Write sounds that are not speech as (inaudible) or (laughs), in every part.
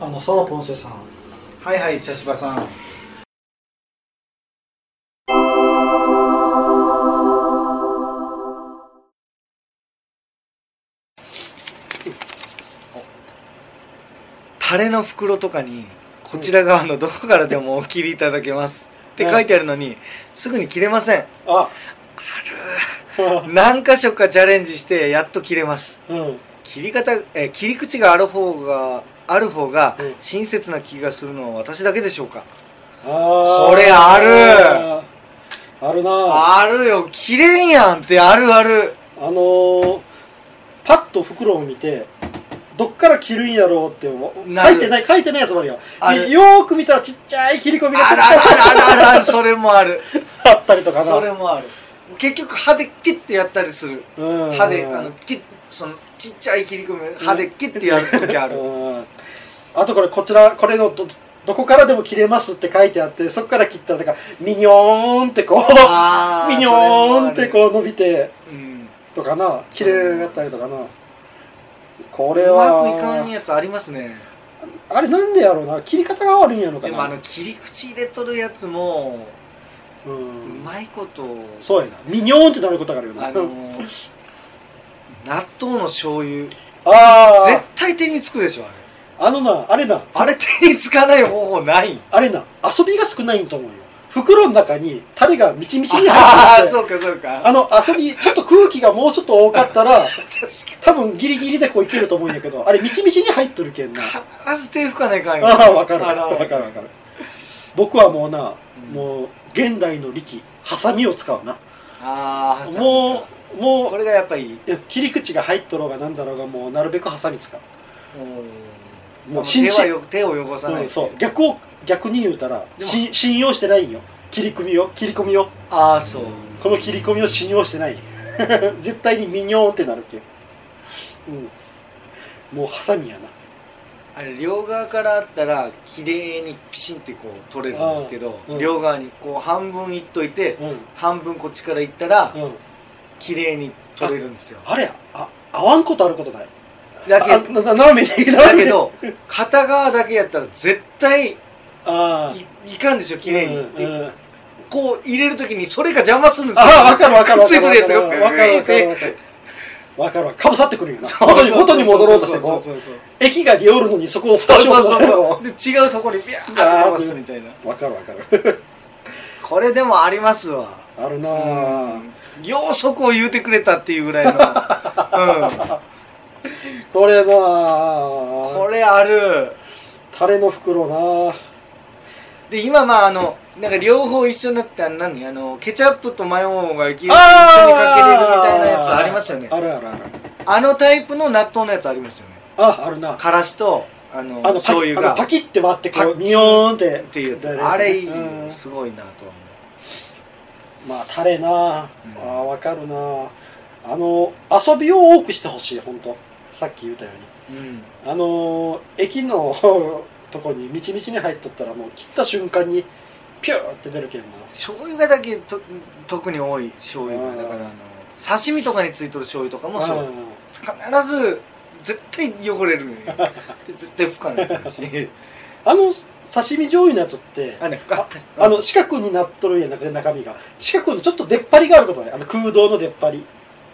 あのさあポンセさんはいはい茶芝さんタレの袋とかにこちら側のどこからでもお切りいただけますって書いてあるのにすぐに切れませんあある何箇所かチャレンジしてやっと切れますうん切り方え切り口がある方がある方がうん親切な気がするのは私だけでしょうかあーこれあるあるなああるよ切れんやんってあるあるのー、パッと袋を見てどっから切るんやろうって思うなる書いてない書いてないやつもあるよあるよーく見たらちっちゃい切り込みがあるあるあるあるあるそれもあるあったりとかなそれもある結局歯でチッてやったりするうん歯であのキッそのちっちゃい切り込み歯でキッてやる時あ (laughs) るうんあとこれこちらこれのどどこからでも切れますって書いてあってそこから切ったらなんかミニョーンってこうあ (laughs) ミニョーンってうこう伸びてうんとかな切れやったりとかなこうれはまくいかんやつありますねあれなんでやろうな切り方が悪いんやろかでなもあの切り口入れとるやつもううんまいことそうやなミニョーンってなることがあるよなあのー納豆の醤油絶あー対手につくでしょあれあのなあれなあれ手につかない方法ないあれな遊びが少ないんと思うよ袋の中にタレがみちみちにあ入あっててそうかそうかあの遊びちょっと空気がもうちょっと多かっ (laughs) たら確多分ギリギリでこういけると思うんやけどあれみちみちに入っとるけんなかに必ず手拭かないかんよああわか (laughs) るあらわかるわかる僕はもうな、うんもう現代の力ハサミを使うなああもうもうこれがやっぱりいや切り口が入っとろうがなんだろうがもうなるべくハサミ使う、うんもうあ信手じはよ手を汚さない、うんそう逆を逆に言うたらでもし信用してないんよ切り込みを切り込みをああそうこの切り込みを信用してない (laughs) 絶対にミニョーンってなるけんうんもうハサミやなあれ両側からあったら綺麗にピシンってこう取れるんですけど、うん両側にこう半分いっといてうん半分こっちからいったらうん綺麗に取れるんですよあれやあ合わんことあることないだあけなな斜めにだけど片側だけやったら絶対いああいかんでしょ綺麗に、うでんうんこう入れるときにそれが邪魔するんですよああ分かる分かるく分っついかてるるやつが分かる分かビるュー分かる分かるわかぶさってくるよなそう元に元に戻ろうとしてそこううそうそうそう駅が寄るのに (laughs) そこをそう少しそう戻そうそろうで違うところにビャーって飛ばすみたいなう分かる分かるこれでもありますわあるなうあん要則を言うてくれたっていうぐらいの、 (laughs) うん、これなこあれあるタレの袋なで今まああのなんか両方一緒になってあの何あのケチャップとマヨが一緒にあーかけれるみたいなやつありますよねあるあるあるあのタイプの納豆のやつありますよねああるなからしとあのあのパキ醤油あがのパキって割ってパこうキミヨーンってっていうやつ出るあれいいうんすごいなとはまあタレなあうんあ分かるなあの遊びを多くしてほしい本当さっき言ったように思う、うん、あのー駅のとこにみちみちに入っとったらもう切った瞬間にピューって出るけんな醤油がだけと特に多い醤油うんがだからあの刺身とかについてる醤油とかもそう、ん必ず絶対汚れる (laughs) のよで絶対拭かないしあの刺身醤油のやつってああなんかの四角になっとるんやなくて中身が四角のちょっと出っ張りがあることねあの空洞の出っ張り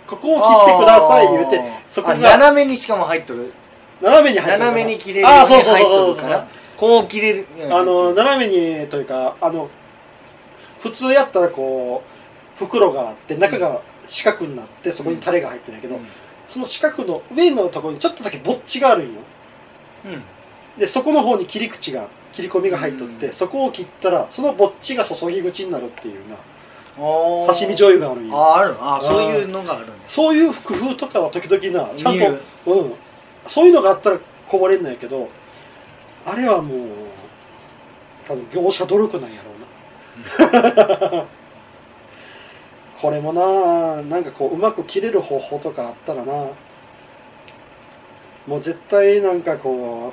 ここを切ってください言うてあーそこがあ斜めにしかも入っとる斜めに入って斜めに切れるああそうにそう入っそとるうそかうらこう切れるあの斜めにというかあの普通やったらこう袋があって中が四角になってそこにタレが入ってるんやけけど、どうんその四角の上のところにちょっとだけぼっちがあるんようんでそこの方に切り口が切り込みが入っとって、うんそこを切ったらそのぼっちが注ぎ口になるっていうなおー刺身醤油があるんよあーあるあーそういうのがあるんですそういう工夫とかは時々なちゃん見ると、うん、そういうのがあったらこぼれんのやけどあれはもう多分業者努力なんやろうな、 (laughs) これもななんかこううまく切れる方法とかあったらなもう絶対なんかこ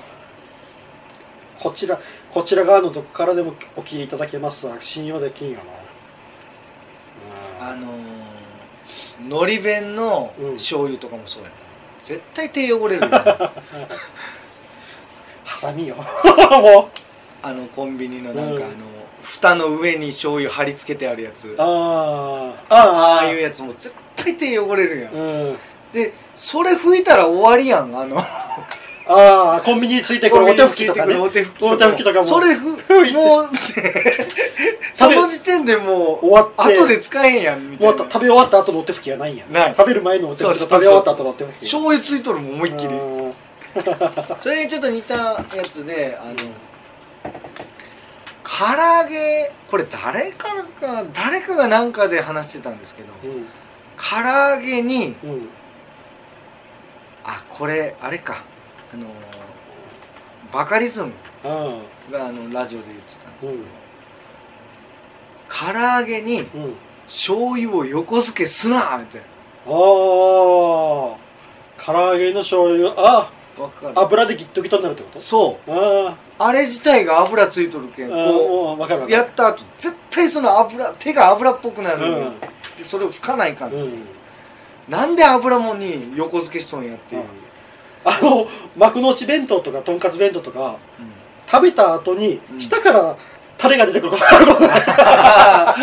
うこちらこちら側のどこからでもお切りいただけますは信用できんよなあうんのー海苔弁のうん (laughs) 醤油とかもそうやな絶対手汚れるよはハサミよ (laughs) もあのコンビニのなんか、うんあの蓋の上に醤油貼り付けてあるやつうああーあああいうやつも絶対手汚れるやん、うんでそれ拭いたら終わりやん (laughs) あのああコンビニについてくるお手拭きとかねお手拭きとかお手拭きとかもそれふもう (laughs) その時点でもう終わって後で使えんやんみた終わいったな食べ終わった後のお手拭きがないんやない食べる前のお手拭きそとう食そうそうべ終わった後のお手拭き醤油ついとるもん思いっきりうんそれにちょっと似たやつであの唐揚げこれ誰かが誰かがなんかで話してたんですけどうん唐揚げにうんあこれあれかあのバカリズムあがあのラジオで言ってたんですーうん唐揚げにうん醤油を横付けすなみたいああ唐揚げの醤油あなわかる油でギットギトになるってことそうああれ自体が油ついとるけーあんーこもう分かる分うかやるった後絶対その油手が油っぽくなる、うんでそれを拭かないかん、うんなんで油もんに横付けしとんやっていう、あの幕の内弁当とかとんかつ弁当とかうん食べた後にうん下からタレが出てくることあることな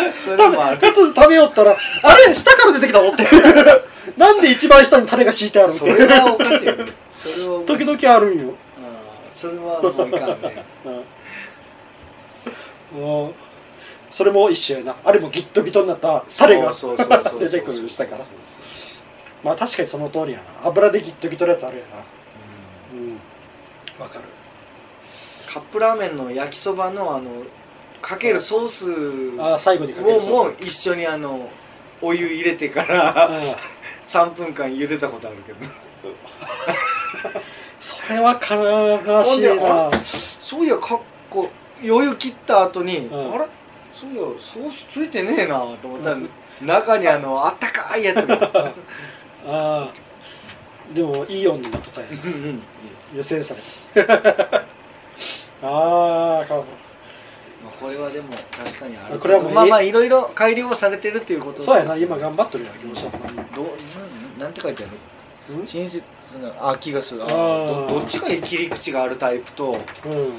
いそれもあるかつ食べよったらあれ下から出てきたのって (laughs) なんで一番下にタレが敷いてあるそれはおかしいよねそれはおかし時い々あるんようんそれはもういかんねうんもうそれも一緒やなあれもギットギトになった (laughs) タレがそうそうそうそう出てくる下からそうそうそうまあ確かにその通りやな油でギットギトのやつあるやなうんうんわかるカップラーメンの焼きそばのあのかけるソースああ最後にかけをるもそう一緒にあのお湯入れてから (laughs) うそうう3ん分間茹でたことあるけどそれは悲しいほんなそういやかっこ余裕切った後に、うんあれそういやソースついてねえなと思ったら、うん中にあのあったかいやつ (laughs) がああでもイオンになっとったんやなうんうん予選さ (laughs) れたああかもまあこれはでも確かにあるこれはもうまあまあいろいろ改良されてるっていうことそうやな今が頑張っとるやん業者さんどうなんなんて書いてあるうん親切なあ気がするああーどどっちがいい切り口があるタイプとうん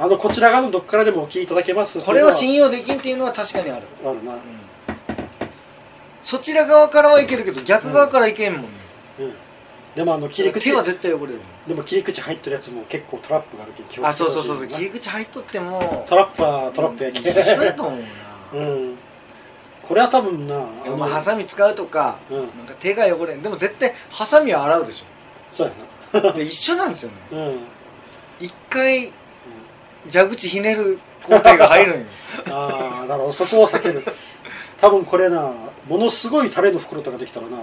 あのこちら側のどっからでもお聞きいただけますこれは信用できんっていうのは確かにある、あるな、うん、そちら側からはいけるけど逆側からいけんもんね、でもあの切り口手は絶対汚れるもんでも切り口入ってるやつも結構トラップがあるけん気をつけてあそうそうそうそうほ切しいりよ口入っとってもなトラップはトラップやけ一緒やと思うな、うんこれは多分なでもまあハのサミ使うとかうんなんか手が汚れんでも絶対ハサミは洗うでしそうやょで一緒なんですよねなうん、うん、一回蛇口ひねる工程が入 (laughs) るんよああなるほどそこを避ける多分これなものすごいタレの袋とかできたらな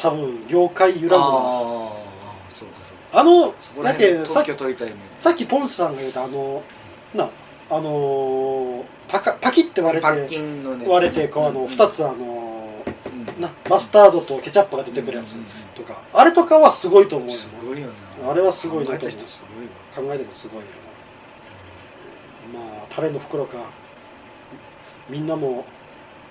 多分業界揺らぐなあそうかそうかあのそこらだ辺けでさっ特き許取りたいねさっきポンスさんが言ったあのなあのーパカパキって割パれッてキンのね割れてこうあんのん2つあのうんなマスタードとケチャップが出てくるやつうんうんとかあれとかはすごいと思ううんよすごいよねあれはすごいな考とえた思う人すごいわ考えてるとすごいよなまあタレの袋かみんなも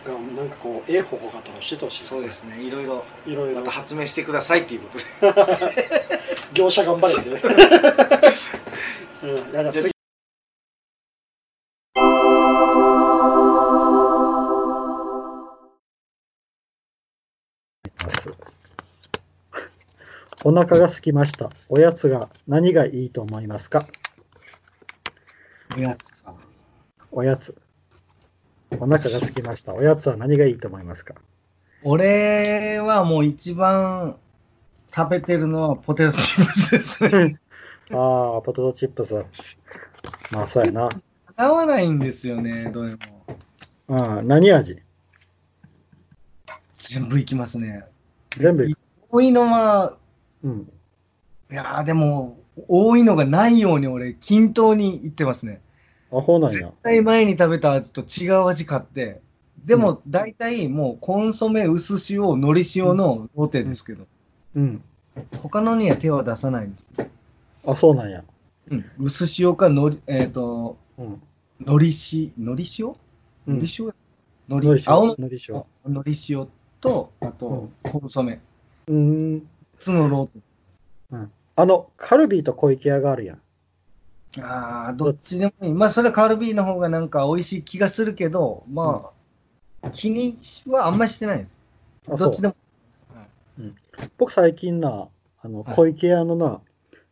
がなんかこうええ方法があったら教えてほしいそうですねいろいろいろいまろた発明してくださいっていうことで業者頑張れてうんいやじゃあ次お腹が空きました。おやつが何がいいと思いますかおやつおやつ。お腹が空きました。おやつは何がいいと思います (laughs) か俺はもう一番食べてるのはポテトチップスですね。ああ、ポテトチップス。まあ、そうやな。 (laughs) 合わないんですよね、どれも。うん、何味全部いきますね。全部いく。多いのは、うん。いやーでも、多いのがないように俺、均等にいってますね。アホなん絶や。対前に食べた味と違う味買って、でも大体もうコンソメ、薄塩、海苔塩のロテですけど、うん。他のには手は出さないです。あ、そうなんや。うん、薄塩か海苔、えっ、と、うん。海苔し、海苔塩うのんり。塩ののりり塩。青ののり塩。のり塩と、あと、コンソメ。うーん。普通のロート。あの、カルビーと小池屋があるやん。ああ、どっちでもいい。まあ、それはカルビーの方がなんか美味しい気がするけど、まあ、気にはあんまりしてないです。あどっちでも。そう僕最近な、あの、はい小池屋のな、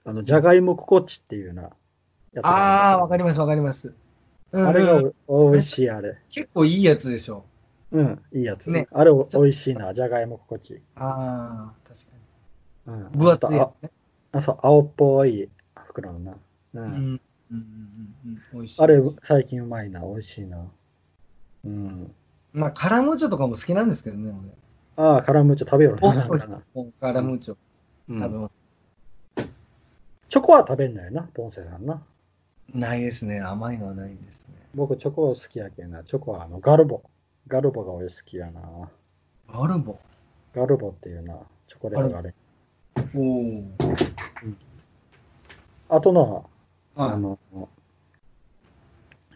あの、じゃがいもココッチっていうな、やつああ、わかりりますわかります。うんあれがお美味しい、あれ。結構いいやつでしょ。うん、いいやつ。ねあれお美味しいな、じゃがいもココッチ。ああ、確かうん、に。分厚いちょやっつね。とああそう、青っぽい袋のな。うん。うん。うんうんうんうん。美味しい。あれ、最近うまいな、美味しいな。うん。まあ、カラムーチョとかも好きなんですけどね、ああ、カラムーチョ食べよるな。なんかな俺。カラムーチョ。う多ん、分、チョコは食べんのよな、ポンセさんな。ないですね。甘いのはないんですね。僕、チョコ好きやけんな。チョコはあの、ガルボ。ガルボが俺好きやな。アルボ。ガルボっていうな、チョコレートがあれ。おお。あとな、ああの、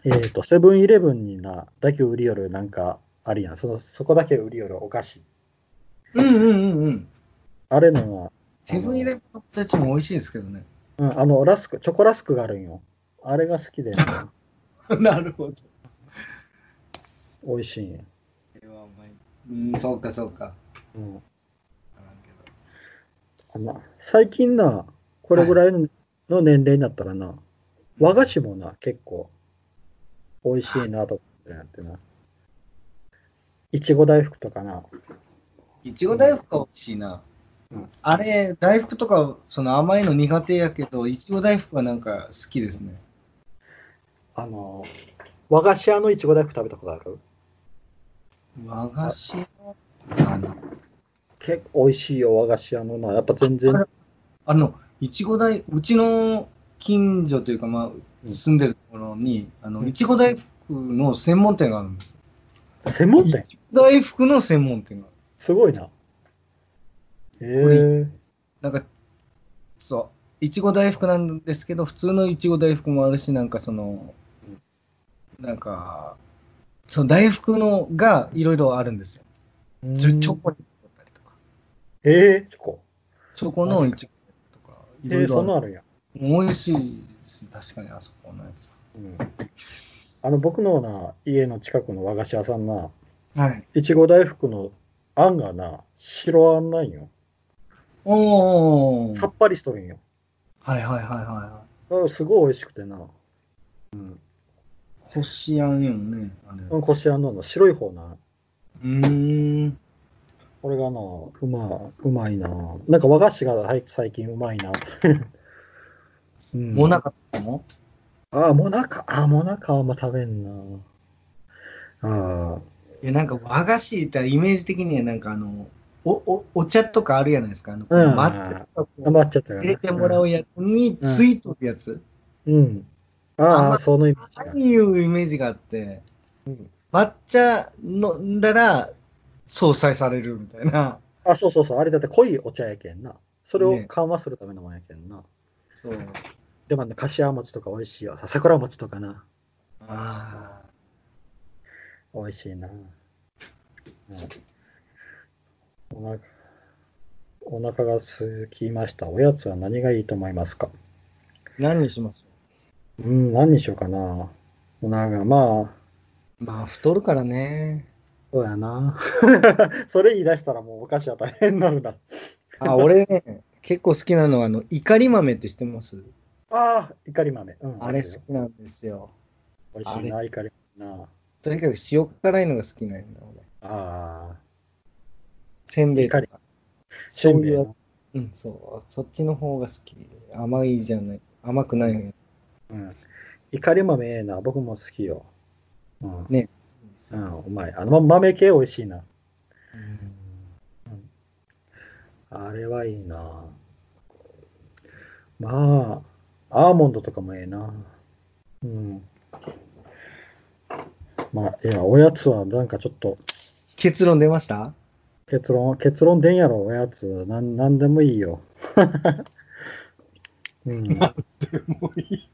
えっ、と、セブンイレブンにな、だけ売りよるなんかあるやん。そのそこだけ売りよるお菓子。うんうんうんうん。あれのな、セブンイレブンのポテチも美味しいですけどね。うん、あの、ラスク、チョコラスクがあるんよ。あれが好きでな、 (laughs) なるほど。美味しいんや。うん、そうかそうか。うん。あの最近な、これぐらいのの年齢になったらな、和菓子もな、結構、美味しいなとかってなってな。いちご大福とかな、いちご大福は美味しいな。うんあれ、大福とか、その甘いの苦手やけど、いちご大福はなんか好きですね。あの、和菓子屋のいちご大福食べたことある和菓子かな。結構美味しいよ、和菓子屋のな。やっぱ全然あ、れあの、いちご大、うちの近所というか、まうあ、ん住んでるところに、あうの、んいちご大福の専門店があるんです。専門店いちご大福の専門店があすごいな。へえー、る。なんか、そう、いちご大福なんですけど、普通のいちご大福もあるし、なんかその、なんか、その大福のがいろいろあるんですよ。チョチョコレートだったりとか、えー、チョコ。チョコのいちごとか、いえろいー、そんろなんああるんや。る。美味しいですね、確かにあそこのやつうんあの僕のな家の近くの和菓子屋さんなは。はい。いちご大福のあんがな白あんなんよおお。さっぱりしとるんよはいはいはいはいは。だからすごい美味しくてないこしあんよね、あれ。こしあんなの白い方なうーん。これがなうまうまいななんか和菓子がはい最近うまいな、 (laughs) うんもなかったのああもなかああもなかあんま食べんなああいや、なんか和菓子ってイメージ的にはなんかあの、お、お、お茶とかあるやないですか。あの、うん待ってとか頑こ張っちゃったうよ入れてもらうやつにうんついとるやつ。うん、うんあんあまあそのイメージが何いうイメージがあって、抹茶飲んだら、相殺されるみたいな。あ、そうそうそう。あれだって濃いお茶やけんな。それをね緩和するためのもんやけんな。そう。でもね、かしわ餅とか美味しいよ。さ桜餅とかな。ああ。美味しいな。うん、お腹お腹が空きました。おやつは何がいいと思いますか何にしましょうん、何にしようかな。お腹が、まあ、う。まあ、太るからね。そうやな。 (laughs) それ言い出したらもうお菓子は大変になるな。あ、俺ね、 (laughs) 結構好きなのは、あの、いかり豆って知ってますああ、いかり豆。うん、あれ好きなんですよ。美味しいな、いかり豆な。とにかく塩辛いのが好きなんだ、俺。ああ、せんべいといか。せんべいな醤油はうん、そう。そっちの方が好き。甘いじゃない。甘くないのよ。うん。いかり豆ええな、僕も好きよ。うん。ねうん、うまい。あのま豆系美味しいな。あれはいいな。まあ、アーモンドとかもええな。うん。まあ、いや、おやつはなんかちょっと結論出ました結論、結論出んやろ、おやつ。なんなんでもいいよ。 (laughs) うん。なんでもいい。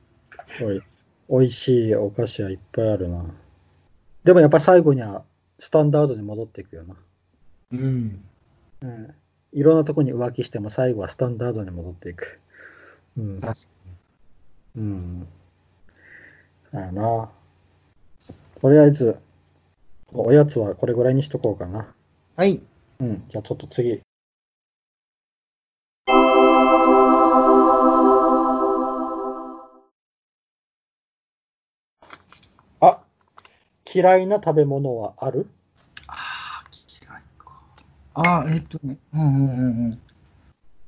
おい、おいしいお菓子はいっぱいあるな。でもやっぱ最後にはスタンダードに戻っていくよな。うん。うん。いろんなとこに浮気しても最後はスタンダードに戻っていく。うん。確かに。うん。だよな。とりあえず、おやつはこれぐらいにしとこうかな。はい。うん。じゃあちょっと次。あ、嫌いな食べ物はあるああ、聞きないか。ああ、えっとね。うんうんうん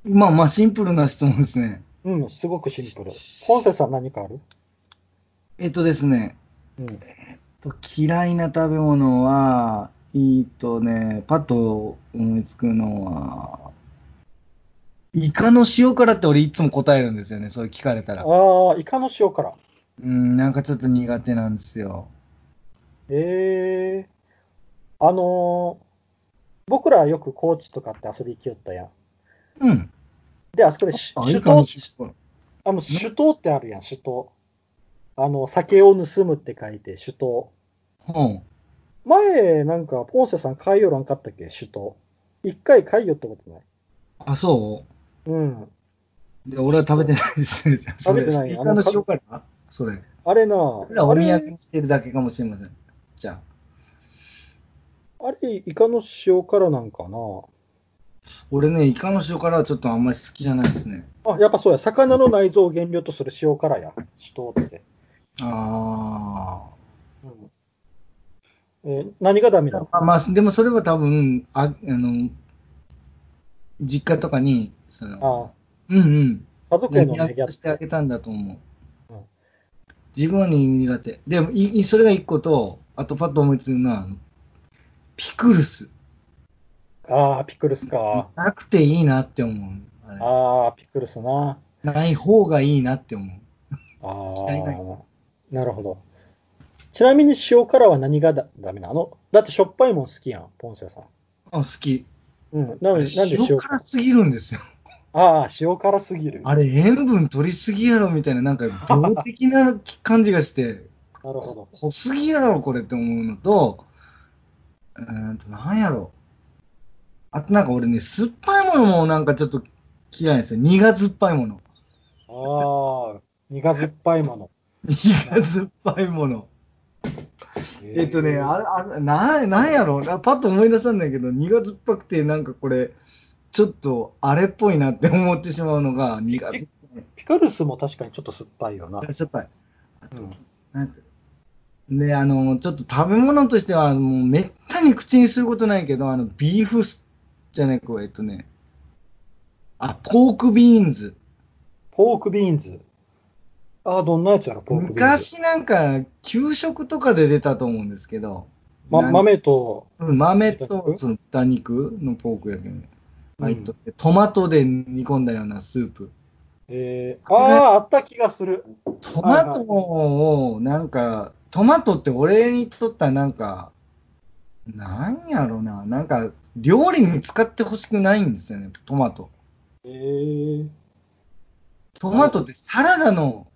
うん。まあまあ、シンプルな質問ですね。うん、すごくシンプル。ポンセさん何かあるえっとですね。うん。と嫌いな食べ物は、いいとね、パッと思いつくのは、イカの塩辛って俺いつも答えるんですよね、それ聞かれたら。ああ、イカの塩辛。うん、なんかちょっと苦手なんですよ。ええあのー僕らよく高知とかって遊び行きよったやん。うん。で、あそこでしあ、酒イカの盗塩、辛。あの、酒盗ってあるやん、酒盗。あの、酒を盗むって書いて、酒盗。ほ前、なんか、ポンセさん買いよらんかったっけ、酒盗。一回買いよったことない。う。あ、そうん。うで俺は食べてないですね。じゃあそれ (laughs) 食べてないイあカのの塩辛それ。あれな、あ俺らお土れ、産にしてるだけかもしれません。じゃあ。あれ、イカの塩辛なんかな。俺ね、イカの塩辛はちょっとあんまり好きじゃないですね。あ、やっぱそうや、魚の内臓を原料とする塩辛や、酒盗って。ああ。うんえー何がダメなのまあ、まあ、でもそれは多分、ああの、実家とかに、その、うあんうん、あ、家族ねへの土ねギャ産としてあップ。げたんだと思ううん。自分は苦手。でも、いいそれが一個と、あとパッと思いつくのは、あのピクルス。ああ、ピクルスか。なくていいなって思う。あああ、ピクルスな。れない方がいいなって思あ嫌いなあ、なるほど。ちなみに塩辛は何がだダメなのだってしょっぱいもん好きやん、ポンセさん。う。あ好き。うん、なのになんで塩塩辛すぎるんですよ。ああ、塩辛すぎる。なあるれ、塩分取りすぎやろみたいな、なんか、病的な感じがして。ほど。濃すぎやろ、これって思うのと、うーんと、なんやろ。あとなんか俺ね、酸っぱいものもなんかちょっと嫌いなんですよ。苦酸っぱいもの。ああ、苦酸っぱいもの。苦酸っぱいもの。えっとね、あれ、あれ、な、なんやろ。なパッと思い出さんないけど、苦酸っぱくて、なんかこれ、ちょっとあれっぽいなって思ってしまうのが苦酸っピクルスも確かにちょっと酸っぱいよなぱい。。酸っぱい。うん、なんかで、あの、ちょっと食べ物としては、もうめったに口にすることないけど、あの、ビーフスじゃないこうえっとね、あ、ポークビーンズ。ポークビーンズ。ああ、どんなやつやろ、ポークビーンズ。昔なんか、給食とかで出たと思うんですけど、ま、なん豆と、うん豆と豚その豚肉のポーク焼きねうん入っとって、トマトで煮込んだようなスープ。えー、ああ、あった気がする。トマトを、なんか、トマトって俺にとったらなんか、なんやろな、なんか、料理に使ってほしくないんですよね、トマト。えー、トマトってサラダの、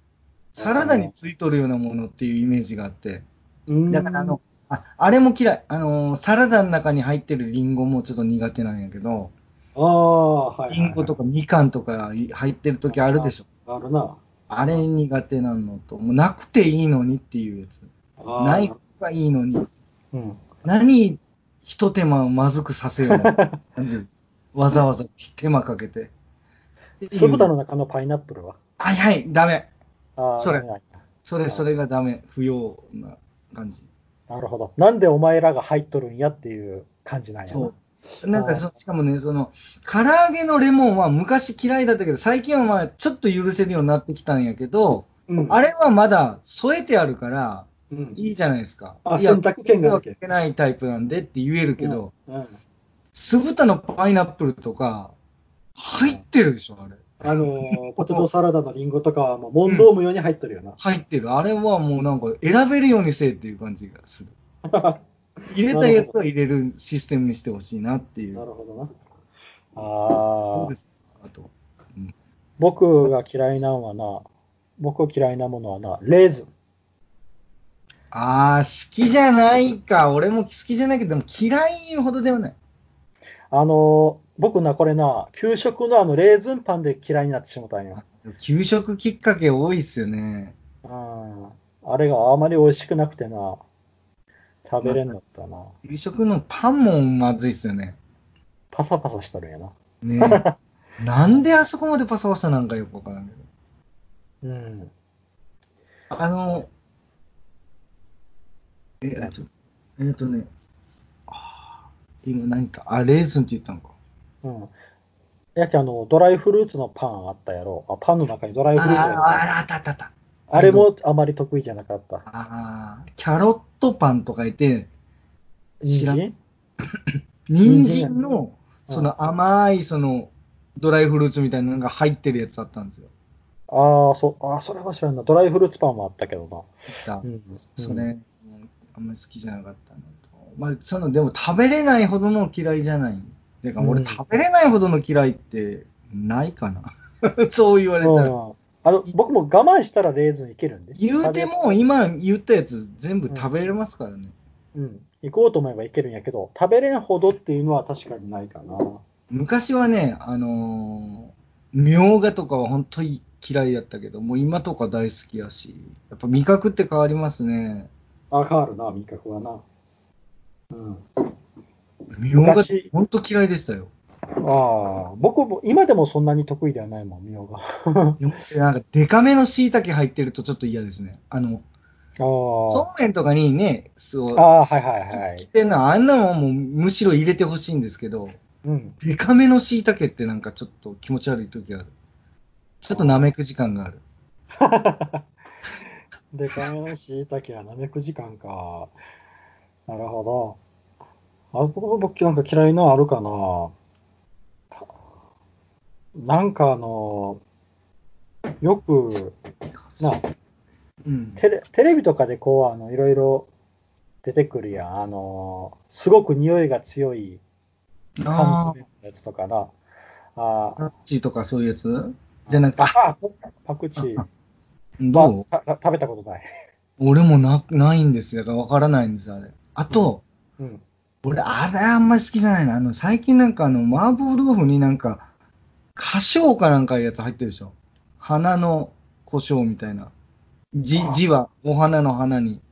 サラダについとるようなものっていうイメージがあって、うんだからあの、ああれも嫌い。あのー、サラダの中に入ってるリンゴもちょっと苦手なんやけど、ああ、はいはいはい。リンゴとかみかんとかい入ってる時あるでしょ。あるな。あれ苦手なのと、もうなくていいのにっていうやつ。あーない方がいいのに。うん。何、一手間をまずくさせような感 (laughs) じわざわざ手間かけて。酢豚の中のパイナップルははいはい、ダメ。あーそれダメなんやそれ、それがダメ。不要な感じ。なるほど。なんでお前らが入っとるんやっていう感じなんやな。そう。なんかそ、しかもね、その、唐揚げのレモンは昔嫌いだったけど、最近はまあ、ちょっと許せるようになってきたんやけど、うんあれはまだ添えてあるから、うんいいじゃないですか。あいや選択権があるけいけないタイプなんでって言えるけど、うん酢豚のパイナップルとか、入ってるでしょ、あれ。あのー、ポテトサラダのリンゴとかはもう問答無用に入っとるよな。入ってる。あれはもうなんか選べるようにせえっていう感じが (laughs) する。入れたいやつは入れるシステムにしてほしいなっていなう。るほどどな。うあであ、すかあと。僕が嫌いなんはな、僕嫌いなものはな、レーズン。ああ、好きじゃないか。俺も好きじゃないけど、でも嫌いほどではない。あのー僕な、これな、給食のあの、レーズンパンで嫌いになってしもたんよ。給食きっかけ多いっすよね。うん。あれがあまり美味しくなくてな、食べれんだったな。給食のパンもまずいっすよね。パサパサしとるんやな。ねえ (laughs) なんであそこまでパサパサなんかよくわからんけど。うん。あの、え、あちょえっとね、あー今何か、あ、レーズンって言ったのか。うん。やけあの、ドライフルーツのパンあったやろ。あ、パンの中にドライあフルーツがーああ、あったあったあった。あれもあまり得意じゃなかった。あーキャロットパンとか言って、知人らん参人参の、うんその甘い、その、ドライフルーツみたいなのが入ってるやつあったんですよ。ああ、そう、ああ、それは知らんな。ドライフルーツパンもあったけどだな。うん。そうんれ、あんまり好きじゃなかったのと。まあ、その、でも食べれないほどの嫌いじゃない。てか、う俺ん食べれないほどの嫌いって、ないかな。 (laughs) そう言われたら。うんあの、僕も我慢したらレーズンいけるんで。言うて食も、今言ったやつ全部食べれますからね。べ。うん。行こうと思えばいけるんやけど、食べれんほどっていうのは確かにないかな。昔はね、あのー、みょうがとかは本当に嫌いやったけど、もう今とか大好きやし、やっぱ味覚って変わりますね。あ、変わるな、味覚はな。うん。みょうが昔本当嫌いでしたよ。ああ、僕も、今でもそんなに得意ではないもん、みょうが。 (laughs) でもなんかデカめの椎茸入ってるとちょっと嫌ですね。あの、あそうめんとかにね、そうあ。、ああ、はいはいは切っい。てんのあんなもんもうむしろ入れてほしいんですけど、うん。デカめの椎茸ってなんかちょっと気持ち悪い時ある。ちょっと舐めく時間がある。でかめのしいたけはなめく時間か。なるほど。あ、僕、僕なんか嫌いなのあるかな。なんかあの、よく、な、うん。テレテレビとかでこう、あの、いろいろ出てくるやん。あの、すごく匂いが強い缶あ詰のやつとかな。ああ、ーパクチーとかそういうやつじゃなくて、あ、パクチー。どう、たた食べたことない。俺もなないんですよ。だからわからないんです、あれ。あと、うん。俺、あれあんまり好きじゃないな。あの、最近なんかあの、麻婆豆腐になんか、花椒かなんかいうやつ入ってるでしょ。花の胡椒みたいな。じ、じは、お花の花に。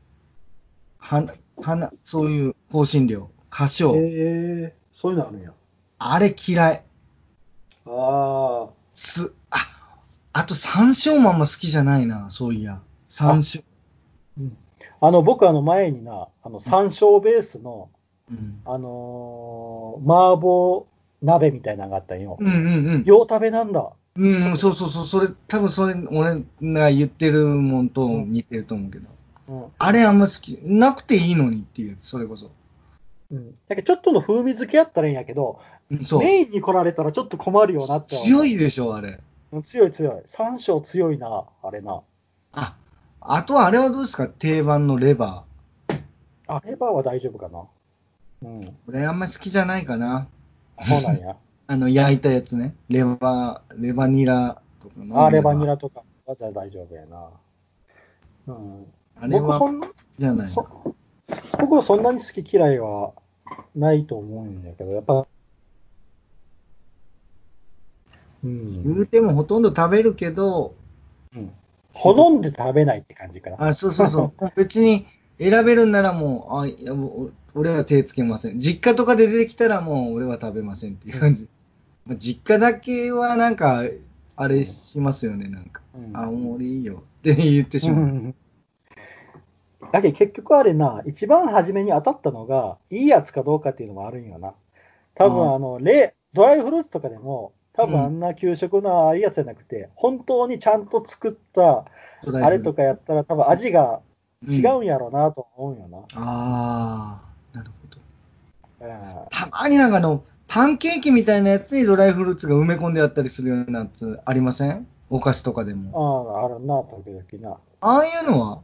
花、花、そういう香辛料。花椒。えそういうのあるんや。あれ嫌い。ああ。す、あ、あと山椒もあんま好きじゃないな、そういや。山椒。あの、僕、あの、前にな、あの、山椒ベースの、うん。あのー麻婆鍋みたいなのがあったんよ。うんうんうん。よう食べなんだ。うん、そうそうそう、それ、多分それ、俺が言ってるもんと似てると思うけど、うん。あれあんま好き、なくていいのにっていう、それこそ。うん。だけど、ちょっとの風味付けやったらいいんやけど、うんそう。メインに来られたらちょっと困るよなって。強い。いでしょ、あれ。強い強い。山椒強いな、あれな。あ、あとはあれはどうですか定番のレバあればは大丈夫かな。うん。ー。俺あんま好きじゃないかな。そうなんや。あの、焼いたやつね。レバー、レバニラとかのあレバニラとかはじゃあ大丈夫やな。うん。あれ僕はそ好んな、きじゃないな。そ僕はそんなに好き嫌いはないと思うんだけど、やっぱ、う言ん、うてもほとんど食べるけど、好んで食べないって感じかな。あ、そうそう (laughs) そう。別に選べるんならもう、あ、いやもうお俺は手つけません。実家とかで出てきたらもう俺は食べませんっていう感じ。まあ実家だけはなんか、あれしますよね、なんか。うんあ、もう俺いいよって言ってしうまう。んだけど結局あれな、一番初めに当たったのが、いいやつかどうかっていうのもあるんよな。多あ分ああの、レドライフルーツとかでも、多う分んあんな給食のああいうやつじゃなくて、本当にちゃんと作った、ドライブあれとかやったら多分味が違うんんやろうなと思うんよな。ああ、なるほど。うんたまになんかあの、パンケーキみたいなやつにドライフルーツが埋め込んであったりするようなやつありませんお菓子とかでも。ああ、あるな、時々な。ああいうのは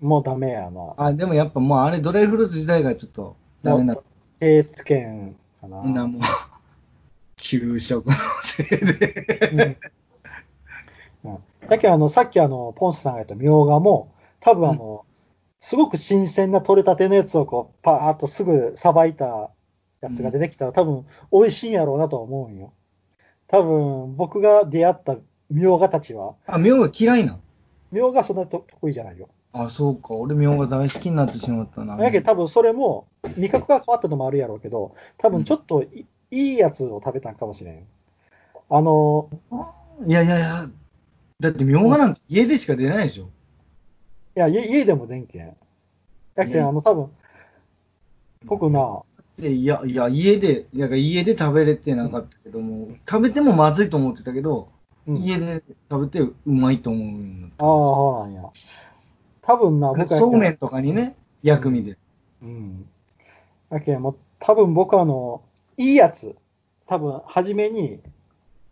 もうダメやな。あ、でもやっぱもうあれドライフルーツ自体がちょっとダメな手つけんかな。みんなもう、給食のせいで。うんうんだけど、あの、さっきあの、ポンスさんが言ったみょうがも、多分あの、すごく新鮮な取れたてのやつをこう、パーッとすぐさばいたやつが出てきたら多分美味しいんやろうなとは思うんよ。多分僕が出会ったみょうがたちは、あ、みょうが嫌いなのみょうがそんなと得意じゃないよ。あ、そうか。俺みょうが大好きになってしまったな。だけど多分それも味覚が変わったのもあるやろうけど、多分ちょっとい,、いやつを食べたんかもしれんよ。あの、いやいやいや。だってみょうがなんて家でしか出ないでしょ。いや、家家でもでんけん。だけうんど、あの、多分僕な、でいや、いや、家で、いや家で食べれてなかったけども、食べてもまずいと思ってたけど、うん、家で食べてうまいと思うんだっああ、そうなんや。多分な、たんで僕すはよ。そうめんとかにね、薬味で。うん。だけどもう、多分僕はあの、いいやつ、多分初めに、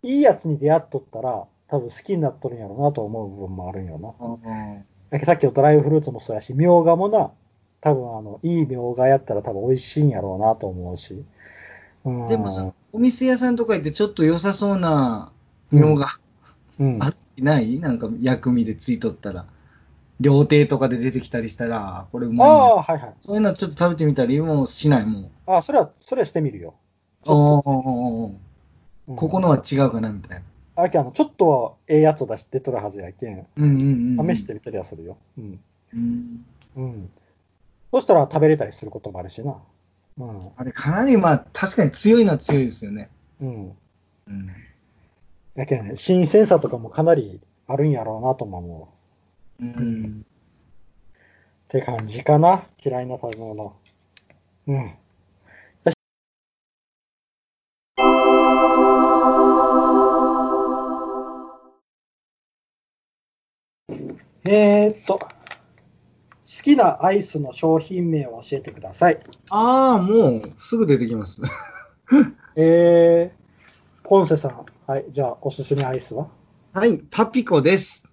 いいやつに出会っとったら、多分好きになっとるんやろうなと思う部分もあるんやろな。だけどさっきのドライフルーツもそうやし、みょうがもな、多分あの、いいみょうがやったら多分美味しいんやろうなと思うし。うん、でもさ、お店屋さんとか行ってちょっと良さそうなみょうがうん、あるないなんか薬味でついとったら。料亭とかで出てきたりしたら、あこれうあまいあな。、はいはい。そういうのちょっと食べてみたりもしないもん。ああ、それは、それはしてみるよ。ちょおっとーうんここのは違うかなみたいな。あけあの、ちょっとはええやつを出してとるはずやけうん、んうんうん。試してみたりはするよ。うん。うん。うん。そしたら食べれたりすることもあるしな。うん。あれ、かなりまあ、確かに強いのは強いですよね。うん。うん。やけんね、新鮮さとかもかなりあるんやろうなとも思う。うん。って感じかな。嫌いな食べ物。うん。えー、っと、好きなアイスの商品名を教えてください。ああ、もう、すぐ出てきます。 (laughs) えー、ポンセさん。はい、じゃあ、おすすめアイスははい、パピコです。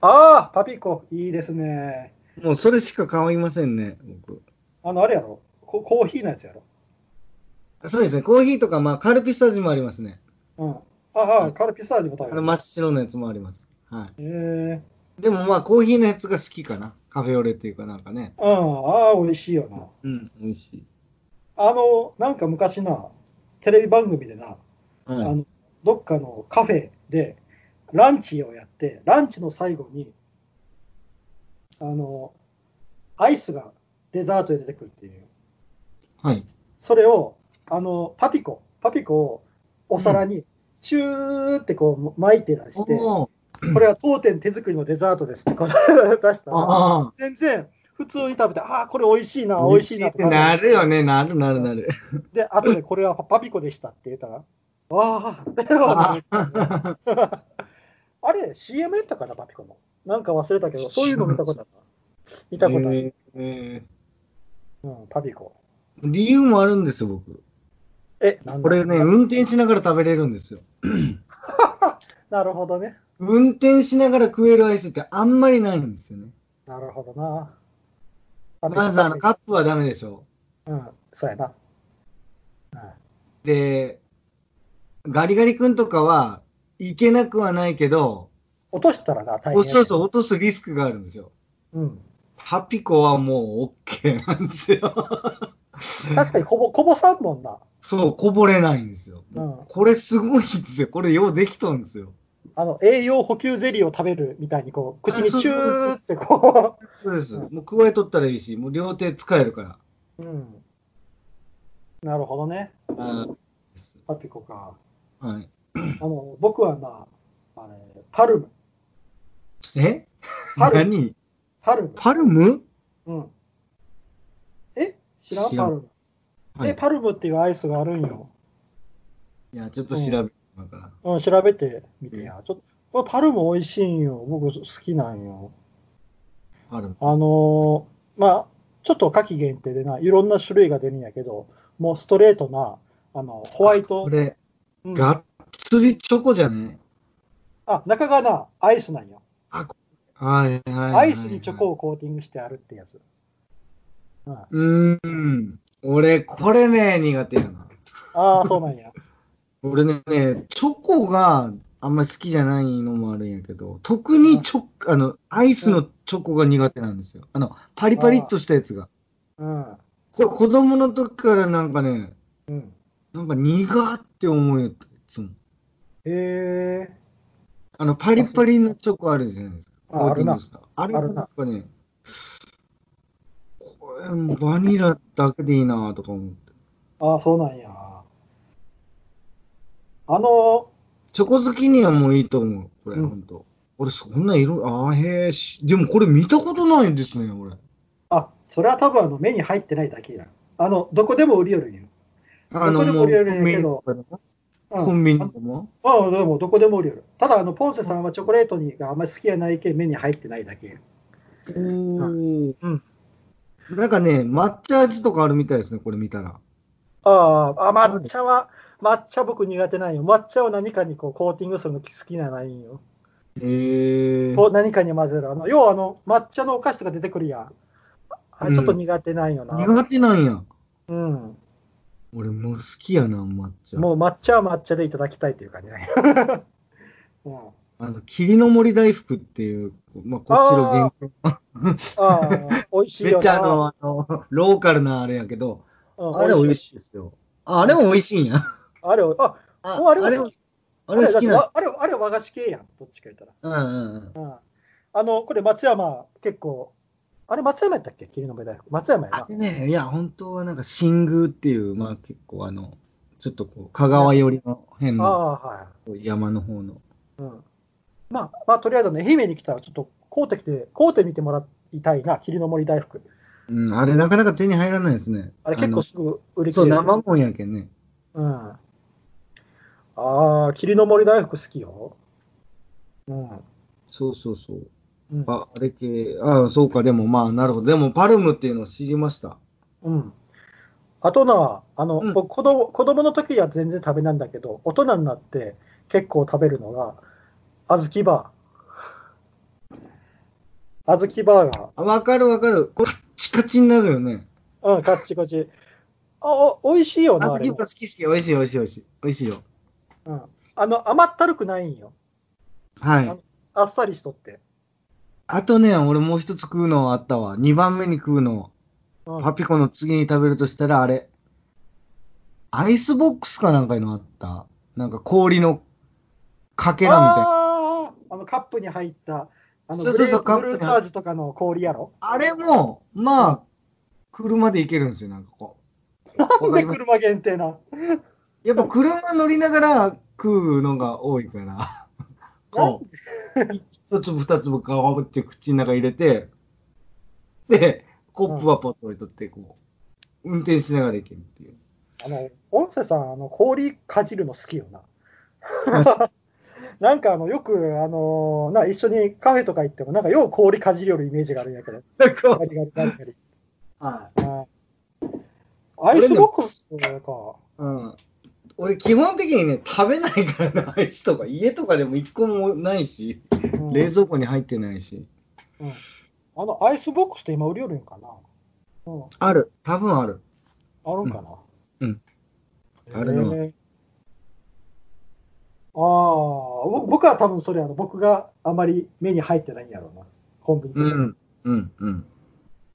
ああ、パピコ、いいですね。もう、それしか変わりませんね、僕。あの、あれやろココーヒーのやつやろそうですね、コーヒーとか、まあ、カルピス味もありますね。うん。ああ、カルピス味も食あべのる。真っ白のやつもあります。はえー、い。でも、まあ、コーヒーのやつが好きかな。カフェオレっていうかなんかね。ああ、ああ、美味しいよな。うん、美味しい。あの、なんか昔な、テレビ番組でな、あはい。のどっかのカフェでランチをやって、ランチの最後に、あの、アイスがデザートで出てくるっていう。はい。それを、あの、パピコ、パピコをお皿に、チューってこう巻いて出して、おーこれは当店手作りのデザートですってこう出したら、ああ。全然普通に食べて、ああ、これ美味しいな、美美味味ししいいなっとてか。なるよね、なるなるなる。で、あとでこれはパピコでしたって言ったら、ああ、ではあね、 (laughs) あれ、CM やったかな、パピコの。なんか忘れたけど、そういうの見たことあった。見たことある。えーうん、パピコ。理由もあるんですよ、僕。え、なんだこれね、運転しながら食べれるんですよ。なるほどね。運転しながら食えるアイスってあんまりないんですよね。なるほどな。まずあのカップはダメでしょ。うん、そうやな。で、ガリガリ君とかはいけなくはないけど、落としたらな、大変。おそうそう落とすリスクがあるんですよ。うん。パピコはもう OK なんですよ。確かにこぼ、こぼさんもんな。そう、こぼれないんですよ。うん。これすごいんですよ。これようできとんですよ。あの、栄養補給ゼリーを食べるみたいに、こう、口にあそうチューってこそうです。もう加えとったらいいし、もう両手使えるから。 (laughs) う。うん。なるほどね。あーパピコか。はい、あの、僕はな、あれ、パルム。えパルム。何パルム。パルム、うん。え知らん知らパんルム。はい、え、パルムっていうアイスがあるんよ。いや、ちょっと調べようかな。うん、調べてみてや。ちょっと、これパルム美味しいんよ。僕好きなんよ。ある。あのーまあ、ちょっと夏季限定でな、いろんな種類が出るんやけど、もうストレートな、あの、ホワイトこ、れ、うんがっつりチョコじゃねあ、中がな、アイスなんよ。はいはいはい。アイスにチョコ。をコーティングしてあるってやつ。うーん。俺、これね、苦手やな。ああ、そうなんや。俺ね、チョコがあんまり好きじゃないのもあるんやけど、特にチョあの、アイスのチョコが苦手なんですよ。あの、パリパリっとしたやつが。うん。これ、子供の時からなんかね、うん。なんか苦って思うよ、いつも。ええあの、パリパリのチョコあるじゃないですか。ああるなコーティングしたあれあなるんなかね、これもバニラだけでいいなとか思って。ああ、そうなんや。あの、チョコ好きにはもういいと思う、これ、うんほんと。俺、そんな色、あーへえし、でもこれ見たことないですね、俺。あ、それは多分あの目に入ってないだけや。あの、どこでも売りよるんや。あどの、こでももう売り上げるけどうんコンビニとかも。ああ、でもどこでも売りよる。ただ、あの、ポンセさんはチョコレートにがあんまり好きやないけん目に入ってないだけや。コンビニとかもおーうんなんかね、抹茶味とかあるみたいですね、これ見たら。ああ、あ抹茶は、抹茶僕苦手なんよ。抹茶を何かにこうコーティングするの好きなないんよ。へえ。こう何かに混ぜる。あの要はあの抹茶のお菓子とか出てくるやん。あうんちょっと苦手なんよな。苦手なんや。うん。俺もう好きやな、抹茶。もう抹茶は抹茶でいただきたいという感じなんや。 (laughs) うん、あの、霧の森大福っていう、まあ、こっちの原型。ああ、美味しいめよな。っちゃあの、あの、ローカルなあれやけど、うん、あれ美味い。しいですよ。ああれも美味しいんや。あれ、あ、あもうあれあはれ好きあれ好きな。あれ、あれあれ和菓子系やん。どっちか言ったら。うんうんうん。あの、これ松山、結構、あれ松山やったっけ霧の目大福。松山やあな。れね、いや、本当はなんか、新宮っていう、まあ結構あの、ちょっとこう、香川寄りの辺あのあ、はい。山の方の。うんまあ、まあ、とりあえずね、愛媛に来たら、ちょっと買うてきて、買うてみてもらいたいな、霧の森大福。うん、あれなかなか手に入らないですね。あれ結構すぐあ売のりそ切う、れる。生もんやけんね。うん。ああー、霧の森大福好きよ。うん。そうそうそう。うん。あ、あれ系、あそうか、でもまあ、なるほど。でも、パルムっていうのを知りました。うん、あとな、あの、うん僕子供、子供の時は全然食べなんだけど、大人になって結構食べるのが、小豆バー。小豆バーがあ、わかるわかる。これ、カッチカチになるよね。うん、カッチカチ。あ、お美味しいよな、あずあれきもバ好き好き。美味しい美味しい美味しい。美味しいよ。うん。あの、甘ったるくないんよ。はい。あっさりしとって。あとね、俺もう一つ食うのあったわ。二番目に食うの。うん、パピコの次に食べるとしたら、あれ。アイスボックスかなんかいうのあった。なんか氷のかけらみたいな。あーあの、カップに入った、あの、そブうそうルそうカッープブにル入ーっツ味とかの氷やろ。あれも、まあ、車で行けるんですよ、なんかこう。なわんかでります車限定な。やっぱ車乗りながら食うのが多いから。こう。一粒二粒ガワブって口の中入れて、で、コップはポッと置いとって、こう、運転しながら行けるってい (laughs) う。あの、音声さん、あの、氷かじるの好きよな。なんかあの、よく、あのな、一緒にカフェとか行っても、なんかよう氷かじりよるイメージがあるんやけど。こガリガリガリガリうはいうんアイスボックスか。うん。俺、基本的にね、食べないから (laughs) な、アイスとか。家とかでも一個もないし、うん冷蔵庫に入ってないし。あの、アイスボックスって今売りよるんかなうん、ある。多分ある。あるんかなうんうんああるのえああ、ぼ僕は多分それ、あの、僕があまり目に入ってないんやろうな。コンビニとうかん。うん。うん。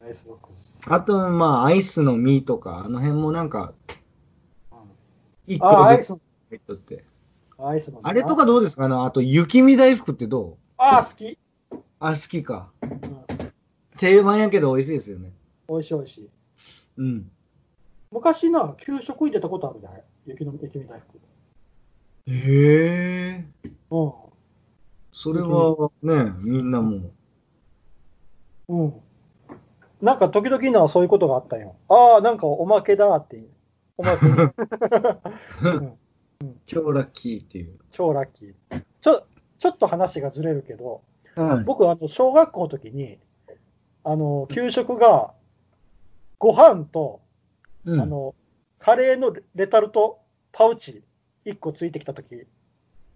アイスボックス。あと、まあ、アイスの実とか、あの辺もなんか、うん一個ああ、ア10イス、入っとって。アイスの。あれとかどうですかねあと、雪見大福ってどうああ、好き。あ、好きか。うん定番やけど美味しいですよね。美味しい美味しい。うん。昔な、給食に出たことあるじゃない雪の雪見大福。へえ。うん。それはね、みんなもうん。なんか時々なそういうことがあったんよ。ああ、なんかおまけだっていう。おまけ。う、今日ラッキーっていう。超ラッキー。 (laughs) ちょ、ちょっと話がずれるけど、はい。僕、あの、小学校の時に、あの、給食が、ご飯と、うん、あの、カレーのレレタルトパウチ1個ついてきた時っ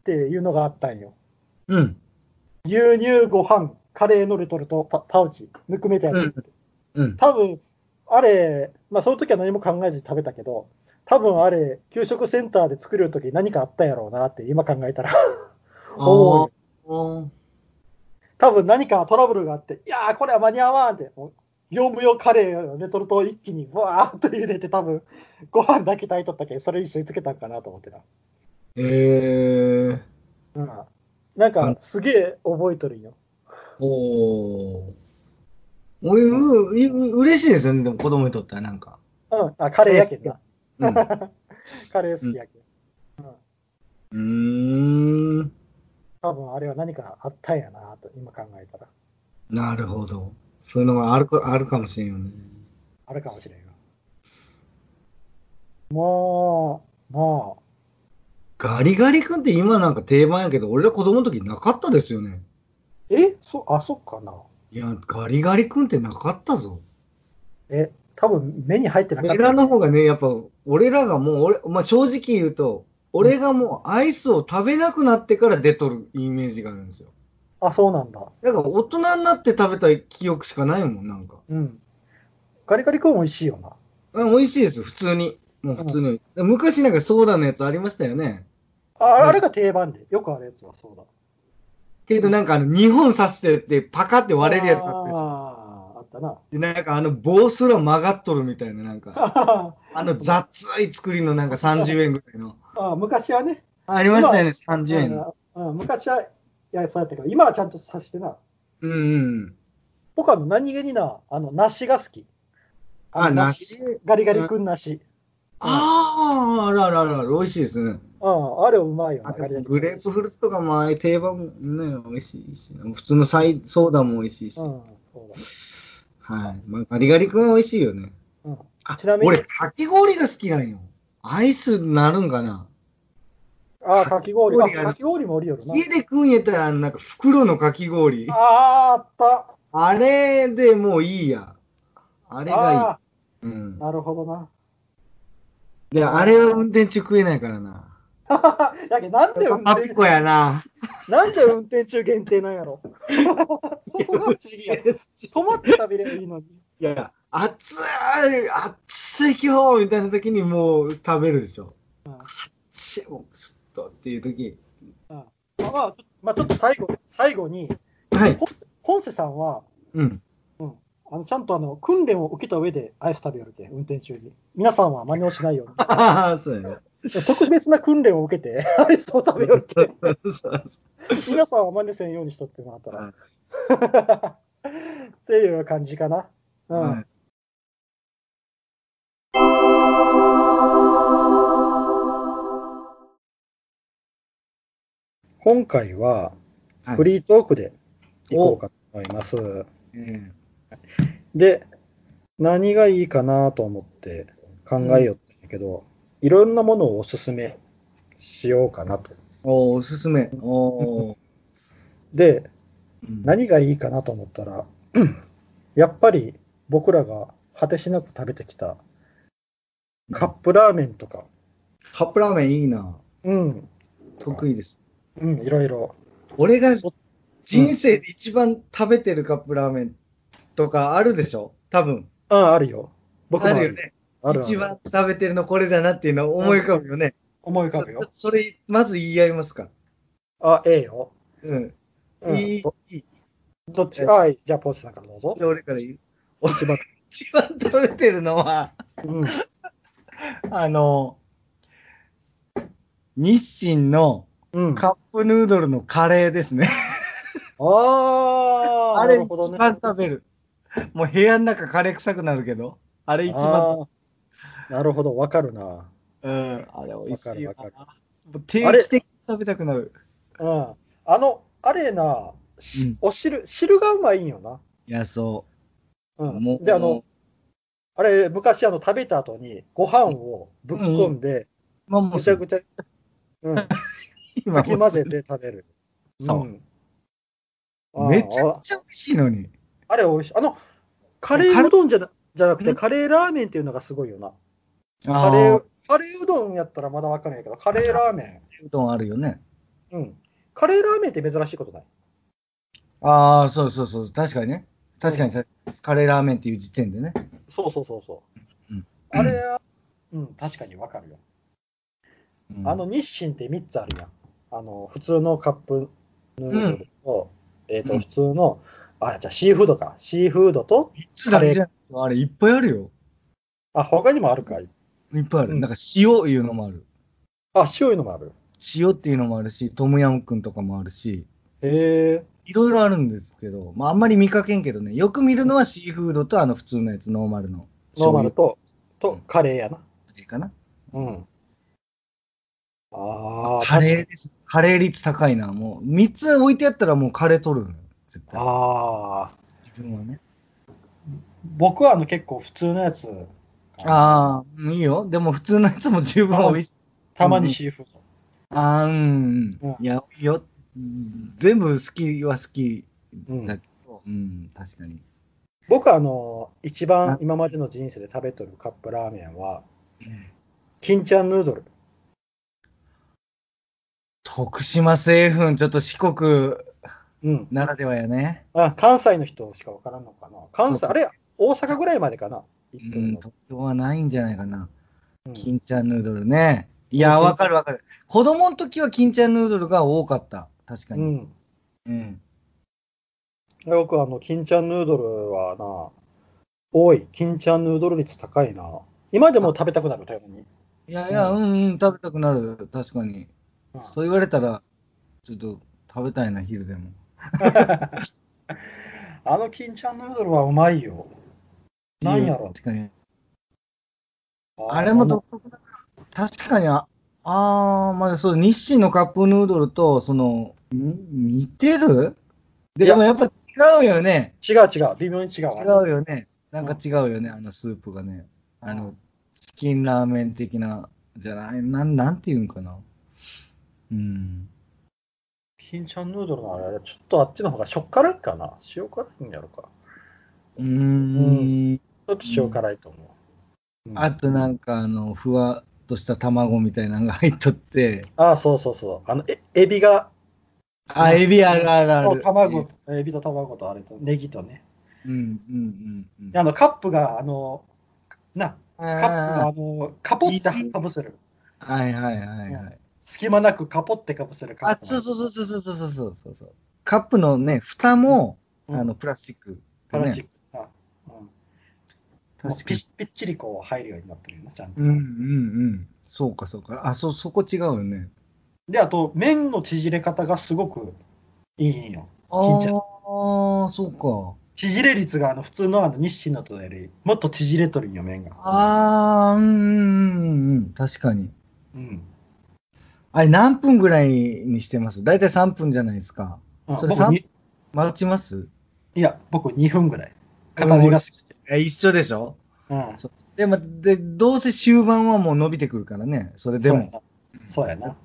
ていうのがあったんよ。うん。牛乳ご飯、カレーのレトルトパパウチ、ぬくめたやつ。うんうん。多分あれ、まあ、その時は何も考えずに食べたけど、多分あれ、給食センターで作る時何かあったんやろうなって、今考えたら、 (laughs) 思うよあー多分何かトラブルがあって、いやー、これは間に合わんって、もう業務用カレーをレトルトを一気にわーっと茹でて多分ご飯だけ炊いとったけんそれ一緒につけたんかなと思ってな。えー、うん、なんかすげえ覚えとるんよ。おー。俺、う、う、嬉しいですよね、でも子供にとってはなんか。うん、あカレーやけんな。うん。うカレー好きやけん。ーん。多分あれは何かあったんやなと今考えたら。なるほど。そういうのがあるかあるかもしれんよね。あるかもしれんよ。もう、もガリガリ君って今なんか定番やけど、俺ら子供の時なかったですよね。う、えそ、あ、そっかな。いや、ガリガリ君ってなかったぞ。え、多分目に入ってなかった。俺らの方がね、やっぱ、俺らがもう、俺、まあ、正直言うと、俺がもうアイスを食べなくなってから出とるイメージがあるんですよ。あ、そうなんだ。だから大人になって食べた記憶しかないもん、なんか。うん。ガリガリ君美味しいよな。うん美味しいです、普通に。もう普通に。昔なんかソーダのやつありましたよね。あうんあれが定番で、よくあるやつはそうだ。けどなんかあの、2本刺してってパカって割れるやつあったでしょ。あーあったな。で、なんかあの棒すら曲がっとるみたいな、なん (laughs) か、 (laughs) ああの雑い作りのなんか30円ぐらいの。ー昔はね、ありましたよね、30円の。うんうん昔は、いや、そうやったけど、今はちゃんと刺してな。うんうん。僕は何気にな、あの、梨が好き。あ、の梨。ガリガリ君梨。ああ、あらあらあらあら、美味しいですね。うん、あれうまいよな、あガリガリグ君レープフルーツとかもああいう定番もね、美味しいし、普通のサイソーダも美味しいし、うん、そうだねはい。まあ、ガリガリ君は美味しいよね。うんあちなみに俺、かき氷が好きなんよ。アイスになるんかなあー、かき氷。かあき氷がかき氷もおるよるな。家で食うんやったら、あのなんか袋のかき氷。ああーあっれでもういいや。あれた。あがあいい。うんー、。なるほどな。で、あれは運転中食えないからな。やけどなんで運パピ転コやな。なんで運転中限定なんやろそこが不思議や。止まって食べればいいのに。いや、暑い、暑い今日みたいな時にもう食べるでしょ。うん暑い、もうちょっとっていう時。まあまあ、まあ、ちょっと最後最後に、はい。本瀬本瀬さんは (laughs) うん。あのちゃんとあの訓練を受けた上でアイス食べよるけん、運転中に。皆さんは真似をしないようああ、そうやね。に。特別な訓練を受けてアイスを食べよるけん、 (laughs) そう (laughs) 皆さんは真似せんようにしとってもらったら。はっていう感じかな。うんはい今回ははいフリートークでいこうかと思います。えで、何がいいかなと思って考えよったんやけど、いろんなものをおすすめしようかなと。おーおすすめ。おーで、うん何がいいかなと思った (clears throat) ら、やっぱり僕らが果てしなく食べてきたカップラーメンとか、カップラーメンいいな。うん、得意です。うん、いろいろ。俺が人生で一番食べてるカップラーメンとかあるでしょ多分。ああ、あるよ。僕もああるるよね。あるある一番食べてるのこれだなっていうのを思い浮かぶよね。思い浮かぶよ。そそれ、まず言い合いますか。あ、ええよ。うん。うんいいど、いい。どっちあい、じゃあ、ポーチさんからどうぞじ。ゃあ俺から言う。一番。一番食べてるのは、 (laughs) うん。あの、日清のうん、あカップヌードルのカレーですね。あー、あなれるほど一ね。番食べ (laughs) る。もう部屋の中カレー臭くなるけど、あれ一番、あーなるほど、わかるな。うん、あれ美味しいよわかるわな。もう定期的に食べたくなる。うん。あの、あれな、うしんお汁、汁がうまいんよな。いや、そうう。もん。うで、あの、、あれ、昔、あの、食べた後に、ご飯をぶっ込んで、まあ、もうぐちゃぐちゃ、 (laughs) うん、か今き混ぜて食べる。そんう。めちゃあーくちゃ美味しいのに。あれ美味しい。あの、カレーうどんじゃなじゃなくて、カレーラーメンっていうのがすごいよな。カレあー、カレーうどんやったらまだわかんないけど、カレーラーメーうどんあるよね。ン。うん。カレーラーメンって珍しいことない。ああ、そうそうそう、確かにね。確かにさ、カレーラーメンっていう時点でね。そうそうそうそう。うんあれは、うん、確かにわかるよ。うんあの、日清って3つあるやん。あの、普通のカップヌードルと、えっ、と、うん普通のあ、じゃあシーフードか。シーフードと、 3つだけじゃなくてあれいっぱいあるよ。あ、他にもあるかい。いっぱいある。うんなんか塩いうのもある。あ、塩いうのもある。塩っていうのもあるし、トムヤムくんとかもあるし、へえ。いろいろあるんですけど、まああんまり見かけんけどね、よく見るのはシーフードとあの普通のやつ、ノーマルの。ノーマル醤と、と、カレーやな。油かな。うん。ああ、カレーです。カレー率高いな。もう3つ置いてやったらもうカレー取るのよ。絶対。ああ。自分はね。僕はあの結構普通のやつ。ああ、うんいいよ。でも普通のやつも十分美味しい。たまにシーフード。あーうんうん。いや、いいよ。うん全部好きは好きうんだけど、うん、確かに。僕はあの、一番あ今までの人生で食べとるカップラーメンはん、金ちゃんヌードル。徳島製粉、ちょっと四国うん。ならではやね。あ、関西の人しかわからんのかな。関西、そうあれ、大阪ぐらいまでかな。う行ってるん、の。東京はないんじゃないかな。うん金ちゃんヌードルね。いや、わかるわかる。子供の時は金ちゃんヌードルが多かった。確かうに。ん。うん。僕はあの、金ちゃんヌードルはな、多い。金ちゃんヌードル率高いな。今でも食べたくなる、たまに。いやいや、ううんうん、食べたくなる。確かに。うんそう言われたら、ちょっと食べたいな、昼でも。あの金ちゃんヌードルはうまいよ。なんやろ確かに。あれも独特だな。確かにあ、あー、まあそう、日清のカップヌードルと、その、に似てるいでやもやっぱ違うよね。違う違う、微妙に違う。違うよね。なんか違うよね、あのスープがね。あうの、チキンラーメン的な、じゃない、なんなんていうんかな。うん。金ちゃんヌードルのあれ、ちょっとあっちの方がしょっ辛いかな。塩辛いんやろか。うーん。ちょっと塩辛いと思う。うんあとなんか、あの、ふわっとした卵みたいなのが入っとって、あ、そうそうそう。あの、えエビが、あ、エビあるあるあとる。卵、エビと卵とあれと、ネギとね。うんうんうんうん。あの、カップが、あの、な、カップが、ああの、カポってかぶせる。ーはいはいはいはい。隙間なくカポってかぶせるカッあプ。、そうそうそうそうそうそうそうそうそう。カップのね、蓋も、うんあの、プラスチック、ね。プラスチックが。うんもう確かぴに。ぴっちりこう入るようになってるよな、ちゃんとうんうんうん。そうかそうか。あ、そ、そこ違うよね。で、あと、麺の縮れ方がすごくいいんよ。あ金ちゃんあ、そうか。縮れ率があの普通のあの日清のとよりもっと縮れとるんよ、麺が。ああ、うんうんうんうん。確かに。うん。あれ、何分ぐらいにしてます大体3分じゃないですか。あそれ僕三に待ちますいや、僕2分ぐらい。片身が好きで。いや一緒でしょうん。そうでも、で、どうせ終盤はもう伸びてくるからね。それでも。そうやな。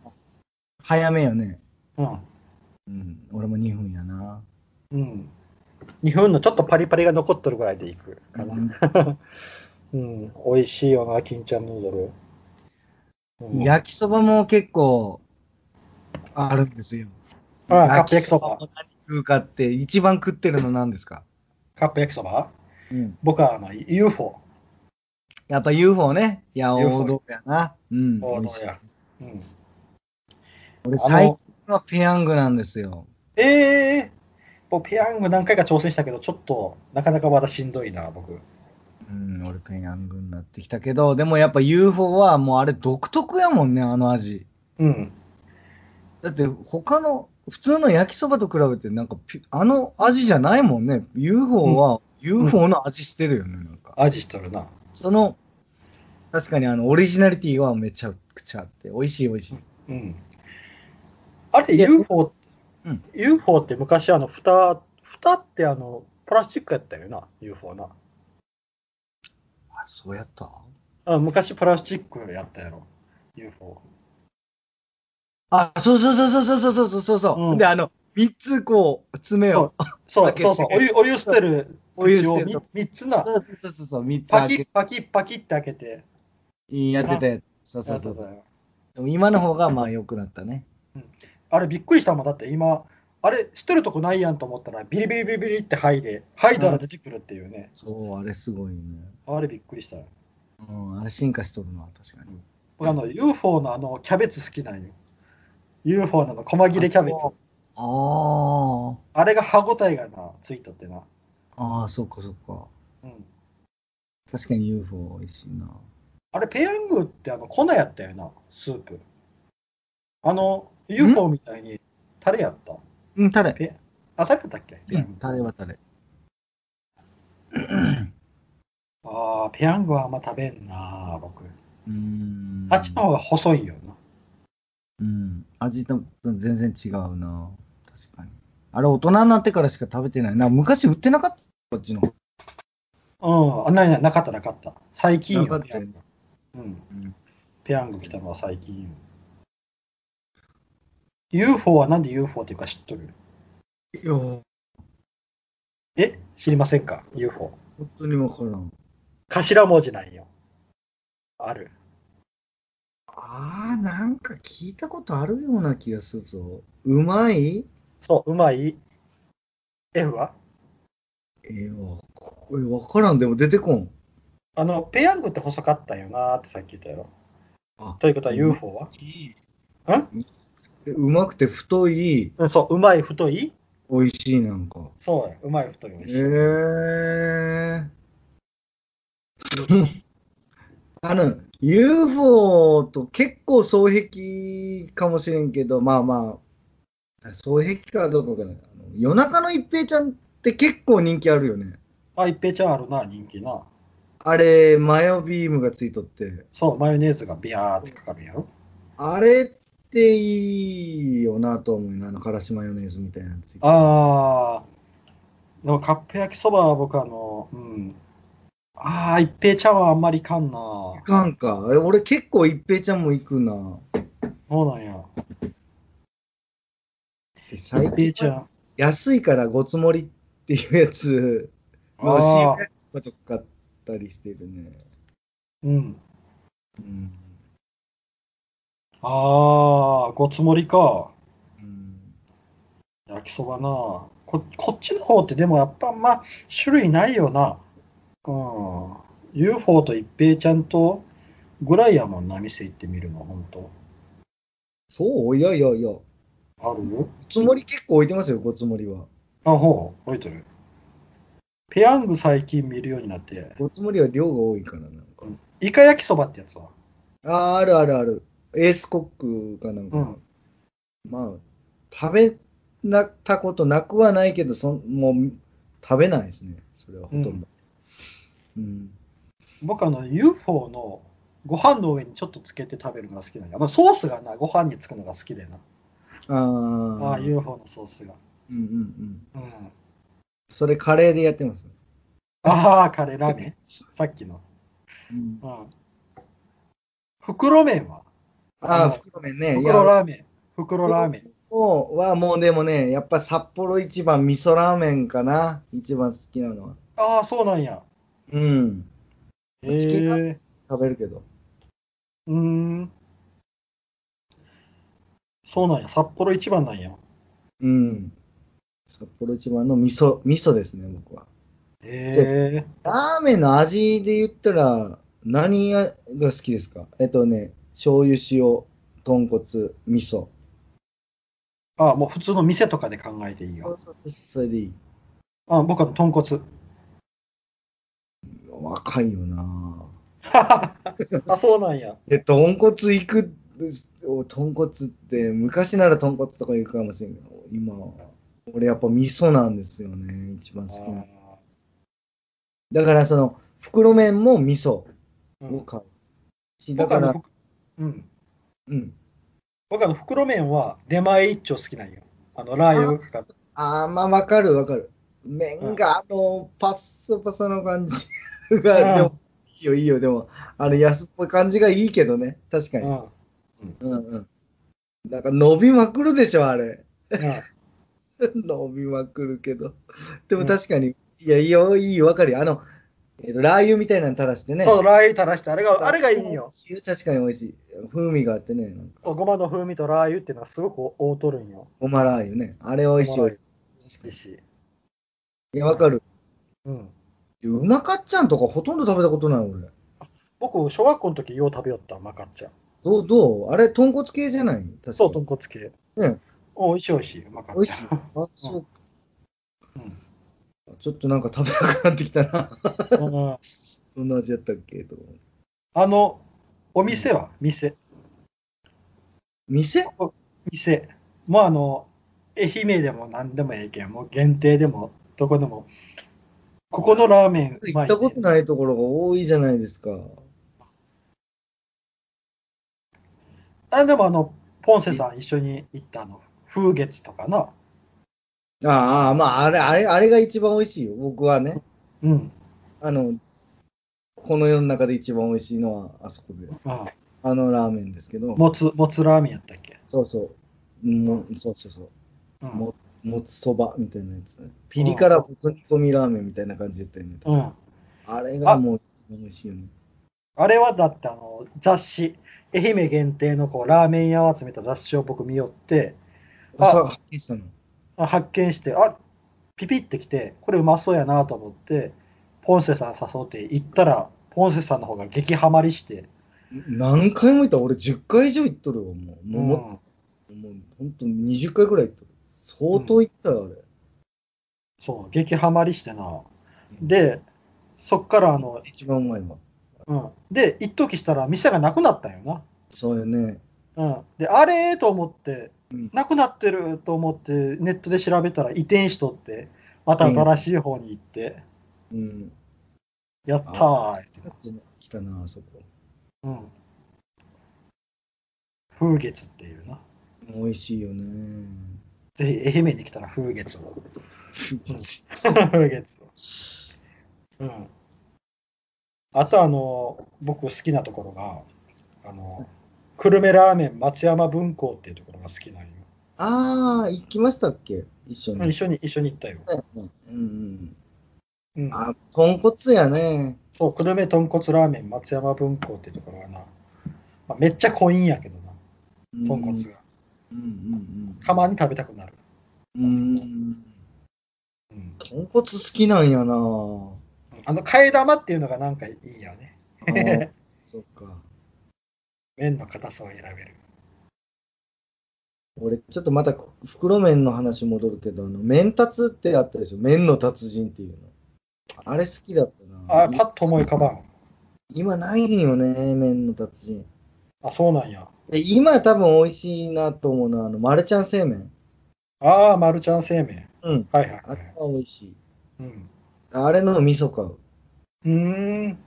早めよね。そうやな。うん。俺も2分やな。うん。うん。2分のちょっとパリパリが残っとるぐらいでいくかな。 (laughs) うん。美味しいよな、金ちゃんヌードル。うん焼きそばも結構あるんですよ。ああカッ焼プき焼きそそばば。を何食うかって一番食ってるの何ですか、カップ焼きそば僕はあの UFO。やっぱ UFO ね。いや、 UFO 王道やな。うん。美王道味しいや。うん。俺あの最近はペヤングなんですよ。ええ僕、ペヤング何回か挑戦したけど、ちょっと、なかなかまだしんどいな、僕。うん、俺ペヤングになってきたけど、でもやっぱ UFO はもうあれ独特やもんね、あの味。うん。だって他の普通の焼きそばと比べてなんかピあの味じゃないもんね。UFO は UFO の味してるよね、なんか。味しとるな。その、確かにあの、オリジナリティはめちゃくちゃあって、美味しい美味しい。うん。あれいや UFO、うん UFO って昔あの蓋、蓋ってあのプラスチックやったよな、UFO な。あ、そうやったあ昔プラスチックやったやろ、UFO。あ、そうそうそうそうそうそうそうそうそう、うんで、あの、三つこう、爪を。そう開けてそうそう、お湯お湯捨てるお湯捨てる口とをみ三つな、そうそうそうそう、三つパ開キッけパキッパキッって開けて。やってたやつ。そうそやうつそだうそう。よでも今の方がまあ良くなったね。あれびっくりしたもん、だって今、あれ捨てるとこないやんと思ったら、ビリビリビリビリって剥いで、剥いだら出てくるっていうね。そう、あれすごいね。あれびっくりしたよ。うん、あれ進化しとるな、確かに。僕あの UFO のあのキャベツ好きなんよ。UFO のあの細切れキャベツ。ああれが歯ごたえがな、ついとってな。あ。ああ、そっかそっか。うん。確かに UFO 美味しいな。あれ、ペヤングってあの粉やったよな、スープ。あの、UFO みたいにタレやった。うん、タレ。あ、タレだったっけペうヤングん、タレはタレ。ああ、ペヤングはあんま食べんな、僕。うーん。あっちの方が細いよな。うん。味と全然違うな。確かに。あれ、大人になってからしか食べてないな。昔売ってなかったこっちの。うん、あ、ないない、なかったなかった。最近なかよ、ったペヤよング。うんうん。ペヤング来たのは最近よ。UFO はなんで UFO っていうか知っとるいや、本え知りませんか ?UFO。当にわからん。頭文字なんよ。ある。ああ、なんか聞いたことあるような気がするぞ。うまいそう、うまい。F はえー、わこえわからん。でも出てこん。あの、ペヤングって細かったよなーってさっき言ったよあ。ということは UFO は、えうまくて太い、うん、そう、うまい、太い美味しいなんか。そうや、うまい、太い、美え味しい。ー。 (laughs) あの、UFO と結構双璧かもしれんけど、まあまあ、双璧かどうかわかんない。あの夜中の一平ちゃんって結構人気あるよね。あ、一平ちゃんあるな、人気な。あれ、マヨビームがついとって。そう、マヨネーズがビャーってかかるやろ。あれっていいよなと思うな、あの、からしマヨネーズみたいなやつ。あー、でもカップ焼きそばは僕あの、うん。あー、一平ちゃんはあんまりいかんな。いかんか。え俺結構一平ちゃんも行くな。そうなんや。で最一平ち近ゃはん。安いからごつ盛りっていうやつのシーあフライとかとか買ったりしてるね。ー、うん。うん。あー、ごつ盛りか。うん、焼きそばなここっちの方ってでもやっぱあんま種類ないよなうん UFO と一平ちゃんとぐらいやもんな店行ってみるのほんとそういやいやいや。ごあるつ盛り結構置いてますよ、ごつ盛りは。あほう置いてるペヤング最近見るようになってごつ盛りは量が多いからなんか。イカ焼きそばってやつはあーあるあるある。エースコックかなんか。うんまあ、食べなったことなくはないけど、そんもう食べないですね。それはほとんど。うん。僕あの UFO のご飯の上にちょっとつけて食べるのが好きなんやあのソースがなご飯につくのが好きでなああああ。UFO のソースがうんうんうん。うんそれカレーでやってます。ああカレーラーメンさっきのうん、うん袋麺はあああ、の袋麺ね。い袋や、ラーメン。袋ラーメン。もうはもうでもね、やっぱ札幌一番味噌ラーメンかな。一番好きなのは。ああ、そうなんや。うん。えチキンラーメー、食べるけど。うーん。そうなんや。札幌一番なんや。うん。札幌一番の味噌、味噌ですね、僕は。えラーメンの味で言ったら、何が好きですかえっとね、醤油、塩、豚骨、味噌。ー、ああ、もう普通の店とかで考えていいそよう。そうそう、それでいい。あ僕は豚骨。 (laughs) 若いよなあそうなんや。え、豚骨行く、豚骨って、昔なら豚骨とか行くかもしれんけど、今は。俺やっぱ味噌なんですよね、一番あ好きな。ーだからその、袋麺も味噌うんを買う。しだ僕かあのら、ふくうん。うん。僕あの袋麺は出前一丁好きなんよ。あのラー油がかかって。ああ、まあ、わかるわかる。麺が、あの、パッサパサの感じうんが、でも、いいよ、いいよ、でも、あれ、安っぽい感じがいいけどね、確かうに。ん。うんうん。なんか、伸びまくるでしょ、あれ。 (laughs) うん伸びまくるけど。でうも、ん確かに、いや、いいよ、いいよ、わかるよ。あの、えっとラー油みたいなの垂らしてね。そう、ラー油垂らして、あれが、あれがいいんよ。確かに美味しい。風味があってね、なんか、そうごまの風味とラー油っていうのはすごく合うとるんよ。ごまラー油ね。あれ、美味しい。ごま美ラー味しい美味しい。いや、わかる。うん。うまかっちゃんとか、ほとんど食べたことない、俺。僕、小学校の時よう食べよった、マカッチャ。どうどうあれ、豚骨系じゃない確かにそう、豚骨系。うん。お美味しい美味しい。うまかった。美味しい。あ、そううんちょっとなんか食べたくなってきたな。 (laughs) うんどんな味やったっけと。あの、お店は店。店店。もうあの、愛媛でも何でもええけん、もう限定でも、どこでも。ここのラーメンう行まっいでたことないところが多いじゃないですか。あ、でもあの、ポンセさん一緒に行ったあの、風月とかな。ああ、まあ、あれ、あれ、あれが一番美味しいよ。僕はね。うん。あの、この世の中で一番美味しいのはあそこで。ああのラーメンですけど。もつ、もつラーメンやったっけ。そうそう。もそうそうそう。うん。ももつそばみたいなやつ、ね。ピリ辛豚煮込みラーメンみたいな感じだったよね。うん、あれがもう一番美味しいよね。あれはだってあの、雑誌、愛媛限定のこうラーメン屋を集めた雑誌を僕見よって、あ朝発見したの。あ発見して、あピピってきて、これうまそうやなと思って、ポンセさん誘って行ったら、ポンセさんの方が激ハマりして、何回も行った俺10回以上行っとるわ、もう。もう、うんもうもうほんと20回ぐらい行っとる。相当行ったよ、あれ。そう、激ハマりしてな。で、そっからあの、一番うまいわ。うん、で、一時したら店がなくなったんよそうよね。な。うん、で、あれーと思ってうん、なくなってると思って、ネットで調べたら移転しとって、また新しい方に行って、うん。やったーって。来たな、あそこ。うん。風月っていうな。美味しいよね。ぜひ愛媛に来たら風月を。 (laughs) 風月を。うん。あとあの、僕好きなところが、あの、久留米ラーメン松山文庫っていうところが好きなんよ。ああ、行きましたっけ一緒に。一緒に一緒に行ったよ。うんうん。うん。あ、豚骨やね。そう、久留米豚骨ラーメン松山文庫っていうところがな、まあ、めっちゃ濃いんやけどな、豚骨が。うんうんたまに食べたくなる。うん。うん。うん。豚骨好きなんやな。ああの、替え玉っていうのがなんかいいよね。ーそっか。 (laughs) 麺の硬さを選べる。俺、ちょっとまた袋麺の話戻るけど、あの、麺達ってあったでしょ。麺の達人っていうの。あれ好きだったな。あ、パッと思い浮かばん。今ないんよね、麺の達人。あ、そうなんや。で今多分美味しいなと思うのは、あの、マルちゃん製麺。ああ、マルちゃん製麺。うん。はいはい、あはれい。は美味しい。うん。あれの味噌買う。うーん。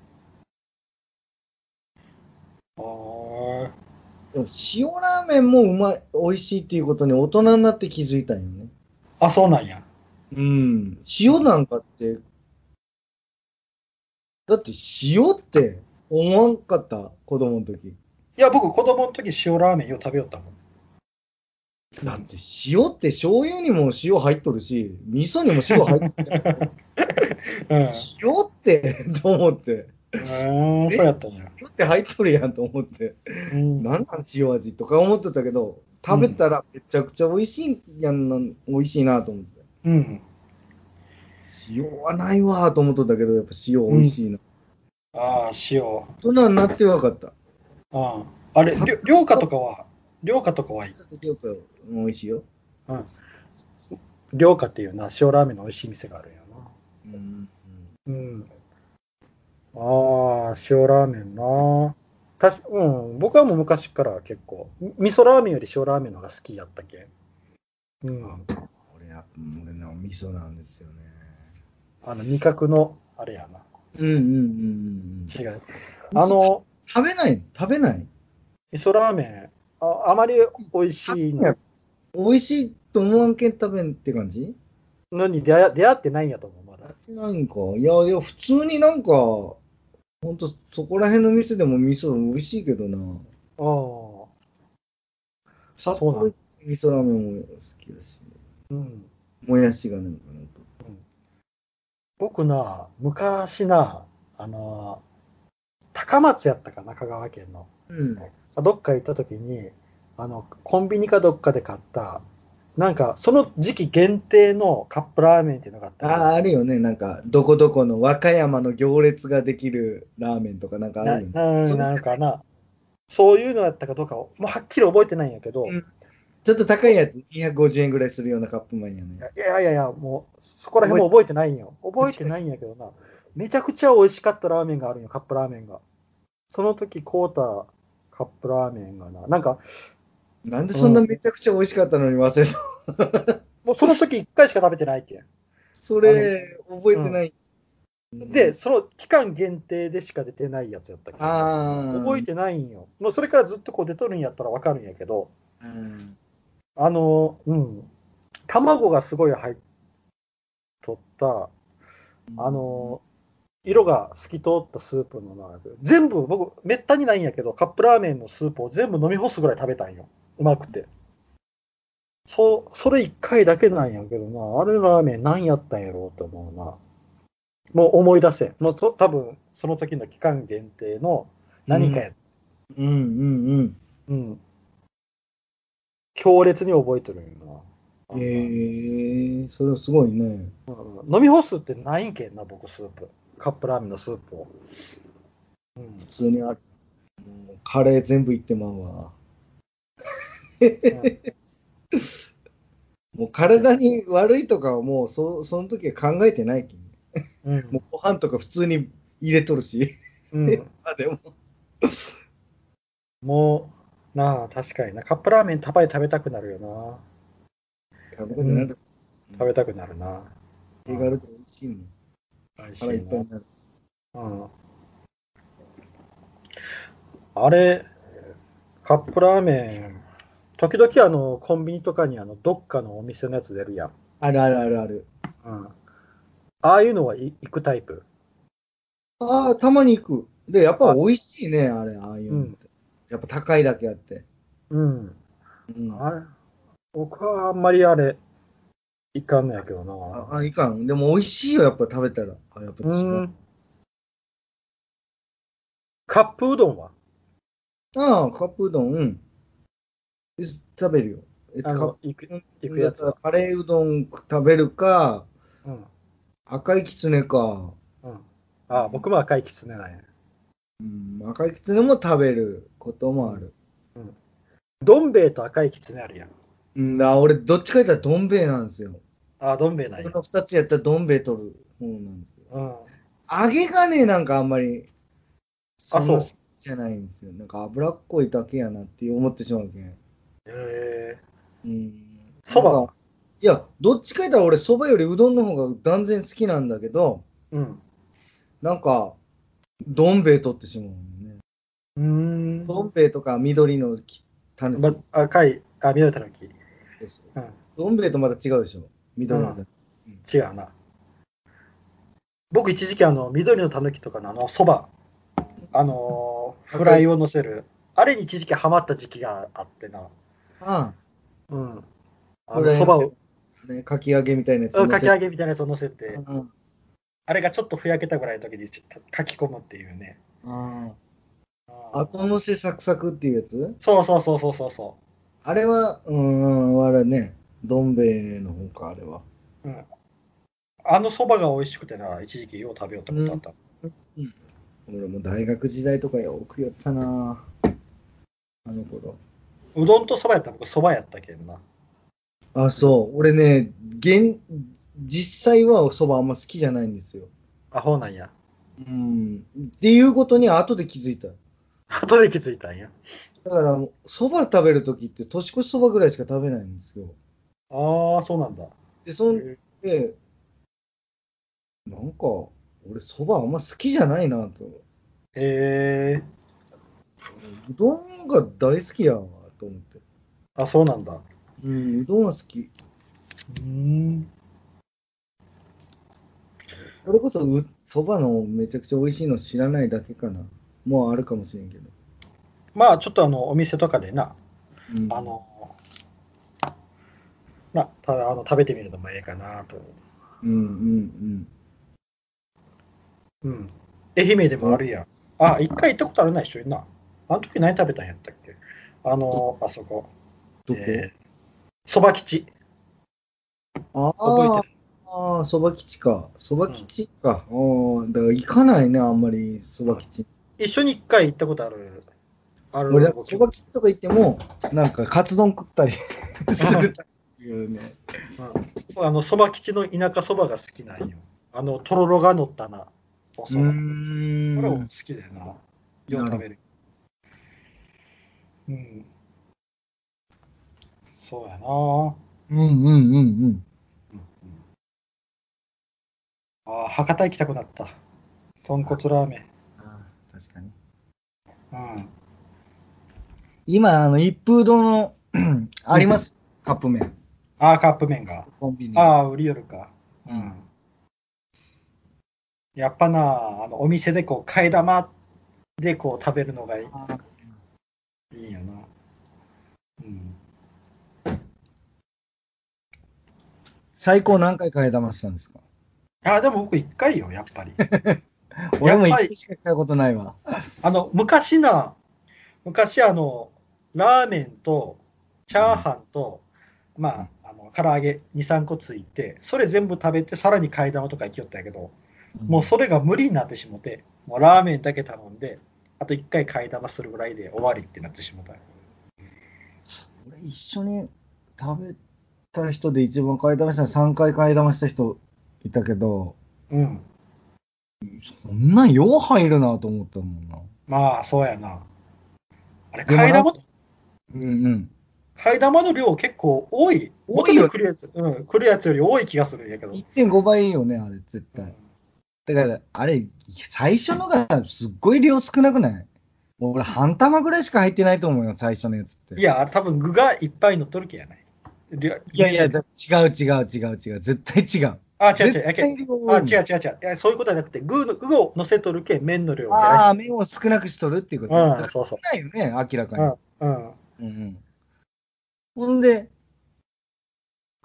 あーでも塩ラーメンもうまい、美味しいっていうことに大人になって気づいたんよね。あ、そうなんや。うん。塩なんかって、だって塩って思わんかった、子供の時。いや、僕、子供の時塩ラーメンよう食べよったもん。だって塩って醤油にも塩入っとるし、味噌にも塩入っとる。 (laughs) うん。う (laughs) 塩ってと思って、ーん、そうやったんや。塩って入っとるやんと思って、うん。なんなん塩味とか思ってたけど、食べたらめちゃくちゃ美味しいやんな、美味しいなと思って。うん。塩はないわーと思っとったけど、やっぱ塩美味しいな。ああ、塩。大人になって分かった。うん。あれ、りょ涼花とかは、涼花とかはいい。美味しいよ。涼花っていうな、塩ラーメンの美味しい店があるんやうな。ん。うん。ああ、塩ラーメンな。たし、うん、僕はもう昔から結構、み味噌ラーメンより塩ラーメンの方が好きやったけん。うん。俺や、俺の味噌なんですよね。あの、味覚の、あれやな。うんうんうんうん。違う。あの、食べない食べない味噌ラーメン、ああまり美味しいの美味しいと思わんけん食べんって感じのに出会出会ってないんやと思う、まだ。なんか、いやいや、普通になんか、ほんとそこら辺の店でも味噌美味しいけどな。あ札そうなの幌味噌ラーメンも好きだし、あ。うん。もやしがなんかなんか。僕な、昔な、あの、高松やったかな、香川県の。うん。どっか行った時にあのコンビニかどっかで買ったなんかその時期限定のカップラーメンっていうのがあっあたあ、あるよね。なんか、どこどこの和歌山の行列ができるラーメンとかなんかあるなよね。うんなんかなそういうのやったかどうかをもうはっきり覚えてないんやけど、うんちょっと高いやつ、250円ぐらいするようなカップ麺やね。いやいやいや、もう、そこら辺も覚えてないんよ。覚えてないんやけどな。めちゃくちゃ美味しかったラーメンがあるんよ、カップラーメンが。その時、こうたカップラーメンがな。なんか、なんでそんなめちゃくちゃ美味しかったのに忘れた、もうその時1回しか食べてないけん。それ、覚えてない。で、その期間限定でしか出てないやつやったけど。ああ。覚えてないんよ。もうそれからずっとこう出とるんやったらわかるんやけど、うんあの、うん。卵がすごい入っとった、あ、の、色が透き通ったスープのな、全部、僕、めったにないんやけど、カップラーメンのスープを全部飲み干すぐらい食べたんよ。うまくて。そう、それ一回だけなんやけどな、あれのラーメン何やったんやろうと思うな。もう思い出せん。もうと多分、その時の期間限定の何かやったうんうんうん。強烈に覚えてるんような。ん。ええそれはすごいね。うん飲み干すってないんけんな、僕、スープ。カップラーメンのスープを。うん。 (laughs) 普通にある。もうカレー全部いってまうわ。もう体に悪いとかはもうそその時は考えてないきねうん。もうご飯とか普通に入れとるし。 (laughs) うんあでも。もう、なあ、確かにな。カップラーメンたぱり食べたくなるよ食べたくなる。な。食べたくなるな。手軽で美味しいもん。美味し腹いいっぱいなに。なるし。うん。あれ、カップラーメン、時々あの、コンビニとかにあの、どっかのお店のやつ出るやん。あるあるあるある。うんああいうのはい行くタイプ。ああ、たまに行く。で、やっぱ美味しいね、あれ、ああいうのって。うんやっぱ高いだけあって。うん。うん、ああれ、僕はあんまりあれ、行かんのやけどな。あ、いかん。でも美味しいよ、やっぱ食べたら。あやっぱう違う。ん。カップうどんはああ、カップうどん、うん。え食べるよ。えっと、あカッのプ行くうん行くやつは。カレーうどん食べるか、うん。赤いきつねか。うん。ああ、僕も赤いきつねなんや。うん、赤いきつねも食べることもある。どん兵衛と赤いきつねあるやん。うん、あ俺、どっちか言ったらどん兵衛なんですよ。ああ、どん兵衛なんこや。の2つやったらどん兵衛取る方なんですよ。うん。揚げがね、なんかあんまり、あそうんな好きじゃないんですよ。なんか脂っこいだけやなって思ってしまうけん。へえ。うん。そばなんかいや、どっちか言ったら俺、そばよりうどんの方が断然好きなんだけど、うん。なんか、どん兵衛取ってしまうのね。うーん。どん兵衛とか緑のきたぬきま赤い、あ、緑たぬき。でしょうん。どん兵衛とまた違うでしょ。緑のたぬ違うな。僕一時期あの緑のたぬきとかのあのそば、あのーフライを乗せる、あれに一時期ハマった時期があってな。あうん。あフのライそばをあ、ね、かき揚げみたいなやつうん乗かせきて。揚げみたいなやつを乗せて、うんあれがちょっとふやけたぐらいの時にちょっとかき込むっていうね。ああ。あ後乗せサクサクっていうやつそうそうそうそうそうそあれは、うーん、あれね、どん兵衛の方か、あれは。う。うん。あのそばが美味しくてな、一時期よう食べようったことあった。俺も大学時代とかよくやったなあの頃。うどんとそばやったら僕そばやったけんな。あ、そう。俺ね、現、実際はお蕎麦あんま好きじゃないんですよ。アホなんや。うん。っていうことに後で気づいた。後で気づいたんや。だから、蕎麦食べるときって年越しそばぐらいしか食べないんですよ。ああ、そうなんだ。で、そんで、なんか、俺蕎麦あんま好きじゃないなと。うへえ。どんが大好きやわと思って。あ、そうなんだ。うん、うどんは好き。うん。それこそう蕎麦のめちゃくちゃ美味しいの知らないだけかな。もうあるかもしれんけど。まあ、ちょっとあの、お店とかでな、うんあの、な、ただ、あの、食べてみるのもええかなと。うんうんうん。愛媛でもあるやん。あ、一回行ったことあるな、一緒にな。あの時何食べたんやったっけあの、あそこ。うん。どこ、えーそば吉。あ覚えてる。ああ、そば吉か。そば吉か。ああ、だから行かないね、あんまりそば吉。一緒に一回行ったことある。ある俺だのからそばきとか行っても、なんかカツ丼食ったり (laughs) するっていうね。 (laughs) あの、そば吉の田舎そばが好きなんよ。あの、とろろが乗った (laughs) な。おそば。これも好ん。きだよな。よく食べる。うん。そうやな。うんうんうんうん。ああ、博多行きたくなった。豚骨ラーメああ確かに。ン。うん。今、あの、一風堂の、 (clears throat) うんあります、カップ麺。ああ、カップ麺が。コンビニ。ああ、売りよるか。ううんん。やっぱな、あのお店でこう、替え玉でこう食べるのがいいあーいいよな。うん。最高何回替え玉したんですかあ、でも僕一回よ、やっぱり。俺も一やっぱり回しか買うことないわ。あの、昔な、昔あの、ラーメンと、チャーハンと、まあ、あの、唐揚げ2、3個ついて、それ全部食べて、さらに替え玉とか行きよったんやけど、もうそれが無理になってしもて、もうラーメンだけ頼んで、あと一回替え玉するぐらいで終わりってなってしもたんよ。俺一緒に食べた人で一番替え玉した3回替え玉した人いたけどうん。そんなんよう入るなと思ったもんなまあ、そうやな。あれ、でもな替え玉と、うんうん替え玉の量結構多い。多いよ元に来るやつ、うん、来るやつより多い気がするんやけど。 1.5倍よねあれ絶う対んだからあれ最初のがすっごい量少なくない俺半玉ぐらいしか入ってないと思うよ最初のやつっていや、多分具がいっぱい乗っとるけやない。いいやいや違う違う違う違う絶対違うあ、違う違絶う。対量多あ、違うい違う違う。いや、そういうことじゃなくて、具の、具を乗せとるけ、麺の量を減あらあ麺を少なくしとるっていうことしだうん、からそうそ少ないよね明らかにう。うん。うんうんほんで、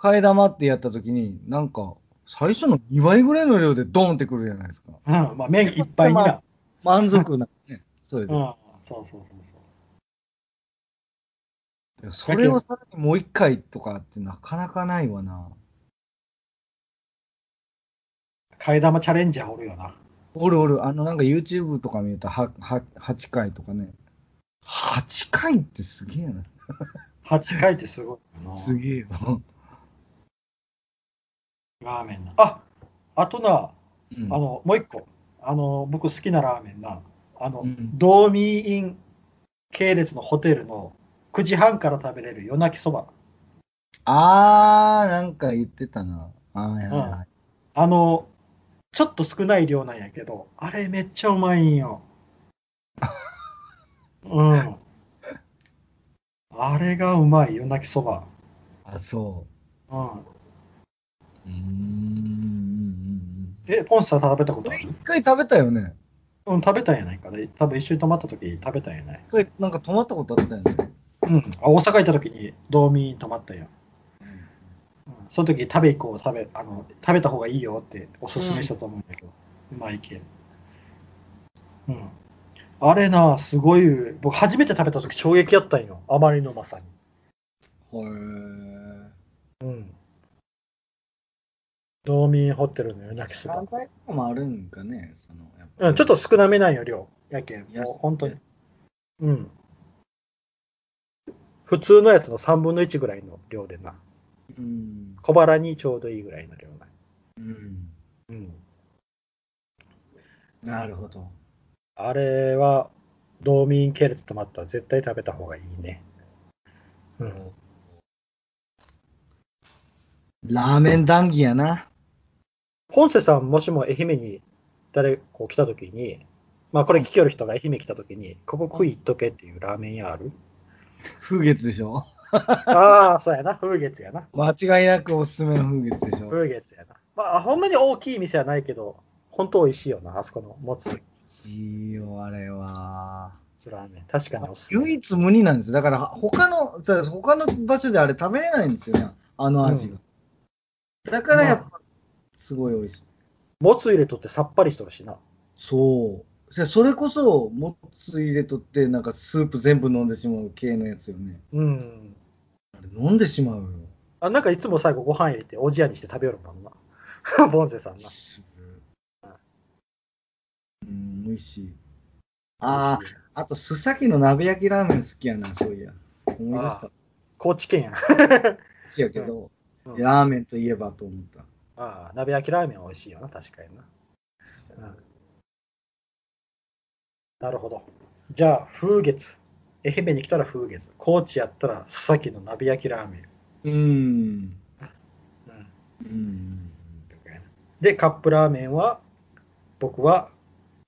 替え玉ってやったときに、なんか、最初の2倍ぐらいの量でドーンってくるじゃないですか。うん、まあ、麺いっぱいにな。満足な、ね。 (laughs) それうん、で。そうそうそうそう。それをさらにもう一回とかってなかなかないわな。替え玉チャレンジャーおるよな。おるおる、あの、なんか YouTube とか見たはは8回とかね。8回ってすげえな。 8回ってすごいよな。すげえよ。ラーメンな。あ、あとな、うんあの、もう一個。あの、僕好きなラーメンな。あの、うん道民院系列のホテルの9時半から食べれる夜泣きそば。あー、なんか言ってたな。あー、やばいはい。あの、ちょっと少ない量なんやけど、あれめっちゃうまいんよ。うん。あれがうまい、夜泣きそば。あ、そうん。う。うーんうん。え、ポンさん食べたことあ俺る一回食べたよね。うん、食べたんやないかね。多分一緒に泊まった時食べたんやない。一回なんか泊まったことあったよね。うん。あ大阪行った時に道民に泊まったんや。うんその時食べ行こう、食べ、あの、食べた方がいいよっておすすめしたと思うんだけど、うまい系。うん。あれな、すごい、僕初めて食べた時衝撃やったんよ。あまりのまさに。へうん。道民ホテルの夜泣きそえ。ば考。え方もあるんかね、そのやっぱうん、ちょっと少なめなんよ、量。やけん。いやもう本当に。うん。普通のやつの3分の1ぐらいの量でな。うん。小腹にちょうどいいぐらいの量な。うん。うん。なるほど。あれは、道民系列とまったら絶対食べた方がいいね。うん。ラーメン談義やな。ポンセさん、もしも愛媛に誰こう来た時に、まあこれ聞きよる人が愛媛来た時に、ここ食い行っとけっていうラーメン屋あ (laughs) る風月でし (laughs) ょああ、そうやな。風月やな。間違いなくおすすめの風月でしょ風月やな。まあ、ほんまに大きい店はないけど、本当美味しいよな、あそこのもついいよ、あれは。ラーメン。確かにおすすめ。唯一無二なんですよ。だから他の、さ他の場所であれ食べれないんですよね、あの味が。だからやっぱ、すごい美味しい。もつ入れとってさっぱりしとるしな。そう。そそれこそ、もつ入れとって、なんかスープ全部飲んでしまう系のやつよね。うん。あれ飲んでしまうよ。あなんかいつも最後ご飯入れておじやにして食べよる (laughs) もんな。ボンセさんな。うん、美味しい。ああ、あと、須崎の鍋焼きラーメン好きやな、そういや。思い出した。好高知県や。きやけど、うんラーメンといえばと思った。ああ、鍋焼きラーメンは美味しいよな、確かにな。うんなるほど。じゃあ、風月。愛媛に来たら風月。高知やったら佐々木の鍋焼きラーメン。うーん。うんうん。で、カップラーメンは、僕は、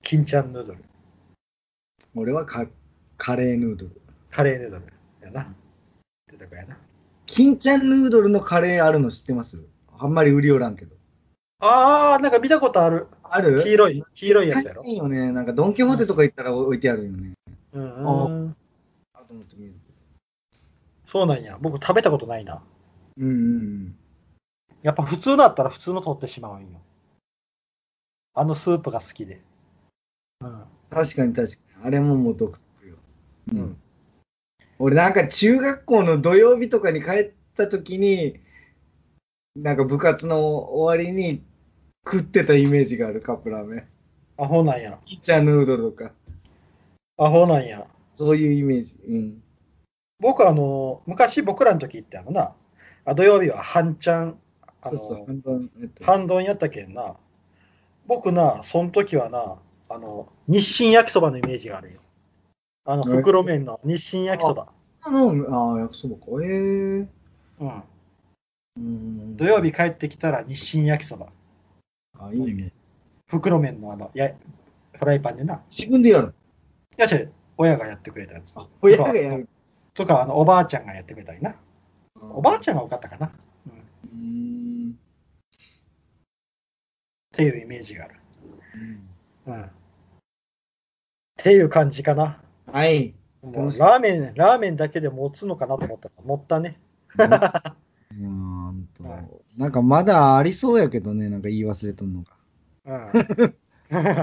金ちゃんヌードル。俺はカカレーヌードル。カレーヌードルやな。ってとこやな。金ちゃんヌードルのカレーあるの知ってますあんまり売りおらんけど。ああ、なんか見たことある。ある黄色い、黄色いやつやろ高。いよね。なんかドン・キホーテとか行ったら置いてあるよね。うんうん。あと思ってみる。そうなんや。僕食べたことないな。うんうんやっぱ普通のあったら普通の取ってしまうんよ。あのスープが好きで。うん。確かに確かに。あれももう独特よ。うん俺なんか中学校の土曜日とかに帰った時に、なんか部活の終わりに食ってたイメージがあるカップラーメン。アホなんや。キッチャーヌードルとか。アホなんや。そういうイメージ。うん。僕あの、昔僕らの時ってあのな、あ土曜日は半ちゃん、あそのうそう。半分えっと半丼やったけんな。僕な、その時はな、あの、日清焼きそばのイメージがあるよ。あの、え袋麺の日清焼きそば。あの、ああ、焼きそばか。ええー。うん。うん土曜日帰ってきたら日清焼きそば。あ、いいね。袋麺のあの、やフライパンでな。い自分でやる。や違う、親がやってくれたやつ。親がやる。とか、あのおばあちゃんがやってくれたりな。おばあちゃんが多かったかな。っうん。ていうイメージがある。うんうん。っていう感じかな。 (laughs) はい。もうラーメン、ラーメンだけで持つのかなと思ったら、持ったね。いやーほんとはいなんかまだありそうやけどね、なんか言い忘れとんのが。うん。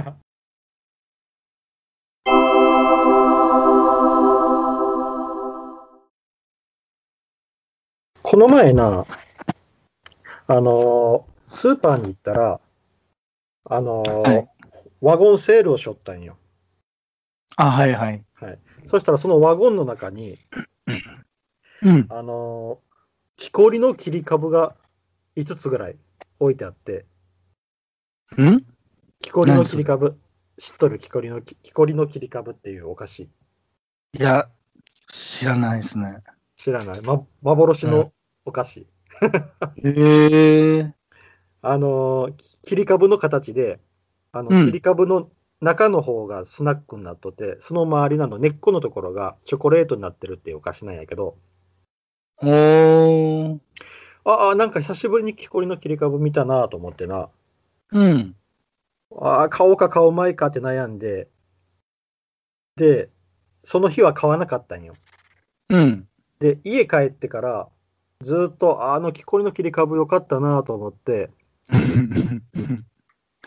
この前な、あのースーパーに行ったら、あのーはいワゴンセールをしょったんよ。あ、はいはい。そしたらそのワゴンの中に、うん。あのー木こりの切り株が5つぐらい置いてあって、うん木こりの切り株、知っとる木こりのき木こりの切り株っていうお菓子、いや、知らないですね。知らない、ま、幻のお菓子。へえ。あのーき切り株の形で、あのうん切り株の中の方がスナックになっとって、その周りなの根っこのところがチョコレートになってるっていうお菓子なんやけど、おー。ああ、なんか久しぶりに木こりの切り株見たなと思ってな、うん。ああ、買おうか買おうまいかって悩んで、で、その日は買わなかったんよ。 (laughs) うん。で、家帰ってから、ずーっと、ああの木こりの切り株良かったなと思って、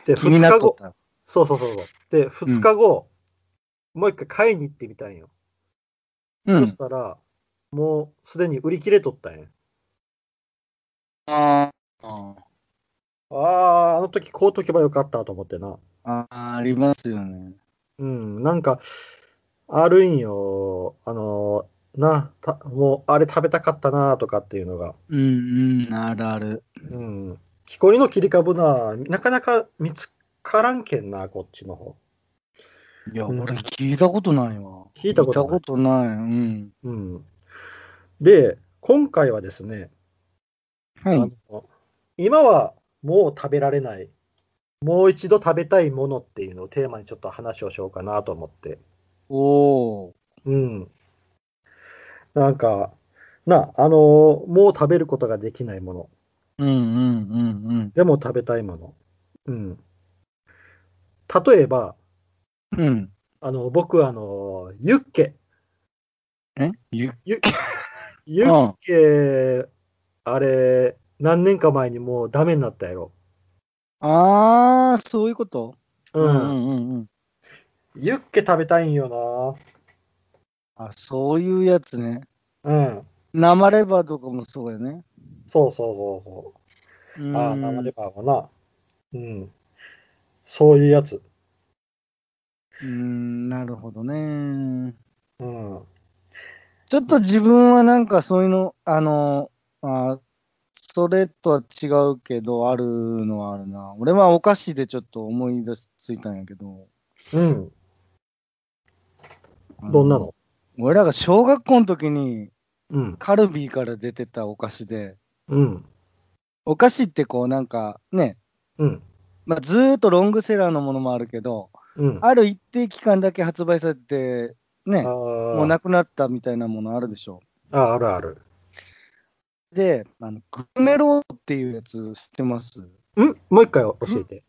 で、気に2な日っとっ後、た。そうそうそうそう。で、2日後、もう一回買いに行ってみたんよ。うそんし。たら、もうすでに売り切れとったんや。あーああ、あの時買うとけばよかったと思ってな。あー、ありますよね。うん、なんか、あるんよ。あのーな、たもうあれ食べたかったなとかっていうのが。うんうん、あるある。うん。木こりの切り株な、なかなか見つからんけんな、こっちの方。いや、うん俺聞いたことないわ。聞いたこと聞ないいたことない。うん。うん。で、今回はですね、はい。あの今はもう食べられない、もう一度食べたいものっていうのをテーマにちょっと話をしようかなと思って。おー。うん。なんか、な、あのーもう食べることができないもの、うんうんうんでも食べたいもの。うん。例えば、うん。うん。あの、僕、あのーユッケ、えゆユ (laughs) うッん。ケ、あれ、何年か前にもうダメになったやろ。あー、そういうことう。うんんうんうん。ユッケ食べたいんよあ、そういうやつね。な。うん。生レバーとかもそうやね。そうそうそうそう。うんああ、生レバーはな。うん。そういうやつ。うーん、なるほどね。うん。ちょっと自分はなんかそういうの、あの、あそれとは違うけど、あるのはあるな。俺はお菓子でちょっと思い出しついたんやけど。うん。あどんなの俺らが小学校の時にうん。カルビーから出てたお菓子で、うん。お菓子ってこうなんかね、うん。まあ、ずーっとロングセラーのものもあるけど、うん。ある一定期間だけ発売されて、ね、ももうなくなったみたいなものあるでしょ。あ、あるある。で、あのグルメロードっていうやつ知ってますんもう一回教えて。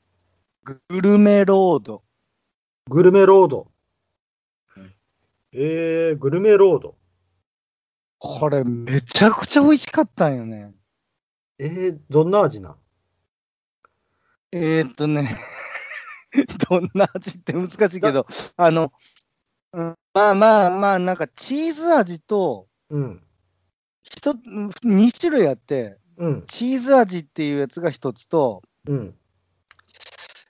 グルメロード。グルメロード。えー、グルメロード。これめちゃくちゃ美味しかったんよね。えー、どんな味なんえー、っとね、 (laughs) どんな味って難しいけど、あの、うん、まあまあまあ、なんかチーズ味と、うん。ひと2種類あって、うん。チーズ味っていうやつが一つと、うん。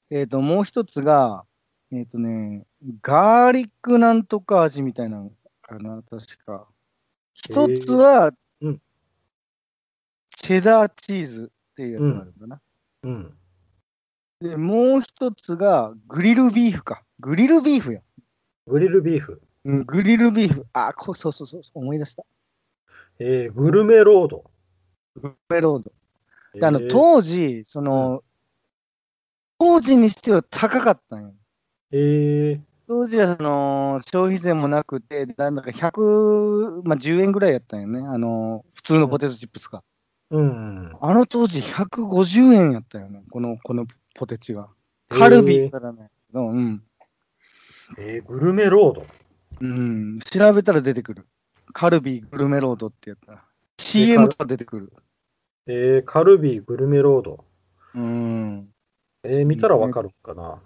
えー、ともう一つが、えっ、とね、ガーリックなんとか味みたいなのかな、確か。へ一ーつは、うんチェダーチーズっていうやつがあるんだな。うん。で、もう一つが、グリルビーフか。グリルビーフや。グリルビーフ。うん、グリルビーフ。あ、こそうそうそう、思い出した。えー、グルメロード。メロード。で、あえの、ー当時、その、当時にしては高かったんよ。え当時はその消費税もなくて、なんだか100、まあ、10円ぐらいやったんよね、あの普通のポテトチップスが。ー、うん。あの当時、150円やったよね、このこのポテチが。カルビからね、うんえー、グルメロード。うん、調べたら出てくる。カルビーグルメロードってやった。CM とか出てくる。えー、カルビーグルメロード。うん。えー、見たらわかるかな。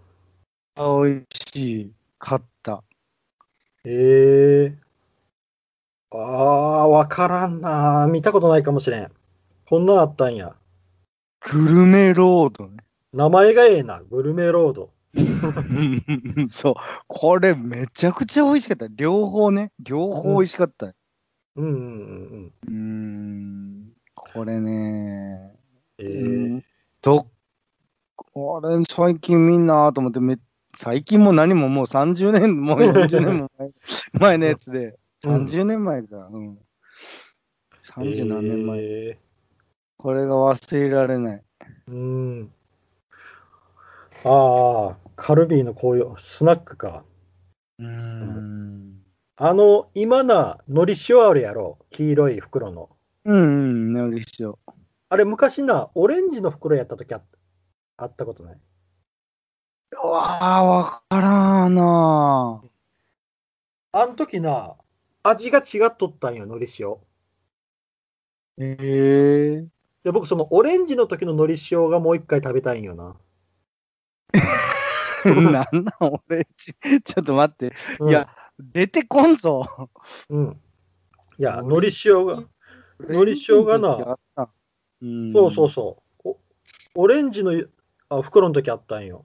あ美味しい。買った。えー、あー、わからんな。見たことないかもしれん。こんなんあったんや。グルメロードね。名前がええな。グルメロード。うんそう。これめちゃくちゃ美味しかった。両方ね。両方美味しかった。うんうんうんうーんこれね、うん。えうー、んどこれ最近みんなと思ってめ最近もう何ももう30年もう40年も前前のやつでうん30年前か、うん、30何年前、えこれが忘れられないーうん。ああ、カルビーのこういうスナックか。うんあの、今な、のり塩あるやろ。黄色い袋の。うんうんなるでしょあれ、昔な、オレンジの袋やった時あっあったことない。うわあわからんなああの時な、味が違っとったんよ、のり塩。へえで、僕、そのオレンジの時ののり塩がもう一回食べたいんよな。 (laughs) なんなん俺ちちょっと待ってうんいや、出てこんぞうん。いや、のり塩が、のり塩がな、うん、そうそうそう。おオレンジのあ袋の時あったんよ。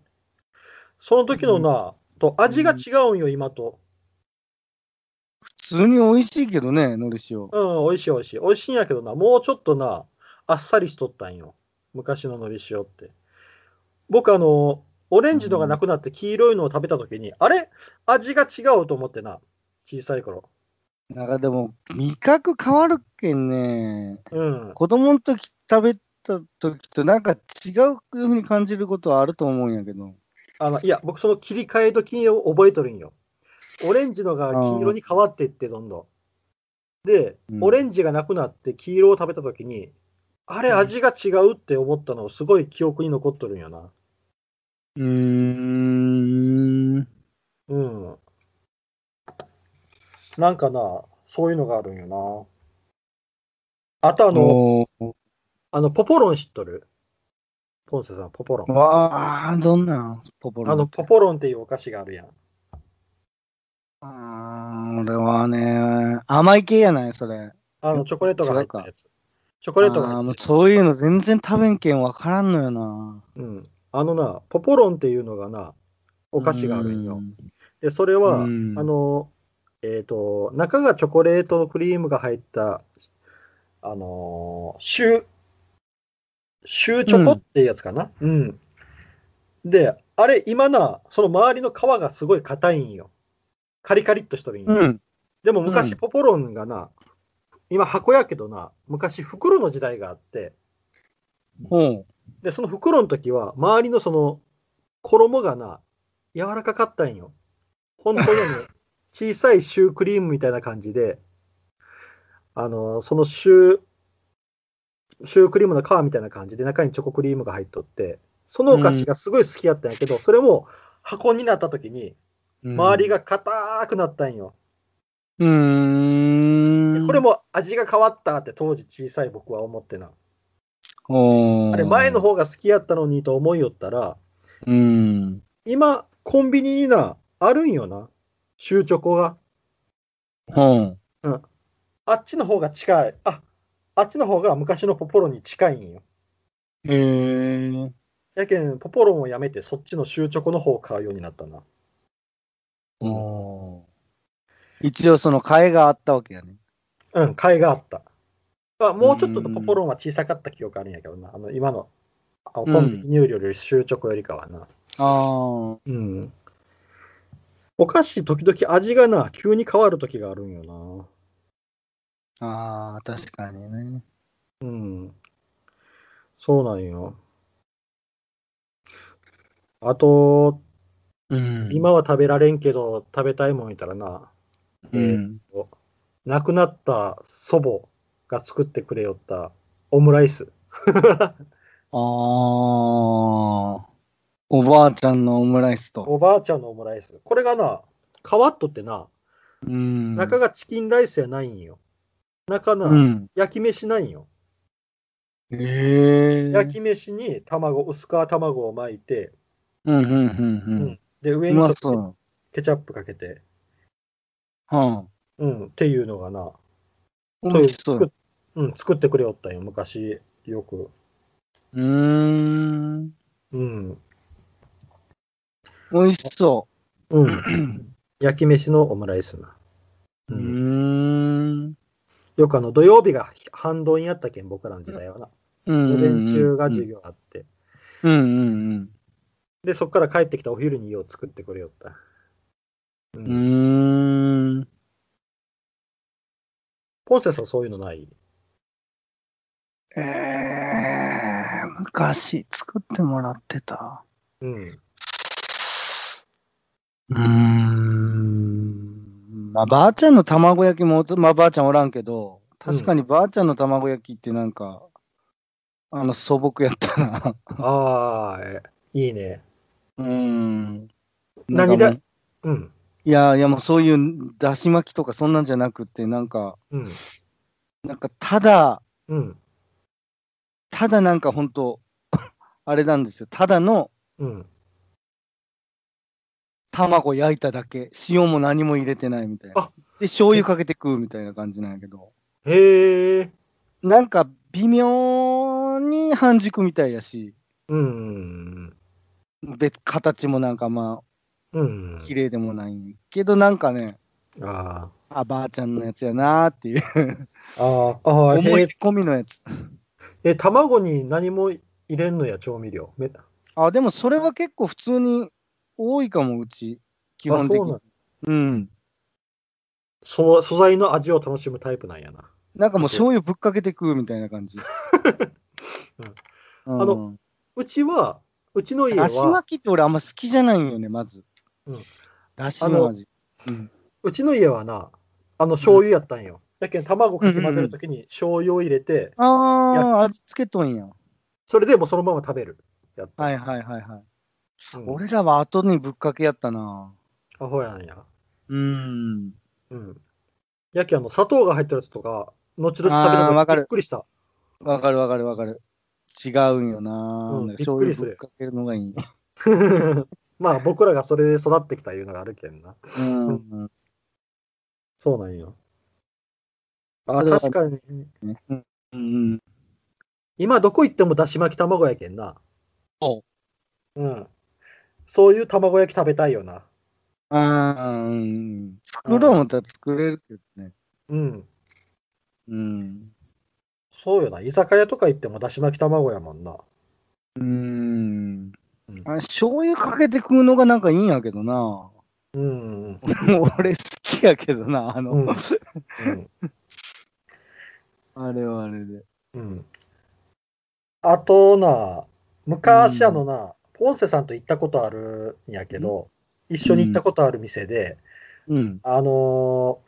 その時のな、と味が違うんよ、今と。普通に美味しいけどね、のり塩。うん、美味しい美味しい。美味しいんやけどな、もうちょっとな、あっさりしとったんよ。昔ののり塩って。僕、あの、オレンジのがなくなって黄色いのを食べた時に、あれ味が違うと思ってな、小さい頃。なんかでも、味覚変わるけんね。うん。子供の時食べた時となんか違うふうに感じることはあると思うんやけど。あの、いや、僕その切り替え時を覚えとるんよ。オレンジのが黄色に変わっていって、どんどん。でう、んオレンジがなくなって黄色を食べた時に、あれ味が違うって思ったの、すごい記憶に残っとるんような。ーん。うん。なんかな、そういうのがあるんよな。あとああの、のあの、ポポロン知っとるポンセさん、ポポロン。わあ、どんなんポポロあの、ポポロンっていうお菓子があるやん。あー俺はね、甘い系やない、それ。あの、チョコレートが入ったやつ。チョコあレートがー入もうってる。そういうの全然食べんけんわからんのよな。うん。あのな、ポポロンっていうのがな、お菓子があるんよ。。で、それは、うんあの、えっ、と、中がチョコレートクリームが入った、あのー、シュー、シューチョコっていうやつかな。うん。で、あれ、今な、その周りの皮がすごい硬いんよ。カリカリっとしとるんうよ。ん。でもう昔んポポロンがな、今箱やけどな、昔袋の時代があって、うん。で、その袋の時は、周りのその、衣がな、柔らかかったんよ。本当にね小さいシュークリームみたいな感じで、あの、そのシュー、シュークリームの皮みたいな感じで、中にチョコクリームが入っとって、そのお菓子がすごい好きやったんやけど、それも箱になった時に、周りが。が硬くなったんよ。うーでん。これも味が変わったって当時小さい僕は思ってな。もあれ前の。方が好きやったのにと思いよったら、うん。今、コンビニにな、あるんよな。シューチョコが。うん。あっちの方が近い。あ、あっちの方が昔のポポロに近いんよ。へえ。やけん、ポポロンをやめて、そっちのシューチョコの方を買うようになったな。おー一応その替えがあったわけやね。うん、買いがあった。まあ、もうちょっととポポロンは小さかった記憶あるんやけどな。あの、今の、あのコンビニ入料よりシューチョコよりかはな。ああ。うん。お菓子、時々味がな、急に変わる時があるんよな。ああ、確かにね。うん。そうなんよ。あと、うん。今は食べられんけど、食べたいもんいたらな、うん。亡くなった祖母が作ってくれよったオムライス。ああ。おばあちゃんのオムライスと。おばあちゃんのオムライス。これがな、皮っとってな、うん。中がチキンライスやないんよ。中な、うん。焼き飯ないんよ。ええ。焼き飯に卵、薄皮卵を巻いて、うんうんうんで、う上ん。うまにちょっそうと。ケチャップかけて、はうん、っていうのがな、あ。そ美う味しそ作うっ。うん、作ってくれよったんよ、昔、よく。うーん。うん。美味しそ (clears throat) うん。焼き飯のオムライスな。う。う。うんーん。よくあの、土曜日が半ドンやったけん、僕らの時代はな。午午前中が授。業あって。うんうんで、そっから帰ってきたお昼に家を作ってくれよった。う。うんん。うーん。ポンセさんそういうのないええー、昔作ってもらってた。うん。うーん。まあ、ばあちゃんの卵焼きも、まあ、ばあちゃんおらんけど、確かにばあちゃんの卵焼きってなんか、あの、素朴やったな。ああ、えいいね。うん。な何んかもうだうん。いやいやもうそういうだし巻きとかそんなんじゃなくてなんかうん。なんかただうん。ただなんか本当あれなんですよただのうん。卵焼いただけ塩も何も入れてないみたいなあで醤油かけて食うみたいな感じなんやけどへえ。なんか微妙に半熟みたいやしうん。別形もなんかまうんあ。綺麗でもないけどなんかねああばあちゃんのやつやなーっていうあ。ああ。ああ。思いへえ込みのやつえ、卵に何も入れんのや、調味料。めあ、でもそれは結構普通に多いかも、うち。基本的あそうに。なうんうん。そ素材の味を楽しむタイプなんやな。なんかもう醤油ぶっかけて食うみたいな感じ。うんあの、うちは、うちの家だしは、巻きって俺あんま好きじゃないんよね、まずうん。だしの味。うんうちの家はな、あの醤油やったんよ。だけど卵かき混ぜるときに醤油を入れて、ああ、味付けとんや。それでもうそのまま食べる。やった。はいはいはいはい。うん俺らは後にぶっかけやったな。アホやんや。うん。うん。やけんあの砂糖が入ってるやつとか、後々食べあーたわかからるびっくりした。わかるわかるわかる。違うんよな。うんなんか醤びっく油りすぶっるかけるのがいい。まあ僕らがそれで育ってきたいうのがあるけんな。うん。そうなんよ。あ、それは確かに、うんうん。今どこ行ってもだし巻き卵やけんな。。そううん。そういう卵焼き食べたいよな。あーうん。作ろう思ったら作れるけどね。うん。うん。そうよな。居酒屋とか行ってもだし巻き卵やもんな。うん。あ醤油かけて食うのがなんかいいんやけど (laughs) な。うん。俺好きやけどな、あの、うん。あれはあれで。うん。あとな、昔あのな、ポンセさんと行ったことあるんやけど、一緒に行ったことある店で、うん。あのー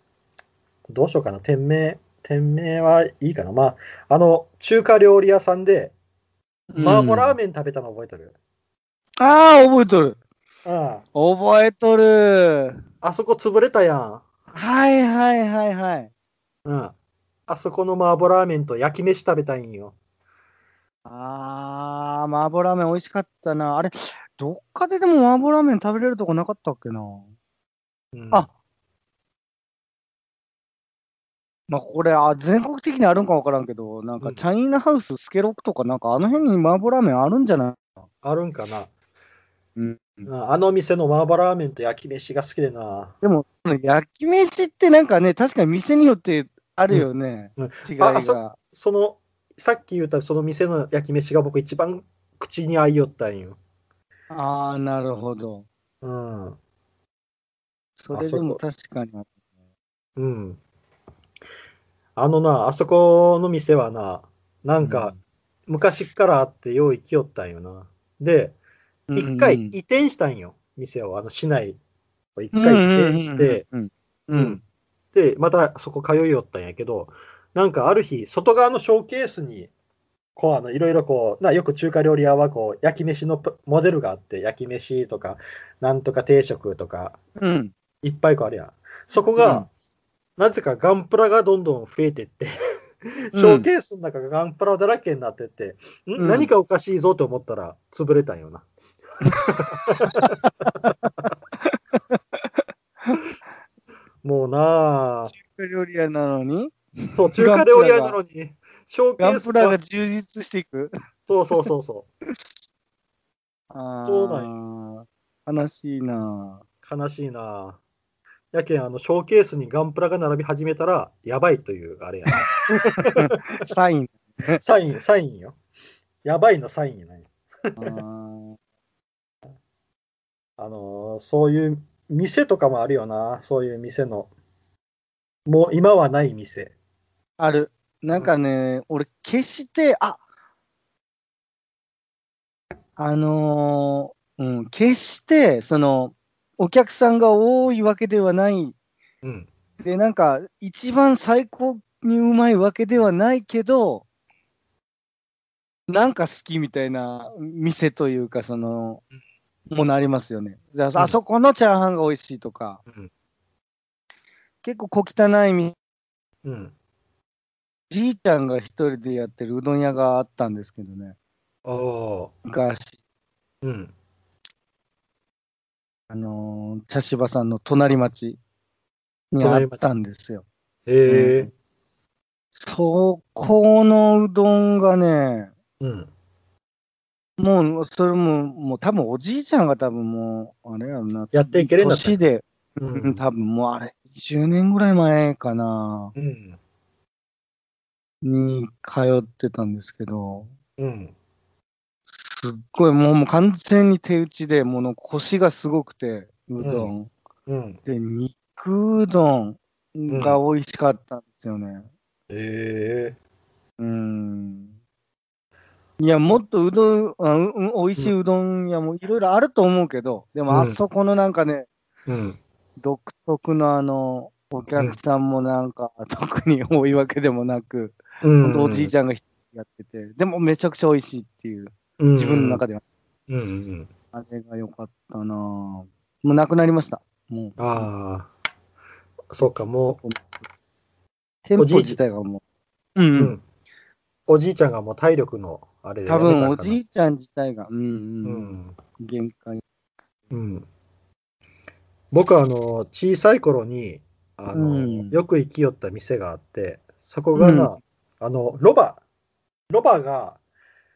どうしようかな、店名、店名はいいかな。まあ、あの、中華料理屋さんで、麻婆ラーメメン食べたの覚えてる、ン。ああ、覚えとる。あ覚えとる。ああそこ潰れたやん。はいはいはいはい。うん。あそこの麻婆ラーメンと焼き飯食べたいんよ。ああ、麻婆ラーメン美味しかったな。あれ、どっかででも麻婆ラーメン食べれるとこなかったっけな。うんあまあ、これ、あ、全国的にあるんかわからんけど、なんうか、んチャイナハウス、スケロクとか、なんか、あの辺に麻婆ラーメンあるんじゃないあるんかな、うんうんあの店の麻婆ラーメンと焼き飯が好きでな。でも、その (laughs) 焼き飯ってなんかね、確かに店によってあるよね、うんうん違いああが。その、さっき言ったその店の焼き飯が僕一番口に合いよったんよ。ああ、なるほど。うん。それでも確かに。うん。あのな、あそこの店はな、なんうかん昔っからあってよう生きよったんよな。で、一回うん移転したんよ、店を。あの市内を一回移転して、、うんうんうんうんで、またそこ通いよったんやけど、なんかある日、外側のショーケースに、こう、あの、いろいろこう、な、よく中華料理屋はこう、焼き飯のプモデルがあって、焼き飯とか、なんとか定食とか、うんうんいっぱいこうあるやん。そこが、なぜかガンプラがどんどん増えてって、ショーケースの中がガンプラだらけになってって、んうん何かおかしいぞと思ったら潰れたん (laughs) よな。もうなあ中華料理屋なのに、そう、中華料理屋なのに、ショーケガーンスプラが充実していく。そうそうそうそあそうー悲しいな。う。悲しいなあやけん、あの、ショーケースにガンプラが並び始めたら、やばいという、あれやな。サ (laughs) イン。サイン、サインよ。やばいのサインやない。あーあのーそういう店とかもあるよな、そういう店の。もう今はない店。ある。なんかね、俺、決して、ああのーうん、決して、その、お客さんが多いわけではない。うん。で、なんか、一番最高にうまいわけではないけど、なんか好きみたいな店というか、その、ものありますよね。じゃあ、あそこのチャーハンが美味しいとか、うん結構小汚い店うん。じいちゃんが一人でやってるうどん屋があったんですけどね、ああ。昔、うん。あのー茶芝さんの隣町にあったんですよ。へえ。そこのうどんがね、うん。もう、それも、もう多分おじいちゃんが多分もう、あれやろな、やっていけるんだった年で、ううん、ん。多分もうあれ、20年ぐらい前かな、うん。に通ってたんですけど、うん。すっごいもうもう完全に手打ちで、もう腰がすごくて、うどんうん。で、肉うどんが美味しかったんですよね。へえ。うん。いや、もっとうどん、あううん美味しいうどん屋もいろいろあると思うけど、でうんもあそこのなんかね、うん。独特のあの、お客さんもなんか、特に多いわけでもなく、うほんとおじいゃちゃんが一人やってて、でもめちゃくちゃ美味しいっていう、ん自分の中で。では、うんうん。あれが良かったなぁもうなくなりました。もう、ああ。そうか、も店おじ舗いち自体がもう、うんう、う。うんん。おじいちゃんがもう体力のあれで多やめたんか分なおじいちゃん自体が、うんううん、ん。限界。うん。僕はあの小さい頃にあの、うんよく行きよった店があってそこがな、あのロバロバが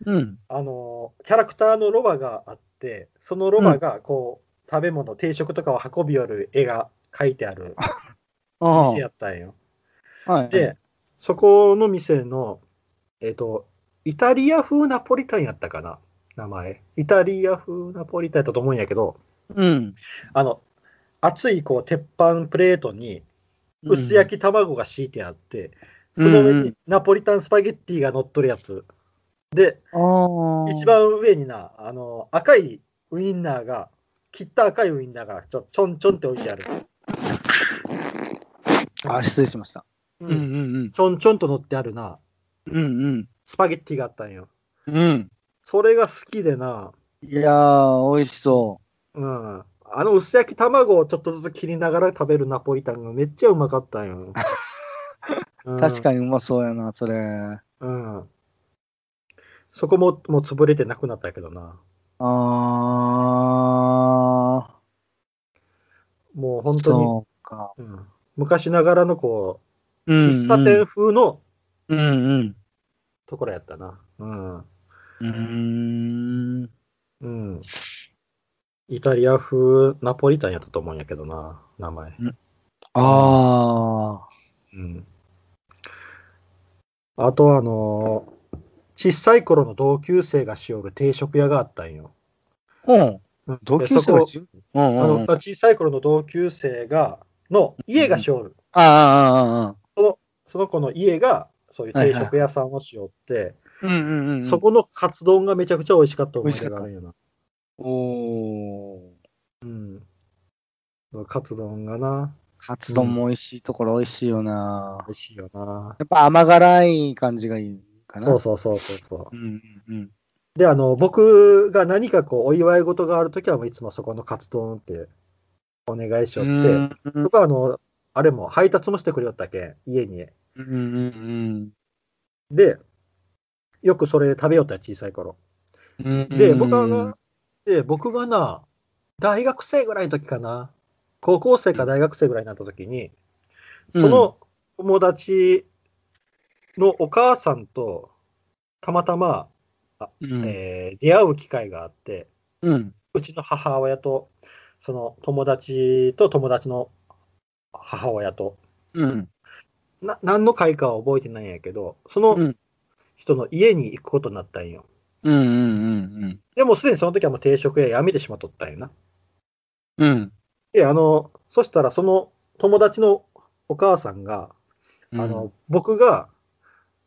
うん。あのキャラクターのロバがあってそのロバがこう、食べ物、定食とかを運び寄る絵が描いてあるあ店やったんよ。あ、はい。で、そこの店の、えっ、と、イタリア風ナポリタンやったかな名前。イタリア風ナポリタンやったと思うんやけど、うん。あの、熱いこう鉄板プレートに薄焼き卵が敷いてあって、その上うんうにんナポリタンスパゲッティが乗っとるやつ。で、ああ。一。番上にな、あの、赤いウインナーが、切った赤いウインナーがちょちょんちょんって置いてある。あ、失礼しました。うんうんちょんちょんと乗ってあるな、うん。うんスパゲッティがあったんよ。うん。うん。それが好きでな、いやー、美味しそうん。あの薄焼き卵をちょっとずつ切りながら食べるナポリタンがめっちゃうまかっ (laughs) たんよ。う。確かに。にうまそうやな、それ。あうん。そこももう潰れてなくなったけどな。あもー。う本当そうか。に、うん昔ながらのこうう、んうん喫茶店。風のうんうん。ところやったな。うん。うーん。うん。イタリア風ナポリタンやったと思うんやけどな、名前。あうんあとあのー小さい頃の同級生がしおる定食屋があったんよ。ー。うん。うん同で級生がそこしうんうあんうのん。小さい頃の同級生がの家がしおる。ああ、あその子の家がそういう定食屋さんをしおって、あ、うんうんうん。そこのカツ丼がめちゃくちゃ美味しかった思い出があるんよな。おー。うん。カツ丼がな、カツ丼も美味しいところ美味しいよな。美味しいよな。やっぱ甘辛い感じがいいかな。。そうそうそうそうそううんうんうん。う。で、あの、僕が何かこう、お祝い事があるときは、もういつもそこのカツ丼ってお願いしよって、うん僕はあの、あれも配達もしてくれよったけん、家に。うんうんで、よくそれ食べよったよ小さい頃。うん。で、僕はな、で、僕がな、大学生ぐらいの時かな、高校生か大学生ぐらいになった時に、うんその友達のお母さんと、たまたま、うん、えー出会う機会があって、うん。うちの母親と、その友達と友達の母親と、うん。な何の会かは覚えてないんやけど、その人の家に行くことになったんよ。うんうんうんでもすでにその時はもう定食屋辞めてしまっとったんよな。うん。うん。で、あの、そしたらその友達のお母さんが、うんあの、、僕が、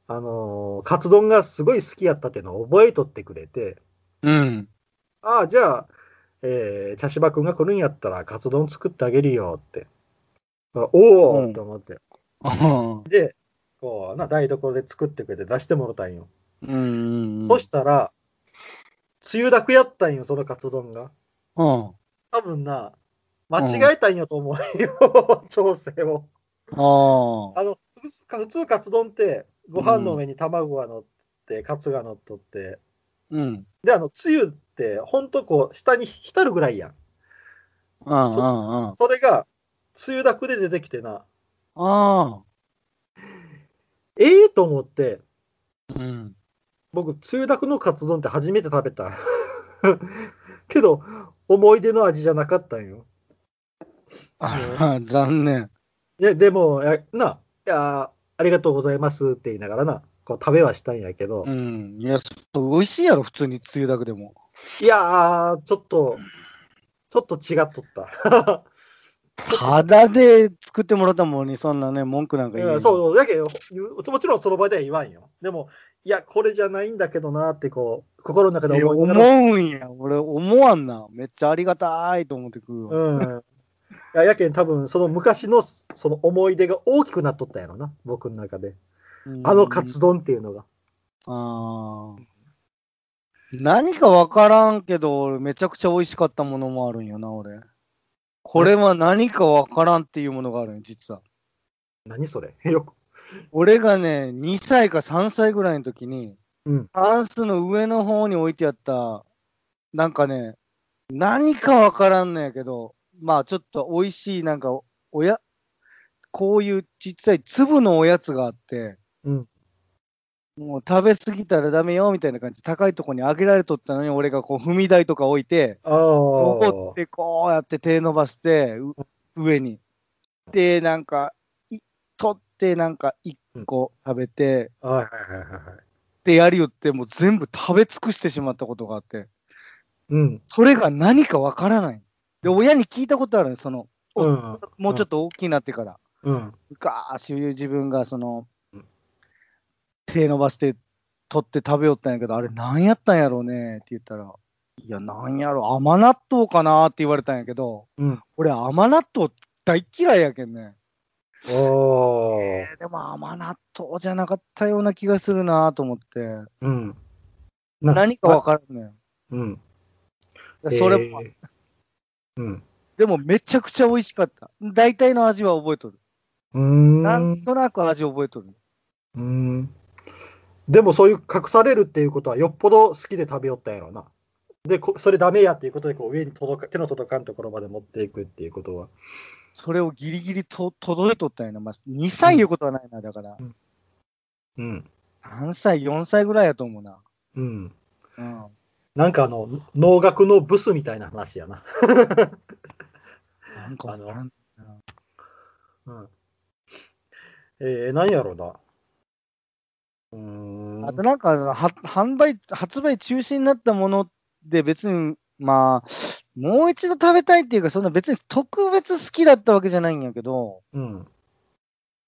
あの、カツ丼がすごい好きやったっていうのを覚えとってくれて、うん。ああ、じゃあ、えー、茶芝くんが来るんやったらカツ丼作ってあげるよって。あおうおんと思って。あーで、こうな、台所で作ってくれて出してもろたんよ。うんうんうん。そしたら、つゆだくやったんよ、そのカツ丼が。うん。多分な、間違えたんやと思うよ、 (laughs) 調整を。ああ。あの、普通普通カツ丼って、ご飯の上に卵が乗って、カツが乗っとって、うん。で、あの、つゆって、ほんとこう、下に浸るぐらいやん。あそあ。それが、つゆだくで出てきてな、ああ。ええと思って、うん。僕、つゆだくのカツ丼って初めて食べた。 (laughs) けど、思い出の味じゃなかったんよ。あら、残念。ででもやな、いやー、ありがとうございますって言いながらな、こう食べはしたんやけど、うん。いや、美味しいやろ、普通につゆだくでも。いやー、ちょっと、ちょっと違っとった。ただで作ってもらったもんに、そんなね、文句なんかい言えやそう、だけど、もちろんその場では言わんよ。でも、いや、これじゃないんだけどなって、こう、心の中いでや思い思ながら、うんや。俺、思わんな。めっちゃありがたいと思ってくるわ。うん。いややけん、多分その昔のその思い出が大きくなっとったんやろな、僕の中で。あのカツ丼っていうのが。あー何か分からんけど、俺めちゃくちゃ美味しかったものもあるんよな、俺。これは何か分からんっていうものがあるんよ、実は。何それ (laughs) よく。俺がね、2歳か3歳ぐらいの時に、うんタンスの上の方に置いてあった、なんかね、何か分からんのやけど、まあちょっと美味しい、なんか、おや、こういうちっちゃい粒のおやつがあって、うんもう食べ過ぎたらダメよみたいな感じで高いとこに上げられとったのに俺がこう踏み台とか置いてああ。怒ってこうやって手伸ばしてう上にでなんかい取ってなんか一個食べてはいはいはいはいはい。でやりよってもう全部食べ尽くしてしまったことがあってうん。それが何かわからないで親に聞いたことあるのそのうん。もうちょっと大きくなってからうん。昔自分がそのうん手伸ばして取って食べよったんやけどあれ何やったんやろうねって言ったら「いや何やろ甘納豆かな」って言われたんやけど、うん俺甘納豆大嫌いやけんね、おー。えーでも甘納豆じゃなかったような気がするなと思ってうん。なんか何か分からんねうん。んそれも、えーうん。でもめちゃくちゃ美味しかった大体の味は覚えとるうーん。なんとなく味覚えとるうーん。でもそういう隠されるっていうことはよっぽど好きで食べよったんやろうな。で、こそれダメやっていうことでこう上に届か手の届かんところまで持っていくっていうことは。それをギリギリと届いとったんやな、まあ、2歳いうことはないなだからうん。 3歳、4歳ぐらいやと思うな。うん。うん、なんかあの、農学のブスみたいな話やな。なんかわからん、うん。えー、何やろうな。うーん。あとなんかそのは販売、発売中止になったもので別に、まあ、もう一度食べたいっていうか、そんな別に特別好きだったわけじゃないんやけど、うん。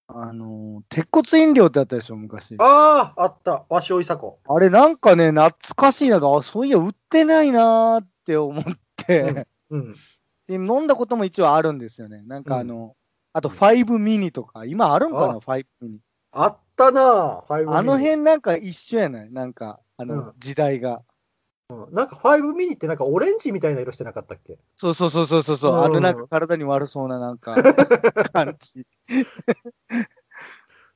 あの、鉄骨飲料ってあったでしょ、昔。あああ、あった。和塩いさこ。れなんかね、懐かしいなと、あ、そういや、売ってないなーって思って、うんうん。で、飲んだことも一応あるんですよね。なんかあの、あと5ミニとか、今あるんかな、あ5ミニ。あったなぁ、ファイブミニ。あの辺なんか一緒やないなんか、あうのん、時代が。うんなんかファイブミニってなんかオレンジみたいな色してなかったっけそうそうそうそうそうそう、うんあのなんか体に悪そうな (laughs) なんか感じ。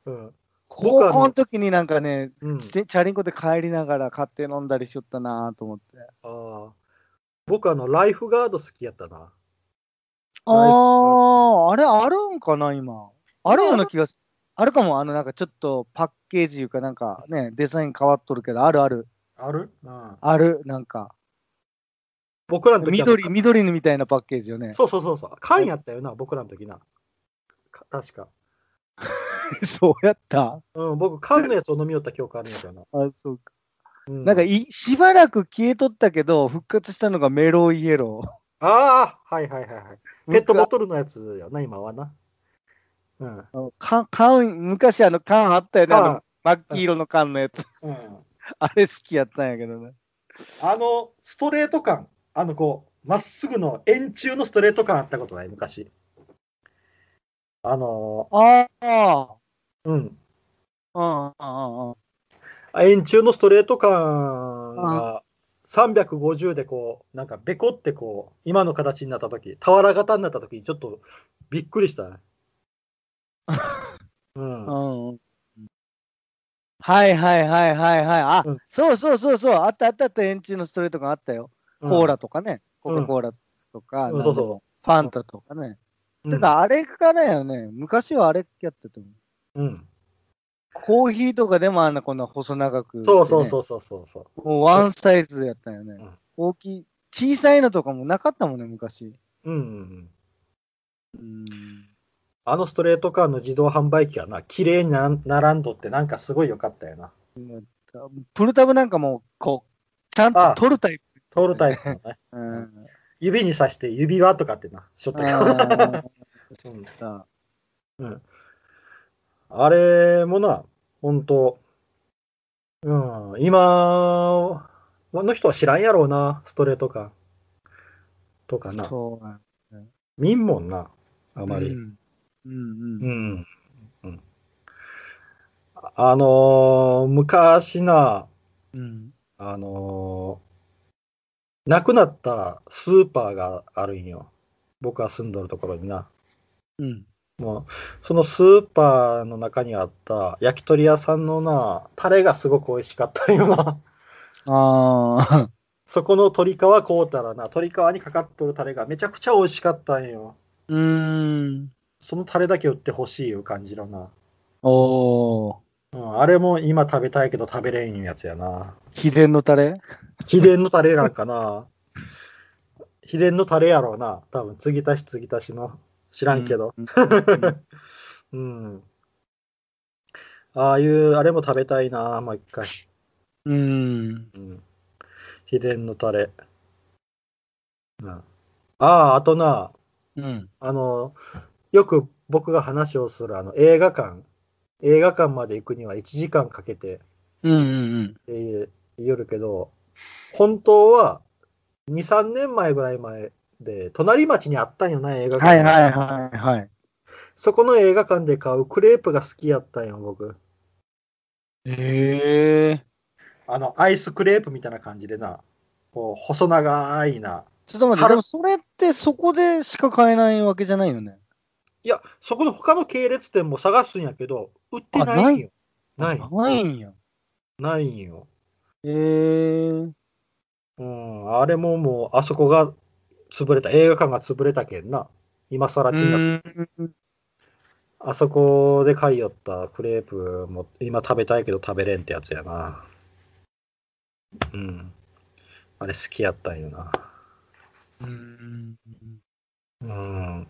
うん。僕高はあの校の時になんかね、うん、自転チャリンコで帰りながら買って飲んだりしよったなと思って。あー僕あの、ライフガード好きやったな。ああ、あれあるんかな今。あるような気がすあるかも、あのなんかちょっとパッケージいうかなんかね、デザイン変わっとるけど、あるある、ある、うん、ある、なんか。僕らの時は緑、緑みたいなパッケージよね。そうそうそうそう。缶やったよな、僕らの時な。か確か。 (laughs) そうやった。うん、僕、缶のやつを飲みよった記憶あるんやけどな。あ、そうか。うん、なんかい、しばらく消えとったけど、復活したのがメロイエロー。ああ、はいはいはいはい。ペットボトルのやつよな、今はな。うん。缶、缶、昔あの缶あったよね、あの缶真っ黄色の缶のやつ。 (laughs) うん、あれ好きやったんやけどね。あの、ストレート感。あの、こう、まっすぐの円柱のストレート感あったことない、昔。あのああ、ー、うん。うんうんうん。円柱のストレート感が350でこうなんかベコってこう今の形になった時俵型になった時にちょっとびっくりし (laughs) たね。うん、うんはいはいはいはいはい。あ、うんそうそうそうそう。あったあったあった。円柱のストレートがあったよ。コーラとかね。うんコカ・コーラとか、うんなんでそもうそファンタとかね。う。てか、あれからやね。昔はあれやってたと思う。うん、コーヒーとかでもあんなこんな細長く、。そうそうそううそうそうそう。もうワンサイズやったよね。うん大きい。小さいのとかもなかったもんね、昔。うんうんううん、ん。あのストレート感の自動販売機はな綺麗にな並んどってなんかすごい良かったよな。プルタブなんかもう、こう、ちゃんと取るタイプ。通るタイプのねうん。指に刺して指輪とかってなしょっあたけど。ーうんさあれもな、本当うん、今の人は知らんやろうな、ストレートか。とかあな。そうなん見んもんな、あまり。ううん。んうんうんうんあのー昔な、うんあのー亡くなったスーパーがあるんよ。僕が住んどるところにな。うんもうそのスーパーの中にあった焼き鳥屋さんのなタレがすごく美味しかったよな (laughs) ああ、そこの鶏皮買うたらな鶏皮にかかっとるタレがめちゃくちゃ美味しかったんようーん。そのタレだけ売ってほしいいう感じのなおお。うん、あれも今食べたいけど食べれんやつやな。秘伝のタレ秘伝のタレなんかな。 (laughs) 秘伝のタレやろうな。多分、継ぎ足し継ぎ足しの。知らんけど。うんうん (laughs) うん。ああいう、あれも食べたいな、もう一回。うん。うん。秘伝のタレ。うん。ああ、あとな、うん。あの、よく僕が話をするあの映画館、映画館まで行くには1時間かけて、うんうんえー言よるけど、本当は2、3年前ぐらい前で、隣町にあったんよな、映画うん。は館。いはいはいはい。そこの映画館で買うクレープが好きやったんよ、僕。ええ。あの、アイスクレープみたいな感じでな、こう、細長いな。ちょっと待って、春でもそれってそこでしか買えないわけじゃないよね。いや、そこの他の系列店も探すんやけど、売ってあなないんいよ。ない。ないんや。ないんよ。ええ。うん、あれももう、あそこが潰れた、映画館が潰れたけんな。今更ちんが、あそこで買いよったクレープも、今食べたいけど食べれんってやつやな。うん。あれ好きやったんよな。うんうん。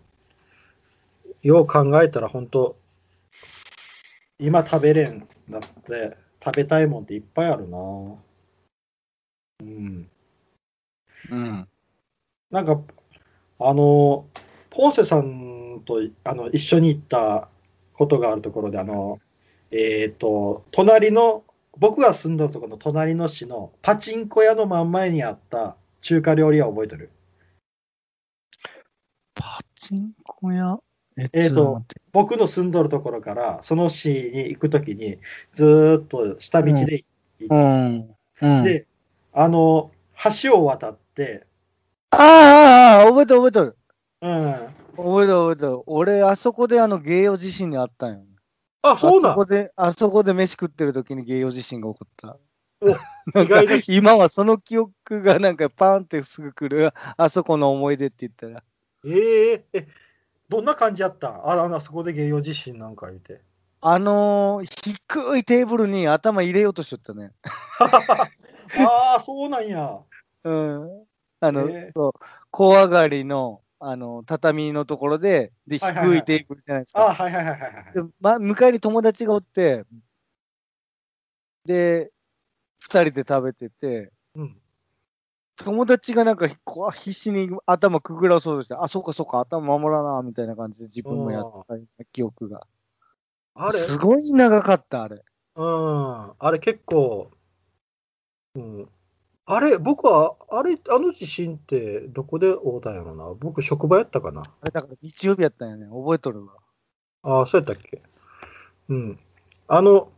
よう考えたら本当今食べれんだって、食べたいもんっていっぱいあるな。うん。うん。なんか、あの、ポンセさんとあの一緒に行ったことがあるところで、あの、えっ、と、隣の、僕が住んどるところの隣の市のパチンコ屋の真ん前にあった中華料理屋覚えてるパチンコ屋えーちょとっ待って僕の住んどるところから、その市に行くときに、ずーっと下道でうん。うん。で、あの、橋を渡って、あーあー、あー覚えてる覚えてる。うん。覚えてる覚えてる。俺、あそこであの芸用地震にあったんよ。あ、そうあなそこんで、あそこで飯食ってる時に芸用地震が起こった。 (laughs) 意外で今はその記憶がなんかパンってすぐ来る、あそこの思い出って言ったら。えええ、どんな感じやったんああのあそこで芸用地震なんか言うて。あのー低いテーブルに頭入れようとしちゃったね。ああ、そうなんや。うん。あの、えーそう小上がりの、あの、畳のところで、で、はいはいはい低いテーブルじゃないですか。ああ、はいはいはいはいはい。で、ま、向かいに友達がおって、で、二人で食べてて、うん。友達がなんかこう必死に頭くぐらそうとして、あ、そうかそうか、頭守らな、みたいな感じで自分もやった記憶が。あれ、すごい長かった、あれ。うん。あれ結構、うん。あれ、僕は、あれ、あの地震ってどこで会うたんやろな。僕、職場やったかな。あれだから日曜日やったんやね。覚えとるわ。ああ、そうやったっけ。うん。あの、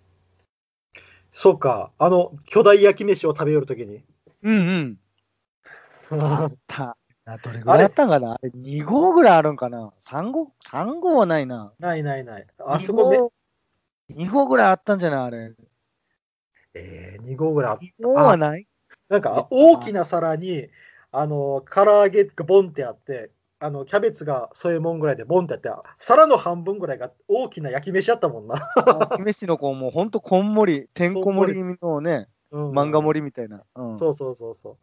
そうか、あの、巨大焼き飯を食べよるとき (laughs) に。うんうん。あた、などれぐらいやったんかなあれ ?2 号ぐらいあるんかな ?3 号、3号はないな。ないないない。あそ2こめ、号、2号ぐらいあったんじゃないあれ。えー、2号ぐらいあっ2号はないなんか大きな皿に、あの、唐揚げがボンってあって、あの、キャベツがそういうもんぐらいでボンってあって、皿の半分ぐらいが大きな焼き飯やったもんな。あ飯の子もほんとこんもり、てんこ盛りのね、うん漫画盛りみたいな。うん。そうそうそうそう。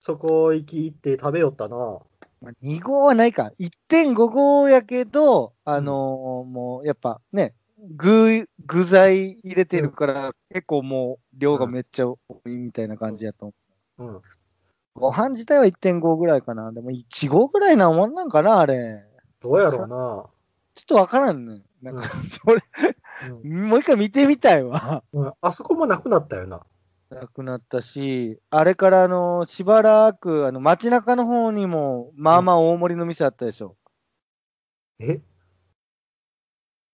そこ行き行って食べよったな。まあ、2号はないか。1.5号やけど、あのーもうやっぱね、具、具材入れてるから、結構もう量がめっちゃ多いみたいな感じやと思うん。う。ご飯自体は1.5ぐらいかな。でも1号ぐらいなもんなんかな、あれ。どうやろうな。ちょっとわからんね。なんか、 (laughs) どれうんもう一回見てみたいわ。うん、あそこもなくなったよな。なくなったし、あれからあのーしばらく、あの、街中の方にも、まあまあ大盛りの店あったでしょ。え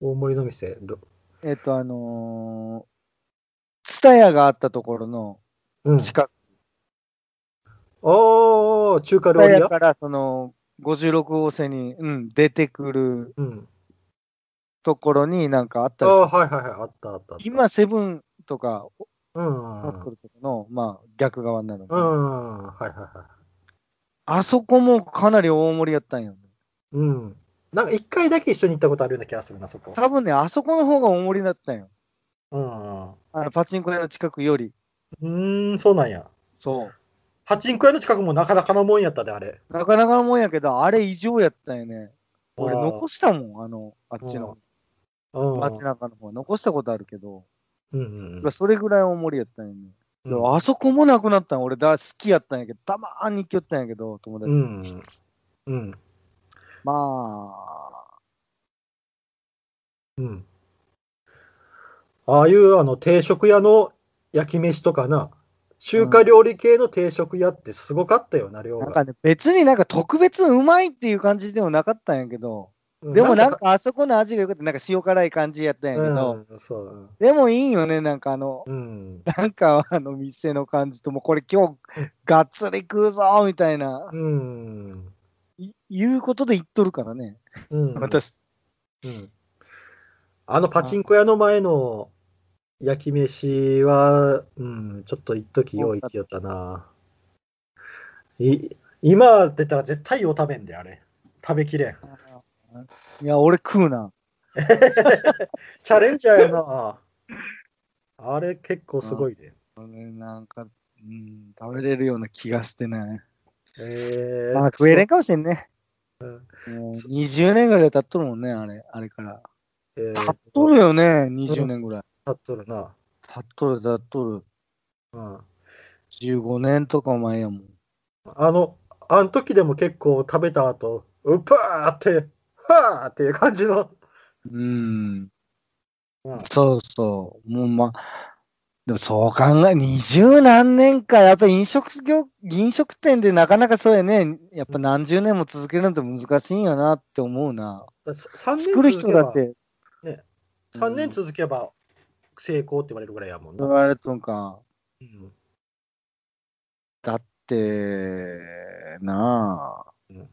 大盛りの店どえっと、あのー、ツタヤがあったところのうん。近く、ああ、中華ツ料タ理ヤ屋からその56号線に、うん、出てくるうん。ところになんかあっあたりあ、はいはいはい。あったあったあった。今、セブンとか、うん。なってくるとこの、まあ、逆側になるのかうな、ん。はいはいはい。あそこもかなり大盛りやったんよ、ね。うん。なんか一回だけ一緒に行ったことあるような気がするな、そこ。多分ね、あそこの方が大盛りだったんよ。うん。うあのパチンコ屋の近くより。ーん、そうなんや。そパチンコ屋の近くもなかなかのもんやったで、あれ。う。なかなかのもんやけど、あれ異常やったよね。俺あー残したもん、あの、あっちの、うん。街中の方。残したことあるけど、うんうんそれぐらい大盛りやったんやね。うでん。もあそこもなくなったん俺だ好きやったんやけど、たまーに行きよったんやけど、友達。うん。うん。まあ、うん。ああいうあの定食屋の焼き飯とかな、中華料理系の定食屋ってすごかったよな、量なんが。かね、別になんか特別うまいっていう感じでもなかったんやけど、うでもなんか、あそこの味が良くて、なんか塩辛い感じやったんやけど、うん、そう。でもいいよね、なんかあの、 (laughs) うん。なんかあの店の感じと、もうこれ今日がっつり食うぞーみたいな、うん。いいうことで言っとるからね、うん。私。うん。あのパチンコ屋の前の焼き飯は、うん、ちょっと一時よう行きよったな。い今出たら絶対よう食べんで、あれ。食べきれん。いや、俺食うな。チャレンジャーやな。あれ結構すごいで。俺なんか、うん、食べれるような気がしてない。えーまあ、食えれんかもしれんね。もうそ20年ぐらい経っとるもんね、あれ、あれから。えー経っとるよね、20年ぐらい。立っとるな。経っとる、経っとる。うん。 15年とか前やもん。あの、あの時でも結構食べた後、うぱーって、はーっていう感じの。うんうん。そうそう。もうまあ、でもそう考え、二十何年か、やっぱり飲食業、飲食店でなかなかそうやね、やっぱ何十年も続けるのって難しいんやなって思うな。 3年作る続人けだばっ、て3年続けば成功って言われるぐらいやもんな。言われとんか。うんだって、なあ。うん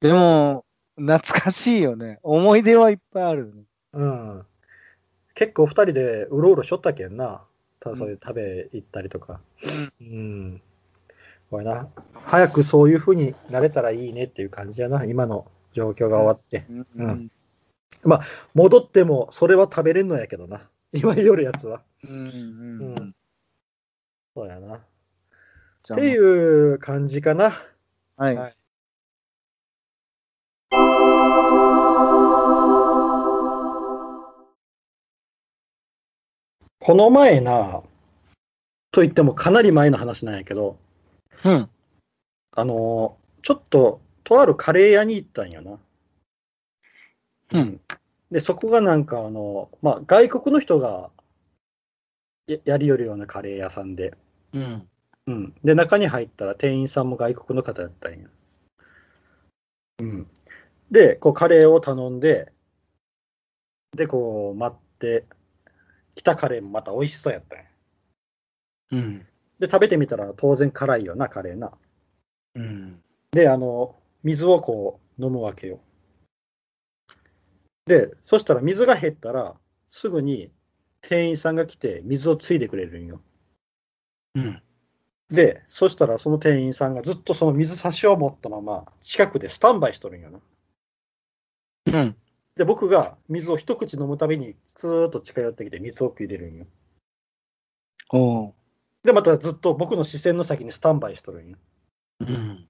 でも、懐かしいよね。思い出はいっぱいあるよね。うん。結構2人でうろうろしょったけんな。ただそういう食べ行ったりとか。うん。これな。早くそういう風になれたらいいねっていう感じやな。今の状況が終わって。うん戻ってもそれは食べれんのやけどな。今夜やつは。うんうんううんんそうやな。っじゃあていう感じかな。はい。はいこの前な、と言ってもかなり前の話なんやけど、うん。あのーちょっと、とあるカレー屋に行ったんよな。うん。で、そこがなんか、あのまあ、外国の人がややりよるようなカレー屋さんで、うん。うん。で、中に入ったら店員さんも外国の方だったんや。うん。で、こう、カレーを頼んで、で、こう、待って、来たカレーもまた美味しそうやったんや。うん。で、食べてみたら当然辛いよな、カレーな。うん。で、あの、水をこう飲むわけよ。で、そしたら水が減ったら、すぐに店員さんが来て水をついでくれるんよ。うん。で、そしたらその店員さんがずっとその水差しを持ったまま近くでスタンバイしとるんよな。うん。で、僕が水を一口飲むたびにずーっと近寄ってきて水を入れるんよ。おう。で、またずっと僕の視線の先にスタンバイしとるんよ。うん。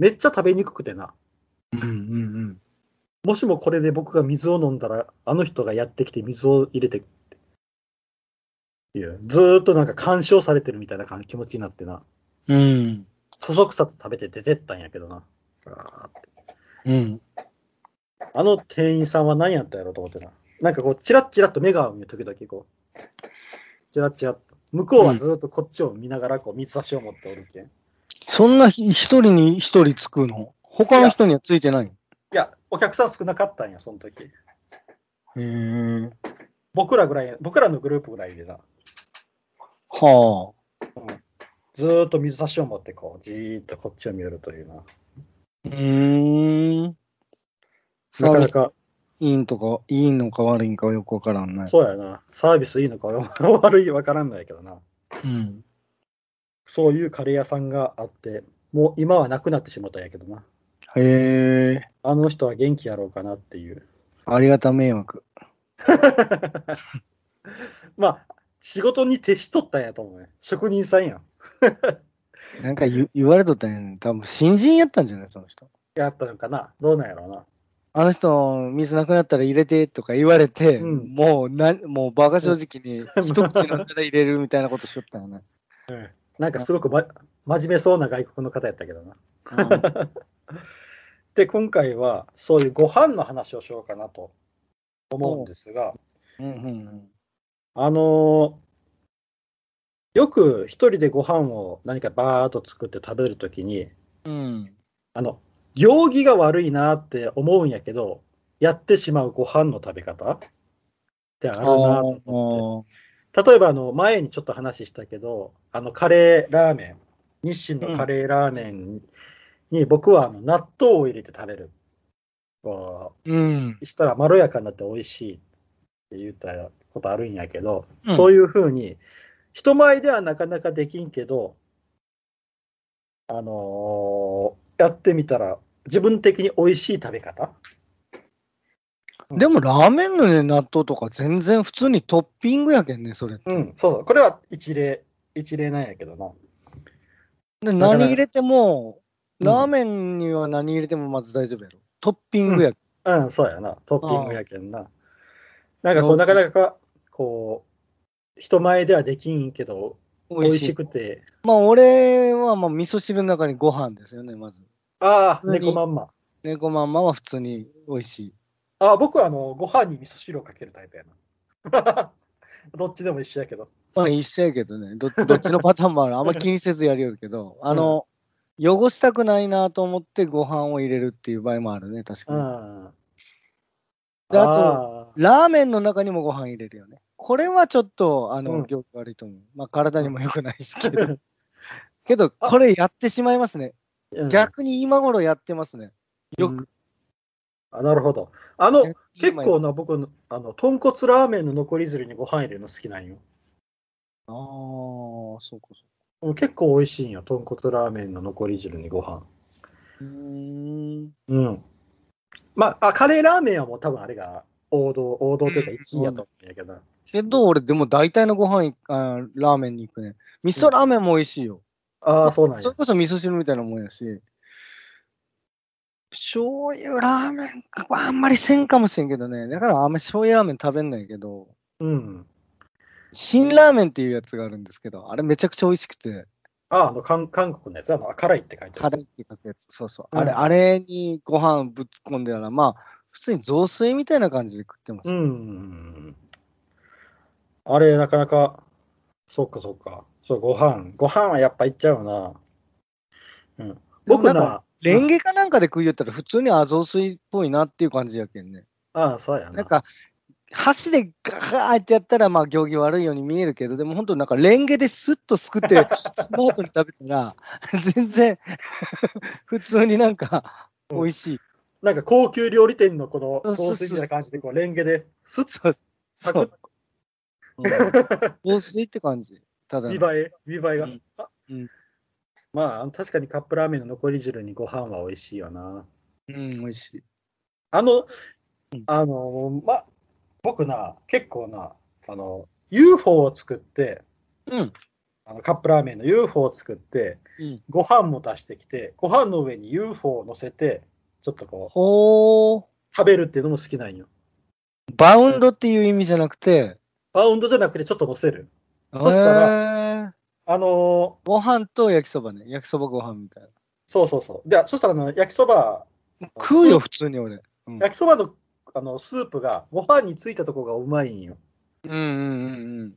めっちゃ食べにくくてな。うん。うん。もしもこれで僕が水を飲んだら、あの人がやってきて水を入れてくっていう、ずーっとなんか干渉されてるみたいな感じ気持ちになってな、うん。そそくさと食べて出てったんやけどな。あうん。ーあの店員さんは何やったやろうと思ってな。なんかこう、チラッチラッと目が合うんよ、時々こう。チラッチラッと。向こうはずーっとこっちを見ながら、こう、水差しを持っておるけん。いそんなひ一人に一人つくの他の人にはついてないや、お客さん少なかったんや、その時。へえ。僕らぐらい、僕らのグループぐらいでな。はずーっと水差しを持ってこう、じーっとこっちを見よるというな。あ。うーん。なかなサービか、スいいんとか、いいのか悪いんかよくわからんね。そうやな。サービスいいのか (laughs) 悪いわからんのやけどな。うん。そういうカレー屋さんがあって、もう今はなくなってしまったんやけどな。へえ。あの人は元気やろうかなっていう。ありがた迷惑。まあ、仕事に徹しとったんやと思うね。職人さんやん。なんか言言われとったんやね多分新人やったんじゃないその人。やったのかなどうなんやろうな。あの人、水なくなったら入れてとか言われて、うんもうな、もうバカ正直に一口飲んだら入れるみたいなことしよったよね。なんかすごく、ま、真面目そうな外国の方やったけどな。うんで、今回はそういうご飯の話をしようかなと思うんですが、うんうんあのーよく一人でご飯を何かバーっと作って食べるときに、うん。あの、行儀が悪いなって思うんやけど、やってしまうご飯の食べ方ってあるなと思おーって。例えば、あの、前にちょっと話したけど、あの、カレーラーメン、日清のカレーラーメンに僕はあの納豆を入れて食べる。こうん。うしたらまろやかになって美味しいって言ったことあるんやけど、うんそういうふうに、人前ではなかなかできんけど、あのーやってみたら、自分的に美味しい食べ方でもラーメンのね、納豆とか全然普通にトッピングやけんね、それ。でうん、そうそう。これは一例、一例なんやけどな。から何入れても、うんラーメンには何入れてもまず大丈夫やろ。トッピングやけん。うん、そうやな。トッピングやけんな。なんかこう、なかなか、こう、人前ではできんけど、美味しくて、まあ俺はまあ味噌汁の中にご飯ですよね、まず。普ああ、通に猫まんま。猫まんまは普通に美味しい。ああ、僕はあの、ご飯に味噌汁をかけるタイプやな。 (laughs) どっちでも一緒やけど。まあ一緒やけどね、ど (laughs) どっちのパターンもある。あんま気にせずやりよるけど、あの、汚したくないなと思ってご飯を入れるっていう場合もあるね、確かうに。ん。であとと、ラーメンの中にもご飯入れるよね。これはちょっと、あの、うん行儀悪いと思う。まあ体にも良くないしけど。 (laughs) けど、これやってしまいますね。うん逆に今頃やってますね。よく。あなるほど。あの、結逆に今や構な、僕の、あの、豚骨ラーメンの残り汁にご飯入れるの好きなんよ。ああ、そうか、そうか。うん結構美味しいんよ、豚骨ラーメンの残り汁にご飯。うーん。うん。まあ、あカレーラーメンはもう多分あれが王道、王道というか1位やと思うんやけど。けど、俺、でも大体のご飯いあーラーメンに行くね。味噌ラーメンも美味しいよ。ああ、そうなんそやれ。こそ味噌汁みたいなもんやし。醤油ラーメンはあんまりせんかもしれんけどね。だからあんまり醤油ラーメン食べんないけど、うん。辛ラーメンっていうやつがあるんですけど、あれめちゃくちゃ美味しくて、ああ、の、韓韓国のやつ、あの、辛いって書いてあ辛る。いって書くやつ。そうそう。うんあれ、あれにご飯ぶっ込んでたら、まあ、普通に雑炊みたいな感じで食ってます。うん。あれ、なかなか、そっかそっか。そう、ご飯。ご飯はやっぱいっちゃうな。うん。僕でもなんなか、レンゲかなんかで食いよったら普通にあ雑炊っぽいなっていう感じやけんね。ああ、そうやな。なんか、箸でガーってやったら、まあ、行儀悪いように見えるけど、でも本当、なんか、レンゲですっとすくって、 (laughs) スマートに食べたら、全然、普通になんか、美味しい。なんか高級料理店のこのそうそ雑うそう炊みたいな感じで、こう、レンゲで、スッそう。サクそうッ。うん、香水って感じ。ただ見の、栄え、見栄えが。うんあうんまあ、確かにカップラーメンの残り汁にご飯は美味しいよな。うん、美味しい。あの、あの、ま、僕な、結構な、あの、UFO を作って、うん。あのカップラーメンの UFO を作って、うん、ご飯も出してきて、ご飯の上に UFO を乗せて、ちょっとこう、ほー。食べるっていうのも好きなんよ。バウンドっていう意味じゃなくて、バウンドじゃなくて、ちょっと乗せる。そそしたら、あのご飯と焼きそばね。焼きそばご飯みたいな。そうそうそう。で、そしたらあの、焼きそば食うよ、普通に俺。うん焼きそばのあのスープがご飯についたとこがうまいんよ。うんうんうんうん。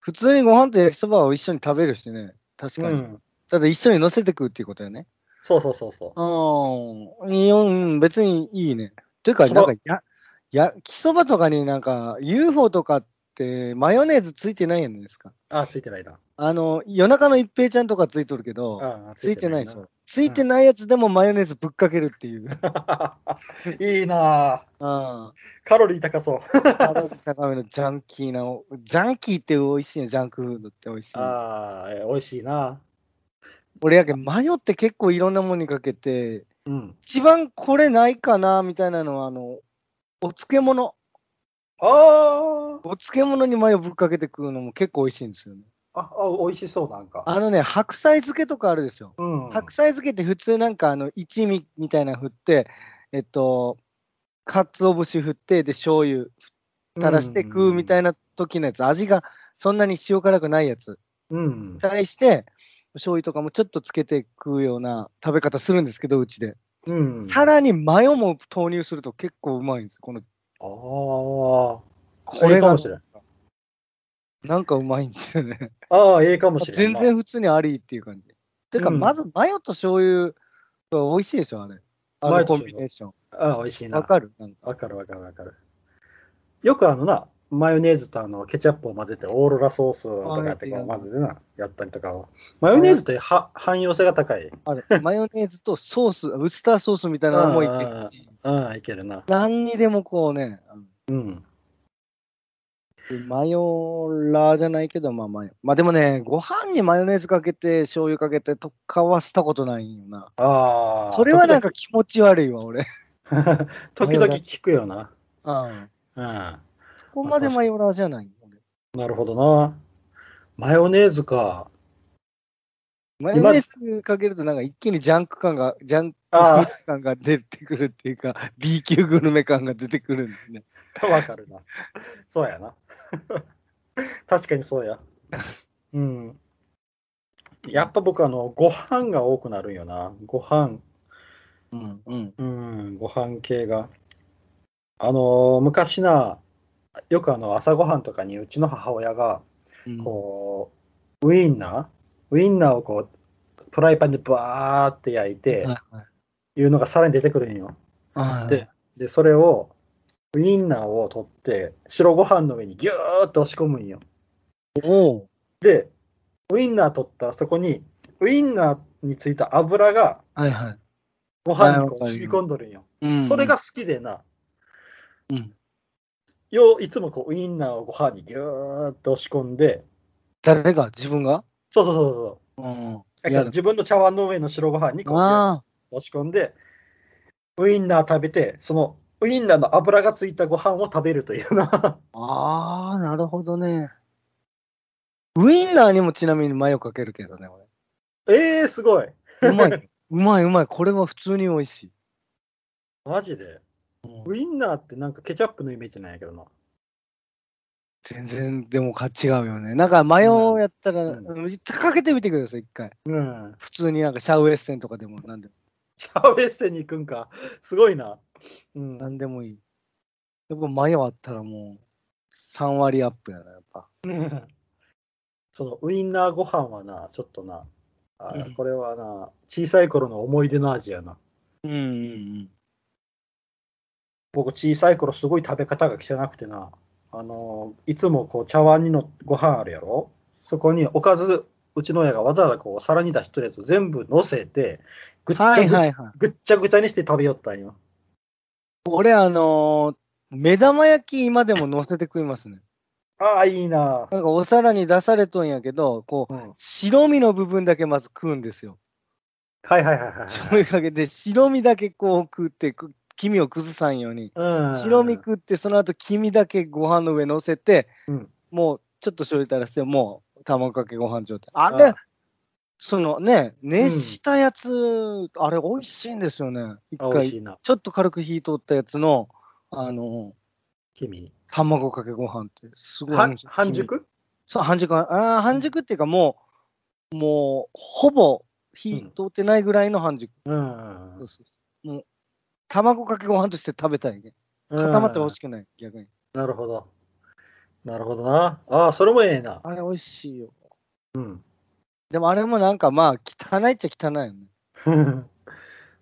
普通にご飯と焼きそばを一緒に食べるしね。確かに。うんただ一緒に乗せて食うっていうことよね。そうそうそうそう。うん。いいようん、別にいいね。というか、そばなんかや、焼きそばとかになんか、UFO とかってマヨネーズついてないやんですか。あ、ついてないな。あの、夜中の一平ちゃんとかついとるけど、あついてないでしょ。ついいてないやつでもマヨネーズぶっかけるっていう。うん。いいな (laughs) ああカロリー高そう。の高めのジャンキーな、ジャンキーって美味しいね、ジャンクフードって美味しいね。ああ、え美味しいな。俺やけんマヨって結構いろんなものにかけてうん。一番これないかなみたいなのはあのお漬物あーお漬物にマヨぶっかけて食うのも結構美味しいんですよね。あ、あ、美味しそうなんか。あのね、白菜漬けとかあるですよ。うん。白菜漬けって普通なんかあの一味みたいなの振って、えっと、かつお節振って、で、醤油垂らして食うみたいな時のやつ、味がそんなに塩辛くないやつ。うん。対して、醤油とかもちょっとつけて食うような食べ方するんですけど、うちで。うん。さらにマヨも投入すると結構うまいんです。この、ああ。こええれかがもしれん。なんかうまいんですよね。ああ、ええかもしれ全ん。然。普通にありっていう感じ。てか、うんまずマヨと醤油が美味しいでしょ、あれ。あマヨのコとン醤油ビネーション。ああ、美味しいな。わかるなんか。わかるわかるわかる。よくあのな、マヨネーズとあのケチャップを混ぜてオーロラソースとかやってこあやってやるう混ぜてな、やったりとかは。マヨネーズっては汎用性が高い。あるマヨネーズとソース、ウスターソースみたいなのもいけるし、ああ、いけるな。何にでもこうね、あのうん。マヨラーじゃないけど、まあマヨ。まあでもね、ご飯にマヨネーズかけて、醤油かけてとかはしたことないんよな。ああ。それはなんか気持ち悪いわ、俺。時々 (laughs) 聞くよな。うん。うん。なそこまでマヨラーじゃないよ俺るほどな。マヨネーズか。マヨネーズかけるとなんか一気にジャンク感が、ジャンクあ感が出てくるっていうか、B (laughs) 級グルメ感が出てくるんでね。あ、 (laughs) わかるな。そうやな。 (laughs) 確かにそうや。うん。やっぱ僕あの、ご飯が多くなるんよな。ご飯。うんうん。うん、ご飯系が。あのー昔な、よくあの朝ごはんとかにうちの母親が、こう、ウインナーウインナーをこう、フライパンでバーって焼いて、はいはいいうのがさらに出てくるんよ。あーでで、それを、ウインナーを取って、白ご飯の上にギューっと押し込むんよ。おうで、ウインナー取ったらそこに、ウインナーについた油がはいはい。ご飯にこう染み込んどるんよ。うんそれが、好きでな。うんよういつもこうウインナーをご飯にぎゅーっと押し込んで、誰が自分がそうそうそうそううん。だから自分の茶碗の上の白ご飯にこうぎゅーっあと押し込んで、ウインナー食べて、そのウインナーの油がついたご飯を食べるというな。 (laughs) あ、ああ、なるほどね。ウインナーにもちなみにマヨかけるけどね、俺。えー、すごい。うま (laughs) い。うまいうまい。これは普通に美味しい。マジで。うんウインナーってなんかケチャップのイメージなんやけどな。全然、でもか違うよね。なんかマヨやったら、ううんかけてみてください、一回。うん。普通になんかシャウエッセンとかでもなんでもシャウエッセンに行くんか。すごいな。うん。なんでもいい。やっぱマヨあったらもう3割アップやな、やっぱ。そのウインナーご飯はな、ちょっとな、あーこれはな、小さい頃の思い出の味やな。うんうん僕、小さい頃すごい食べ方が汚くてな、あのーいつもこう茶碗にのご飯あるやろそこにおかず、うちの親がわざわざこう皿に出しとるやつを全部乗せて、ぐっちゃぐはちゃ,、いはいはい。ぐっちゃぐちゃにして食べよったんよ。俺あのー目玉焼き今でも乗せて食いますね。ああ、いいな。なんかお皿に出されとんやけど、こう、うん白身の部分だけまず食うんですよ。はいはいはいはい。 (laughs) 醤油かけて白身だけこう食って、く黄身を崩さんように。うん、白身食って、その後黄身だけご飯の上乗せて、うんもうちょっと醤油垂らして、もう卵かけご飯状態。あれ、あそのね、熱したやつ、あれ美味しいんですよね。一あ美味回、しいな、ちょっと軽く火通ったやつの、あの、君。卵かけご飯って、すごいは美味しい。半熟そう、半熟。あー半熟っていうかもう、もう、ほぼ火通ってないぐらいの半熟。うんそう。そうそうもう、卵かけご飯として食べたいね。固まってほしくない、逆に。なるほど。なるほどな。ああ、それもええな。 (laughs) あれ美味しいよ。うん。でもあれもなんかまあ、汚いっちゃ汚いよね。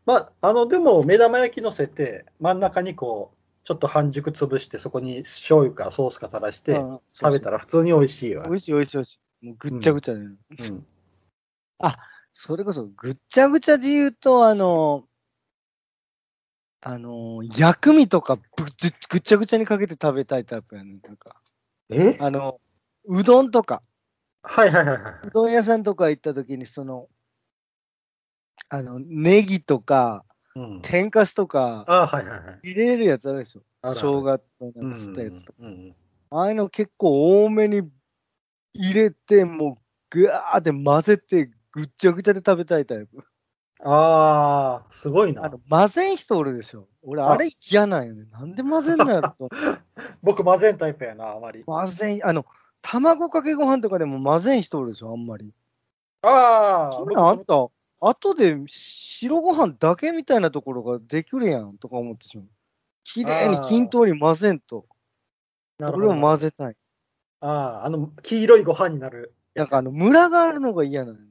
まあ、あの、でも、目玉焼き乗せて、真ん中にこう、ちょっと半熟潰して、そこに醤油かソースか垂らして、うん食べたら普通に美味しいわ。美味しい美味しい美味しい。もうぐっちゃぐちゃで、うんそれこそぐっちゃぐちゃで言うと、あの、あの、薬味とかぶっちぐっちゃぐちゃにかけて食べたいタイプやね。なんか、えあの、うどんとか、はいはいはいはうどん屋さんとか行った時に、その、あの、ネギとか、い。うん。天かすとか、あはいはいはい。入れるやつあるでしょ。あるあ生る姜となんか吸吸ったやつとか。うんうんああいうの結構多めに入れて、もうぐわーって混ぜて、ぐっちゃぐちゃで食べたいタイプ。ああ、すごいあなの。混ぜん人おるでしょ。俺、あれ嫌なんよね。なんで混ぜんのやろと思う。僕、混ぜんタイプやな、あまり。混ぜん、あの、卵かけご飯とかでも混ぜん人おるでしょ、あんまり。ああ、そん僕なんあんた、後で白ご飯だけみたいなところができるやんとか思ってしまう。綺麗に均等に混ぜんと。なるほ俺ども混ぜたい。ああ、あの、黄色いご飯になる。なんかあの、ムラがあるのが嫌なのよ。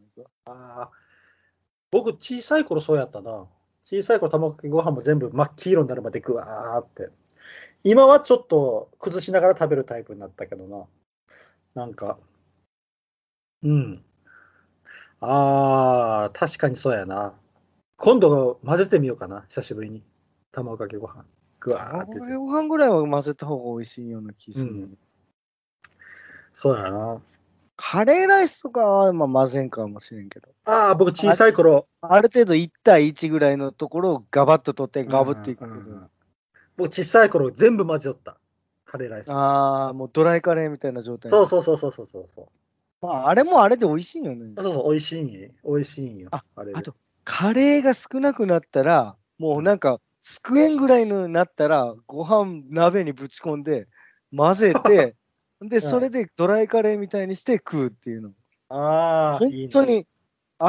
僕、小さい頃そうやったな。小さい頃、卵かけご飯も全部真っ黄色になるまでグワーって。今はちょっと崩しながら食べるタイプになったけどな。なんか、うん。ああ、確かにそうやな。今度混ぜてみようかな、久しぶりに。卵かけご飯。グワーって卵。かけご飯ぐらいは混ぜた方が美味しいような気すうる。ん。そうやな。カレーライスとかはまあ混ぜんかもしれんけど。ああ、僕小さい頃、ある程度1対1ぐらいのところをガバッと取ってガブっていくうんけうど。んうん僕小さい頃全部混ぜよった。カレーライス。ああ、もうドライカレーみたいな状態。そうそうそうそうそうそうそう。まあ、あれもあれで美味しいよねあ。そうそう、美味しいんよ。美味しいんよ。あれであとカレーが少なくなったら、もうなんか、すくえんぐらいのになったら、ご飯鍋にぶち込んで、混ぜて、 (laughs) で、それでドライカレーみたいにして食うっていうの。ああ、い本いね当。に、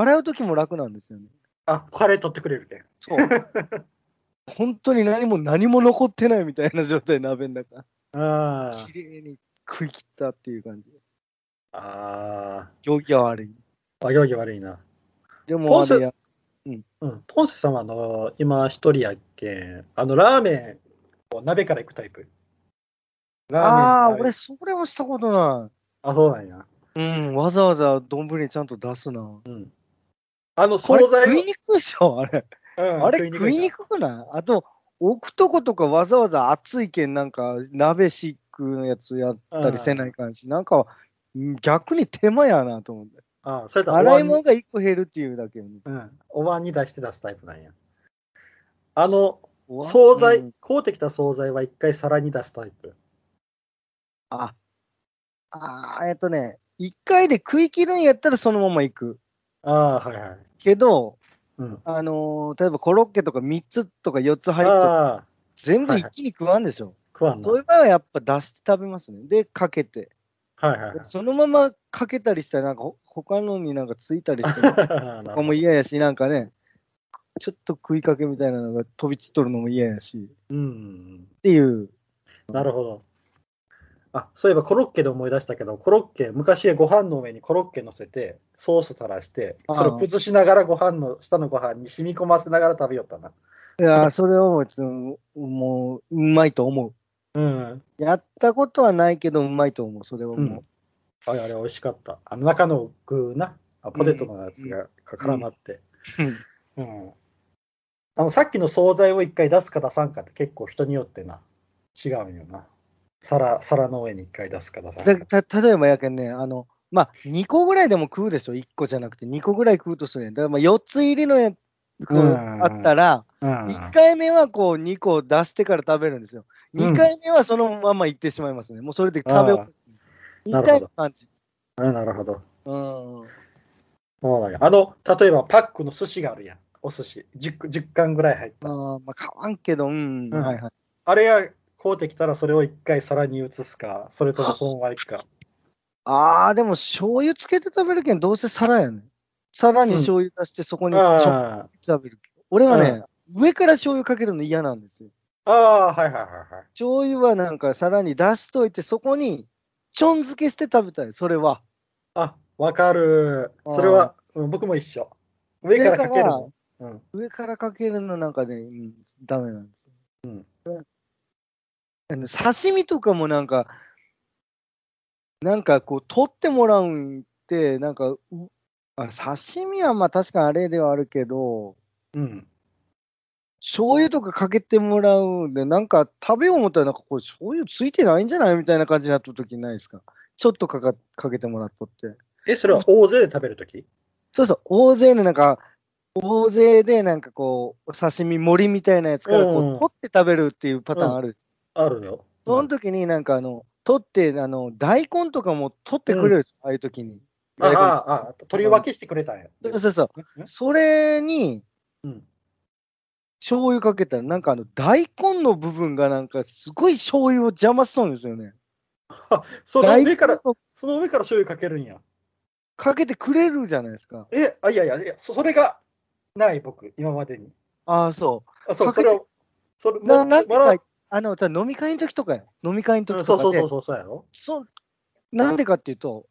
洗う時も楽なんですよね。あ、カレー取ってくれるけん。 (laughs) そう。本当に何も何も残ってないみたいな状態、鍋の中。あー綺麗に食い切ったっていう感じ。あ行儀は悪い。ー。あ、行儀悪いな。でも、ポンあセれや、うん。ポンセさんは、あの、今一人やっけん。あの、ラーメンを鍋から行くタイプ。ああー、ラーメン俺、それはしたことなあ、そうなんや。い。うん、わざわざ丼にちゃんと出すな。あの、あ惣れ菜食いにくいでしょ、あれ。うんあれ食いにくくくないあと、置くとことかわざわざ熱いけん、なんか鍋シックのやつやったりせないかんし、なんかうん逆に手間やなと思って。いな。あ、それとはお洗い椀に物が一個減るっていうだけに。うん。お椀に出して出すタイプなんや。あの、惣う菜ん、買うてきた惣菜は一回皿に出すタイプ。あ、あーえっとね、一回で食い切るんやったらそのまま行く。ああ、はいはい。けど、うん。あのー例えばコロッケとか3つとか4つ入ってああ、全部一気に食わんでしょ。食わんな。そうはいいう場合はやっぱ出して食べますね。で、かけて。はいはい。そのままかけたりしたら、なんかほ他のになんかついたりして、と (laughs) なるかほども嫌やし、なんかね、ちょっと食いかけみたいなのが飛び散っとるのも嫌やし、っうん。ていう。なるほど。あ、そういえばコロッケで思い出したけど、コロッケ、昔ご飯の上にコロッケ乗せて、ソース垂らして、あーそれを崩しながらご飯の、下のご飯に染み込ませながら食べよったな。いやー、それをもう、もう、うまいと思う。うん。やったことはないけど、うまいと思う。それはもう。うんあれ、あれ、美味しかった。あの中の具な、あポテトのやつが絡まって。うん。あの、さっきの惣菜を一回出すか出さんかって結構人によってな、違うんよな。皿、皿の上に一回出すか出さんか。だた例えばやけんね、あの、まあ、2個ぐらいでも食うでしょ。1個じゃなくて、2個ぐらい食うとするやん。だからまあ4つ入りのやこううんあったら、うん1回目はこう2個出してから食べるんですよ。うん2回目はそのまま行ってしまいますね。もうそれで食べよう。ああみたいな感じ。あなるほど。うん。そうなんやあの、例えばパックの寿司があるやん。お寿司。10, 10巻ぐらい入っあた。ーまあ、買わんけど、うん。うんはいはい。あれが買うてきたらそれを一回皿に移すか、それともそのまま行くか。ああ、でも醤油つけて食べるけん、どうせ皿やねん。皿に醤油出して、そこにちょっとあ食べるけん。俺はね、上から醤油かけるの嫌なんですよ。あ、ああはいはいはいはい。醤油はなんか皿に出しといて、そこにちょん漬けして食べたい、それは。あ、わかる。それは、うん、僕も一緒。上からかけるの。うん、上からかけるのなんかね、うん、ダメなんです。うん。あの刺身とかもなんか、なんかこう、取ってもらうんって、なんか、うあ刺身はまあ確かにあれではあるけど、うん。醤油とかかけてもらうんで、なんか食べよう思ったら、なんかこれ醤油ついてないんじゃないみたいな感じになった時ないですかちょっとかかかけてもらっとって。え、それは大勢で食べるときそうそう、大勢のなんか、大勢でなんかこう、刺身盛りみたいなやつからこう、うんうん取って食べるっていうパターンある。あるよ。その時になんかあの、取って、あの、大根とかも取ってくれるんですよ、ああいう時に。あ大根あ、ああ、取り分けしてくれたんや。そうそうそう。それに、うん醤油かけたら、なんかあの、大根の部分がなんか、すごい醤油を邪魔しそうなんですよね。その上か大ら、根をその上から醤油かけるんや。かけてくれるじゃないですか。え、あ、いやいや、いやそそれがない僕、今までに。ああ、そあ、そう、かそけれを、それう。ななんてもらか、あの、飲み会の時とかや。飲み会のうん時そとうそかでうそう、そう、そうやろ。そうなんでかっていうと、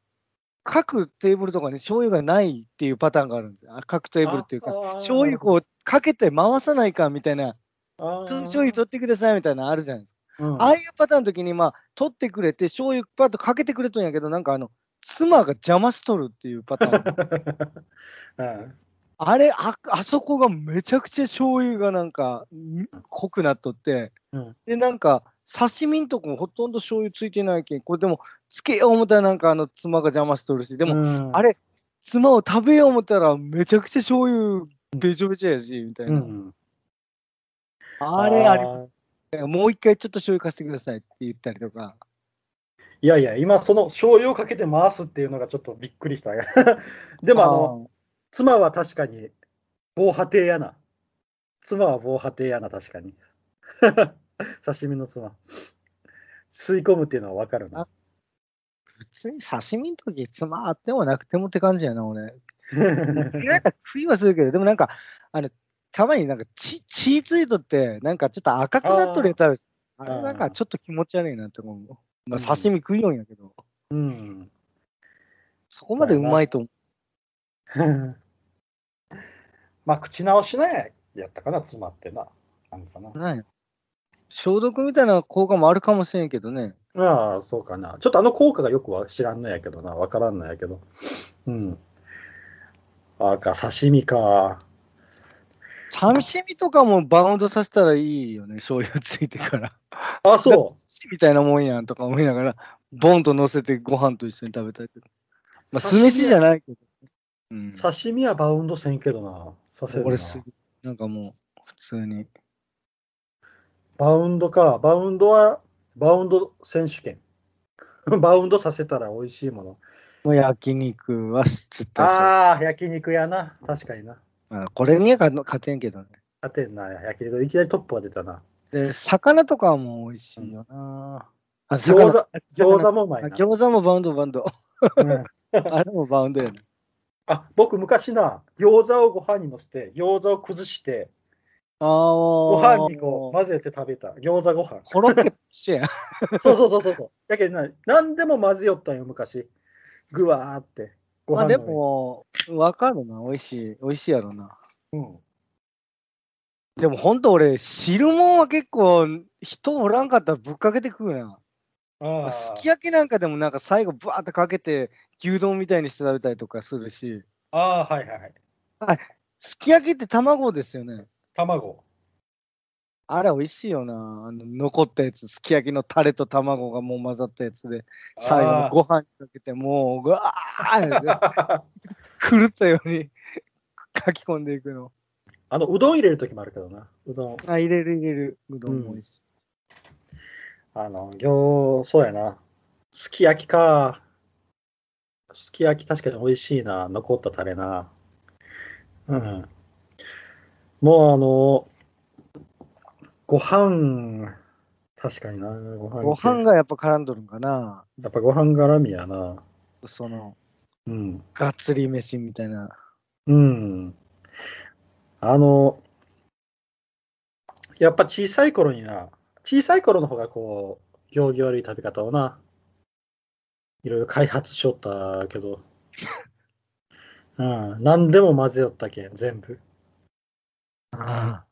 各テーブルとかに醤油がないっていうパターンがあるんですよ。あ各テーブルっていうか、あ醤油こうかけて回さないかみたいな、あー醤油取ってくださいみたいなのあるじゃないですか。うんああいうパターンの時に、まあ、取ってくれて、醤油パッとかけてくれとんやけど、なんかあの、妻が邪魔しとるっていうパターン。 (laughs) うんあれあ、あそこがめちゃくちゃ醤油がなんか、ん濃くなっとって、うんで、なんか、刺身んとこもほとんど醤油ついてないけん、これでも、つけよう思ったらなんかあの、妻が邪魔しとるし、でも、うんあれ、妻を食べよう思ったら、めちゃくちゃ醤油べちょべちょやし、みたいうな。んあれ、ありますーもう一回ちょっと醤油貸してくださいって言ったりとか。いやいや、今、その醤油をかけて回すっていうのがちょっとびっくりした。 (laughs) でも、あの、妻は確かに、防波堤やな。妻は防波堤やな、確かに。 (laughs) 刺身の妻。吸い込むっていうのはわかるな。別に刺身の時妻あってもなくてもって感じやな、 (laughs) 俺。嫌いだ食いはするけど、でもなんか、あの、たまになんか血、血ついとって、なんかちょっと赤くなっとるやつあるし、あれなんかちょっと気持ち悪いなって思う。まあ、刺身食いよんやけど、うん。 (laughs) そこまでうまいと思う。まあ、口直しね、やったかな、妻ってな。なんかな。なんや消毒みたいな効果もあるかもしれんけどね。ああ、そうかな。ちょっとあの効果がよくは知らんのやけどな、わからんのやけど。うん。ああか、刺身か。刺身とかもバウンドさせたらいいよね、醤油ついて (laughs) から。あそ寿司みたいなもんやんとか思いながら、ボンと乗せてご飯と一緒に食べたいけど。まあ、刺酢身飯じゃないけど。うんう。、刺身はバウンドせんけどな。させるな俺すぐ、なんかもう、普通に。バウンドか。バウンドは、バウンド選手権。 (laughs) バウンドさせたら美味しいもの。もう焼肉は絶対そうああ、焼肉やな。確かにな。まあ、これには勝勝てんけどね。勝てんな、焼肉。いきなりトップは出たな。で、魚とかも美味しいよな。あ、餃魚子、餃子もうまいあな。餃子もバウンドバウンド。 (laughs) うんあれもバウンドやね。あ、僕昔な、餃子をご飯にのせて、餃子を崩して、あごご飯にこう混ぜて食べた。餃子ご飯。コロッケと一緒やん。そうそうそうそ (laughs) うそう。だけどな、何でも混ぜよったんよ、昔。ぐわーって。 (laughs) ごまあで飯の上にも、わかるな。美味しい。美味しいやろな。うんでも本当俺、汁もんは結構、人おらんかったらぶっかけて食うな。ああすき焼きなんかでもなんか最後ぶわーってかけて、牛丼みたいにして食べたりとかするし、ああ、はいはいはい。すき焼きって卵ですよね。 (laughs) 卵。あれ美味しいよな。あの残ったやつ、すき焼きのタレと卵がもう混ざったやつで、最後のご飯にかけて、もう、ぐわ (laughs) ー狂ったように (laughs) かき込んでいくの。あの、うどん入れるときもあるけどな。うどん。あ、入れる入れる。うどんも美味しい。あの、餃そうやな。すき焼きか。すき焼き確かに美味しいな。残ったタレな。うん。もうあの、ご飯、確かにな。ご飯ご飯がやっぱ絡んどるんかな。やっぱご飯絡みやな。その、うん。がっつり飯みたいな。うん。あの、やっぱ小さい頃にな、小さい頃の方がこう、行儀悪い食べ方をな、いろいろ開発しよったけど、うん、何でも混ぜよったけん、全部。あ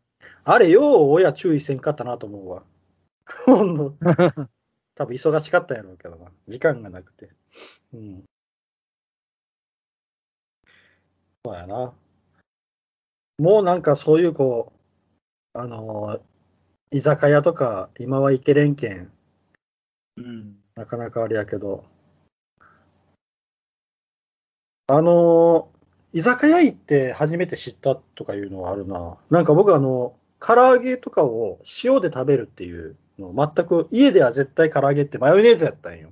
あれよう親注意せんかったなと思うわ。ほんの、多分忙しかったんやろうけどな。時間がなくて。うん。そうやな。もうなんかそういうこう、あのー居酒屋とか今は行けれんけん、うん。なかなかあれやけど。あのー居酒屋行って初めて知ったとかいうのはあるな。なんか僕あの、唐揚げとかを塩で食べるっていうのを全く、家では絶対唐揚げってマヨネーズやったんよ。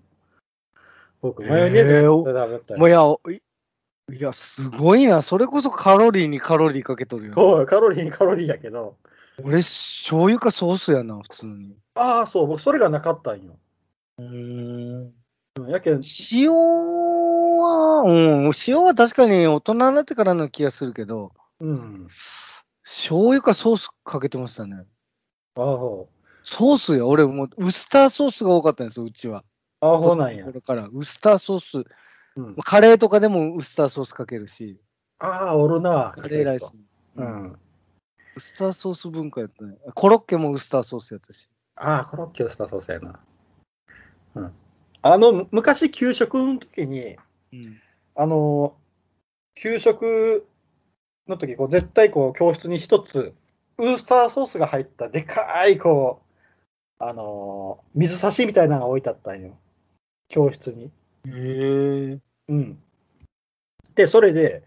僕、マヨネーズへえがお絶対ダメだったんもうよいや、おいいや、すごいな。それこそカロリーにカロリーかけとるよね、そう、カロリーにカロリーやけど。俺、醤油かソースやな、普通に。ああ、そう、僕それがなかったんよ。うん。うんやけん、塩は、うん、塩は確かに大人になってからの気がするけど、うん。醤油かソースかけてましたね。ああ、ほソースや、俺もうウスターソースが多かったんですよ、うちは。う。ああ、ほうなんやこ。れから、ウスターソース。うん、カレーとかでもウスターソースかけるし、ああ、おるな。カレーライスに。うん。ウスターソース文化やったね。コロッケもウスターソースやったし。ああ、コロッケをスターソースやな。うん。あの、む昔、給食の時に、うん。あの、給食の時、こう、絶対、こう、教室に一つ、ウスターソースが入った、でかい、こう、あの、水差しみたいなのが置いてあったんよ。教室に。へえ。うん。で、それで、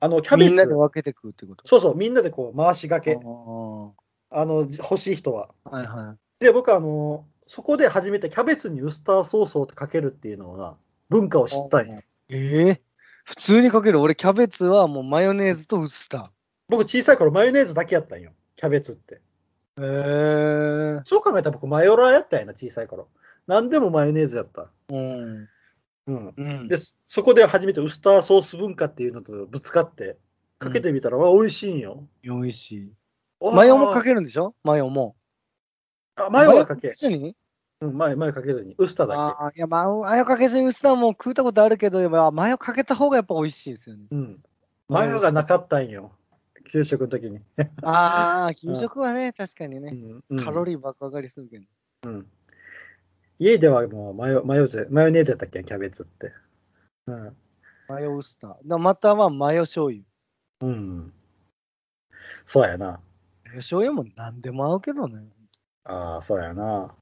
あの、キャベみんなでツ、分けて食うってことそうそう、みんなでこう、回しがあけ、あの、欲しい人は。あはいはで、僕あの、そこで初めてキャベツにウスターソースをかけるっていうのが文化を知ったんや。い。ええ普通にかける。俺、キャベツはもうマヨネーズとウスタ僕小さい頃マヨネーズだけやったんよ。キャベツって。ー。へそう考えたら僕マヨラーやったんやな、小さい頃。何でもマヨネーズやった。え。うん。うん。うんで、そこで初めてウスターソース文化っていうのとぶつかって、かけてみたら、わ美味しいんよ。美味しい。マヨもかけるんでしょマヨも。あマヨはかけマ。ずにうん、マヨマヨかけずに。ウスターだああ、いや、マヨマヨかけずにウスターも食ったことあるけど、やっぱマヨかけた方がやっぱ美味しいですよ (laughs) ね。け。うん。マヨがなかったんよ。給食の時に。ああ、給食はね、確かにね。うんカロリー爆上がりするけど。家ではもうマヨマヨゼマヨネーズやったっけキャベツって。うん。マヨウスター。だまたはマヨ醤油。うん。そうやな。マヨ醤油も何でも合うけどね。ああ、そうやな。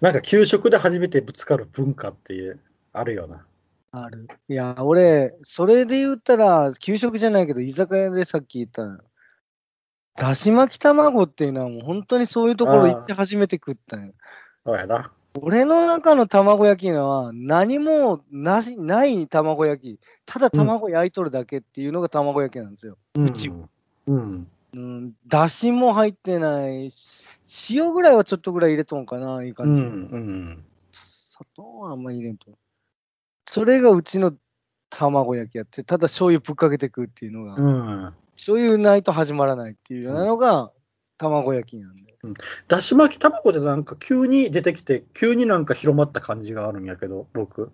なんか給食で初めてぶつかる文化っていう、あるよな。ある。いや、俺、それで言ったら、給食じゃないけど、居酒屋でさっき言った、だし巻き卵っていうのはもう本当にそういうところ行って初めて食ったんよ。そうやな。俺の中の卵焼きのは何もなしない卵焼き、ただ卵焼いとるだけっていうのが卵焼きなんですよ。うんちはうん。うん、だしも入ってないし、塩ぐらいはちょっとぐらい入れとんかな、いいうん。感うじ。ん。砂糖はあんまり入れんと。それがうちの卵焼きやって、ただ醤油ぶっかけて食うっていうのが、うん。醤油ないと始まらないっていうようなのが卵焼きなんで。だし巻き卵でなんか急に出てきて、急になんか広まった感じがあるんやけど、僕。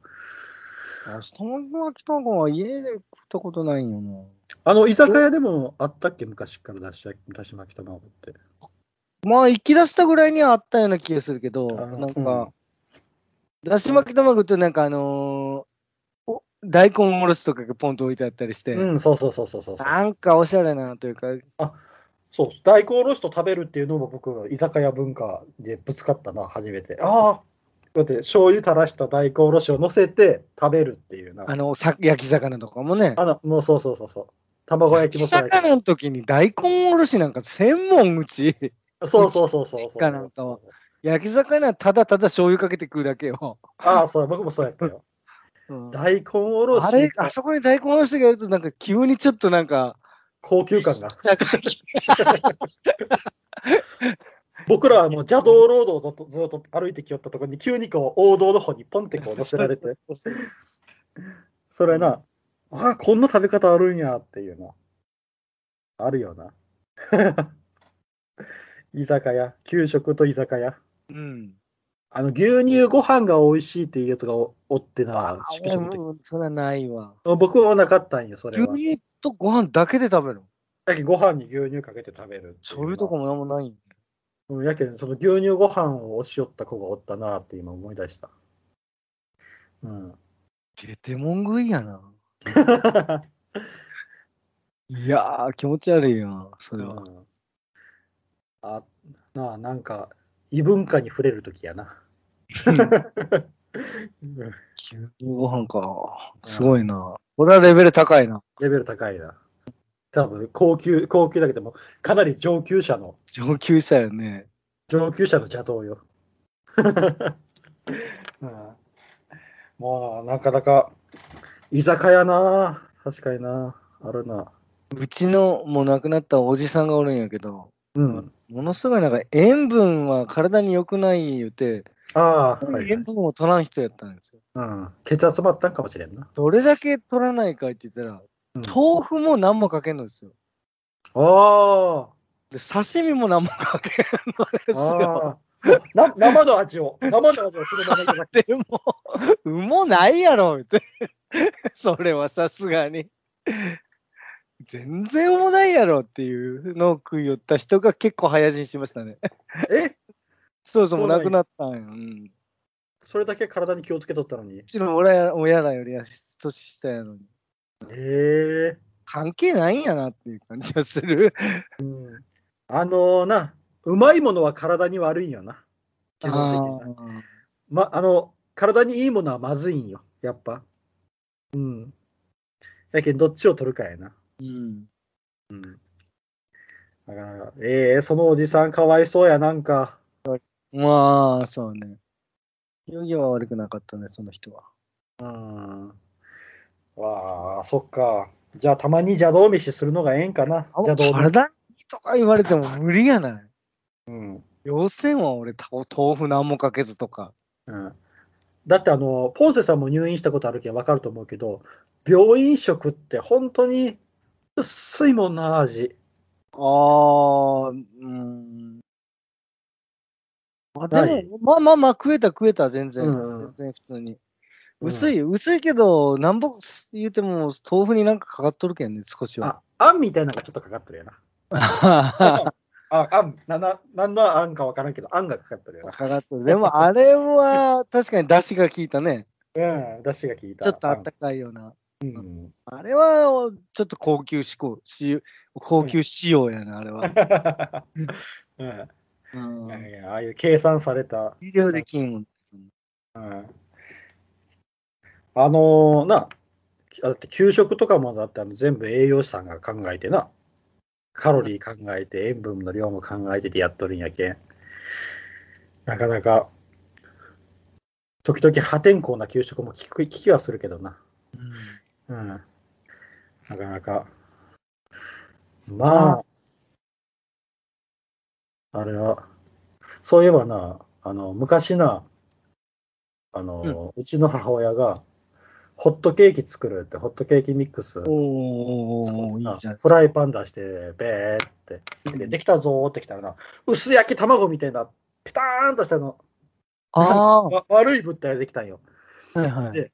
あ卵焼き卵は家で食ったことないんよな。あの、居酒屋でもあったっけ昔からだしだし巻き卵って。まあ、行き出したぐらいにはあったような気がするけど、あなんうんか、だし巻き卵ってなんかあのーお大根おろしとかがポンと置いてあったりして、うん、そうそうそうそうそうそう。なんかおしゃれなというか、そう、大根おろしと食べるっていうのも僕、居酒屋文化でぶつかったな、初めて。ああだって、醤油垂らした大根おろしを乗せて食べるっていうな。あの、さ焼き魚とかもね。あの、もうそうそうそうそう。卵焼きもそうやけど魚の時に大根おろしなんか専門うち。そうそうそうそうそう。実家なんかは焼き魚はただただ醤油かけて食うだけよ。ああ、そう、僕もそうやったよ。うん大根おろあれし、、あそこに大根おろしがやるとなんか急にちょっとなんか、高級感が。高い僕らはもう邪道労働をずっとずっと歩いてきよったところに、急にこう、王道の方にポンってこう乗せ (laughs) られて。それな、ああ、こんな食べ方あるんやっていうな。あるよな。 (laughs) 居酒屋、給食と居酒屋。 (laughs) うん。あの、牛乳ご飯が美味しいっていうやつがおおってな、宿舎の時うんそれはないわ。僕もなかったんよ、それ牛は。乳とご飯だけで食べるのやけんご飯に牛乳かけて食べるっていう。そういうとこもなんもないんだうん。やけん、その牛乳ご飯を押し寄った子がおったなって今思い出した。 (laughs) うん。ゲテモン食いやな。いやー、気持ち悪いな、それは。うんあなあなんか異文化に触れる時や (laughs) な。牛乳ご飯か。すごいな。これはレベル高いな。レベル高いな。多分、高級、高級だけども、かなり上級者の、上級者よね。上級者の邪道よ。 (laughs) うんもうなかなか、居酒屋な確かになあるな。うちのもう亡くなったおじさんがおるんやけど、うん。ものすごいなんか塩分は体に良くない言うて、ああ、はい、はい塩。分を取らん人やったんですよ。うん。血圧まったんかもしれんな。どれだけ取らないかって言ったら、うん豆腐も何もかけんのですよ。あで刺身も何もかけんのですあ。よ。ああ。 (laughs) な生の味を、生の味をするまでいただくでも、うもないやろみたいな。 (laughs) それはさすがに。全然うもないやろっていうのを食い寄った人が結構早死にしました (laughs) ね。 (laughs) えそうそう、もそううな亡んやくなったんよ。うん。うそれだけ体に気をつけとったのに。ちの親や親らより年下やのに。ええ関係ないんやなっていう感じがする。あのな、うまいものは体に悪いんよな。基本的にな。あーま、あの、体にいいものはまずいんよ、やっぱ。うん。やけん、どっちを取るかやな。うん。だから、ええそのおじさんかわいそうや、なんか。まあ、そうね。容疑は悪くなかったね、その人は。うん。わあ、そっか。じゃあ、たまに邪道飯するのがええんかな。邪道飯。体にいいとか言われても無理やない。うん。要せんは俺、た豆腐何もかけずとか。うんだってあの、ポンセさんも入院したことあるけん分かると思うけど、病院食って本当に薄いもんな、味。ああ、うん。まあ、なでいも、まあまあまあ、食えた食えた、全然。うんう全ん然普通に。うん薄い、薄いけど、なんぼ言うても、豆腐になんかかかっとるけんね、少しは。あ、あんみたいなのがちょっとかかってるよ (laughs) な。かあ、あん、な、な、なんのあんか分からんけど、あんがかかってるよかっとる。でも、あれは、確かに出汁が効いた (laughs) ね。な。うん、だしが効いた。ちょっとあったかいような。あんうん。あれは、おちょっと高級志向、し高級仕様やな、あれは。うんうんいやいやああいう計算された。ビデオできんもん。あのーな、だって給食とかもだってあの全部栄養士さんが考えてな、カロリー考えて、塩分の量も考えててやっとるんやけん。なかなか、時々破天荒な給食も聞く聞きはするけどな。うん。なかなか。まあ、あれは、そういえばな、あの、昔な、あの、うちの母親が、ホットケーキ作るって、ホットケーキミックスお作ってー、いないじゃん。フライパン出して、べーって。で、できたぞーってきたらな、薄焼き卵みたいな、ピターンとしたの、ああー、わ悪い物体ができたんよ。はいはいで。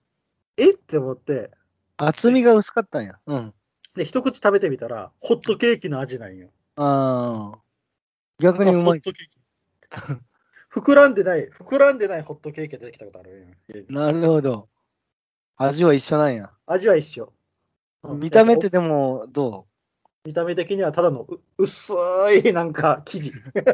えって思って、厚みが薄かったんや。うん。で、一口食べてみたら、ホットケーキの味なんよ。ああ。逆にうまいホ。ットケーキ (laughs) 膨らんでない、膨らんでないホットケーキが出てきたことあるよ。なるほど。味は一緒なんや。味は一緒。見た目ってでも、ど見た目的にはただのう薄いなんか (laughs) 生地、う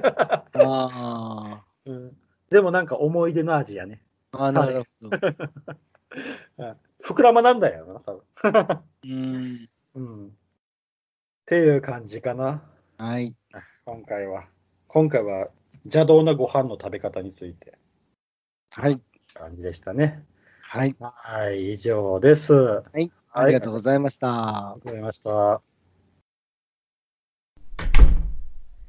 あうんでもなんか思い出の味やね。あ。あーなるほど。膨らまなんだよな、多分。うん。うん。っていう感じかな、はい。今回は。今回は邪道なご飯の食べ方についてはい。感じでしたね。はい。はい、以上です。はい。はいありがとうございましたありがとう。ございました。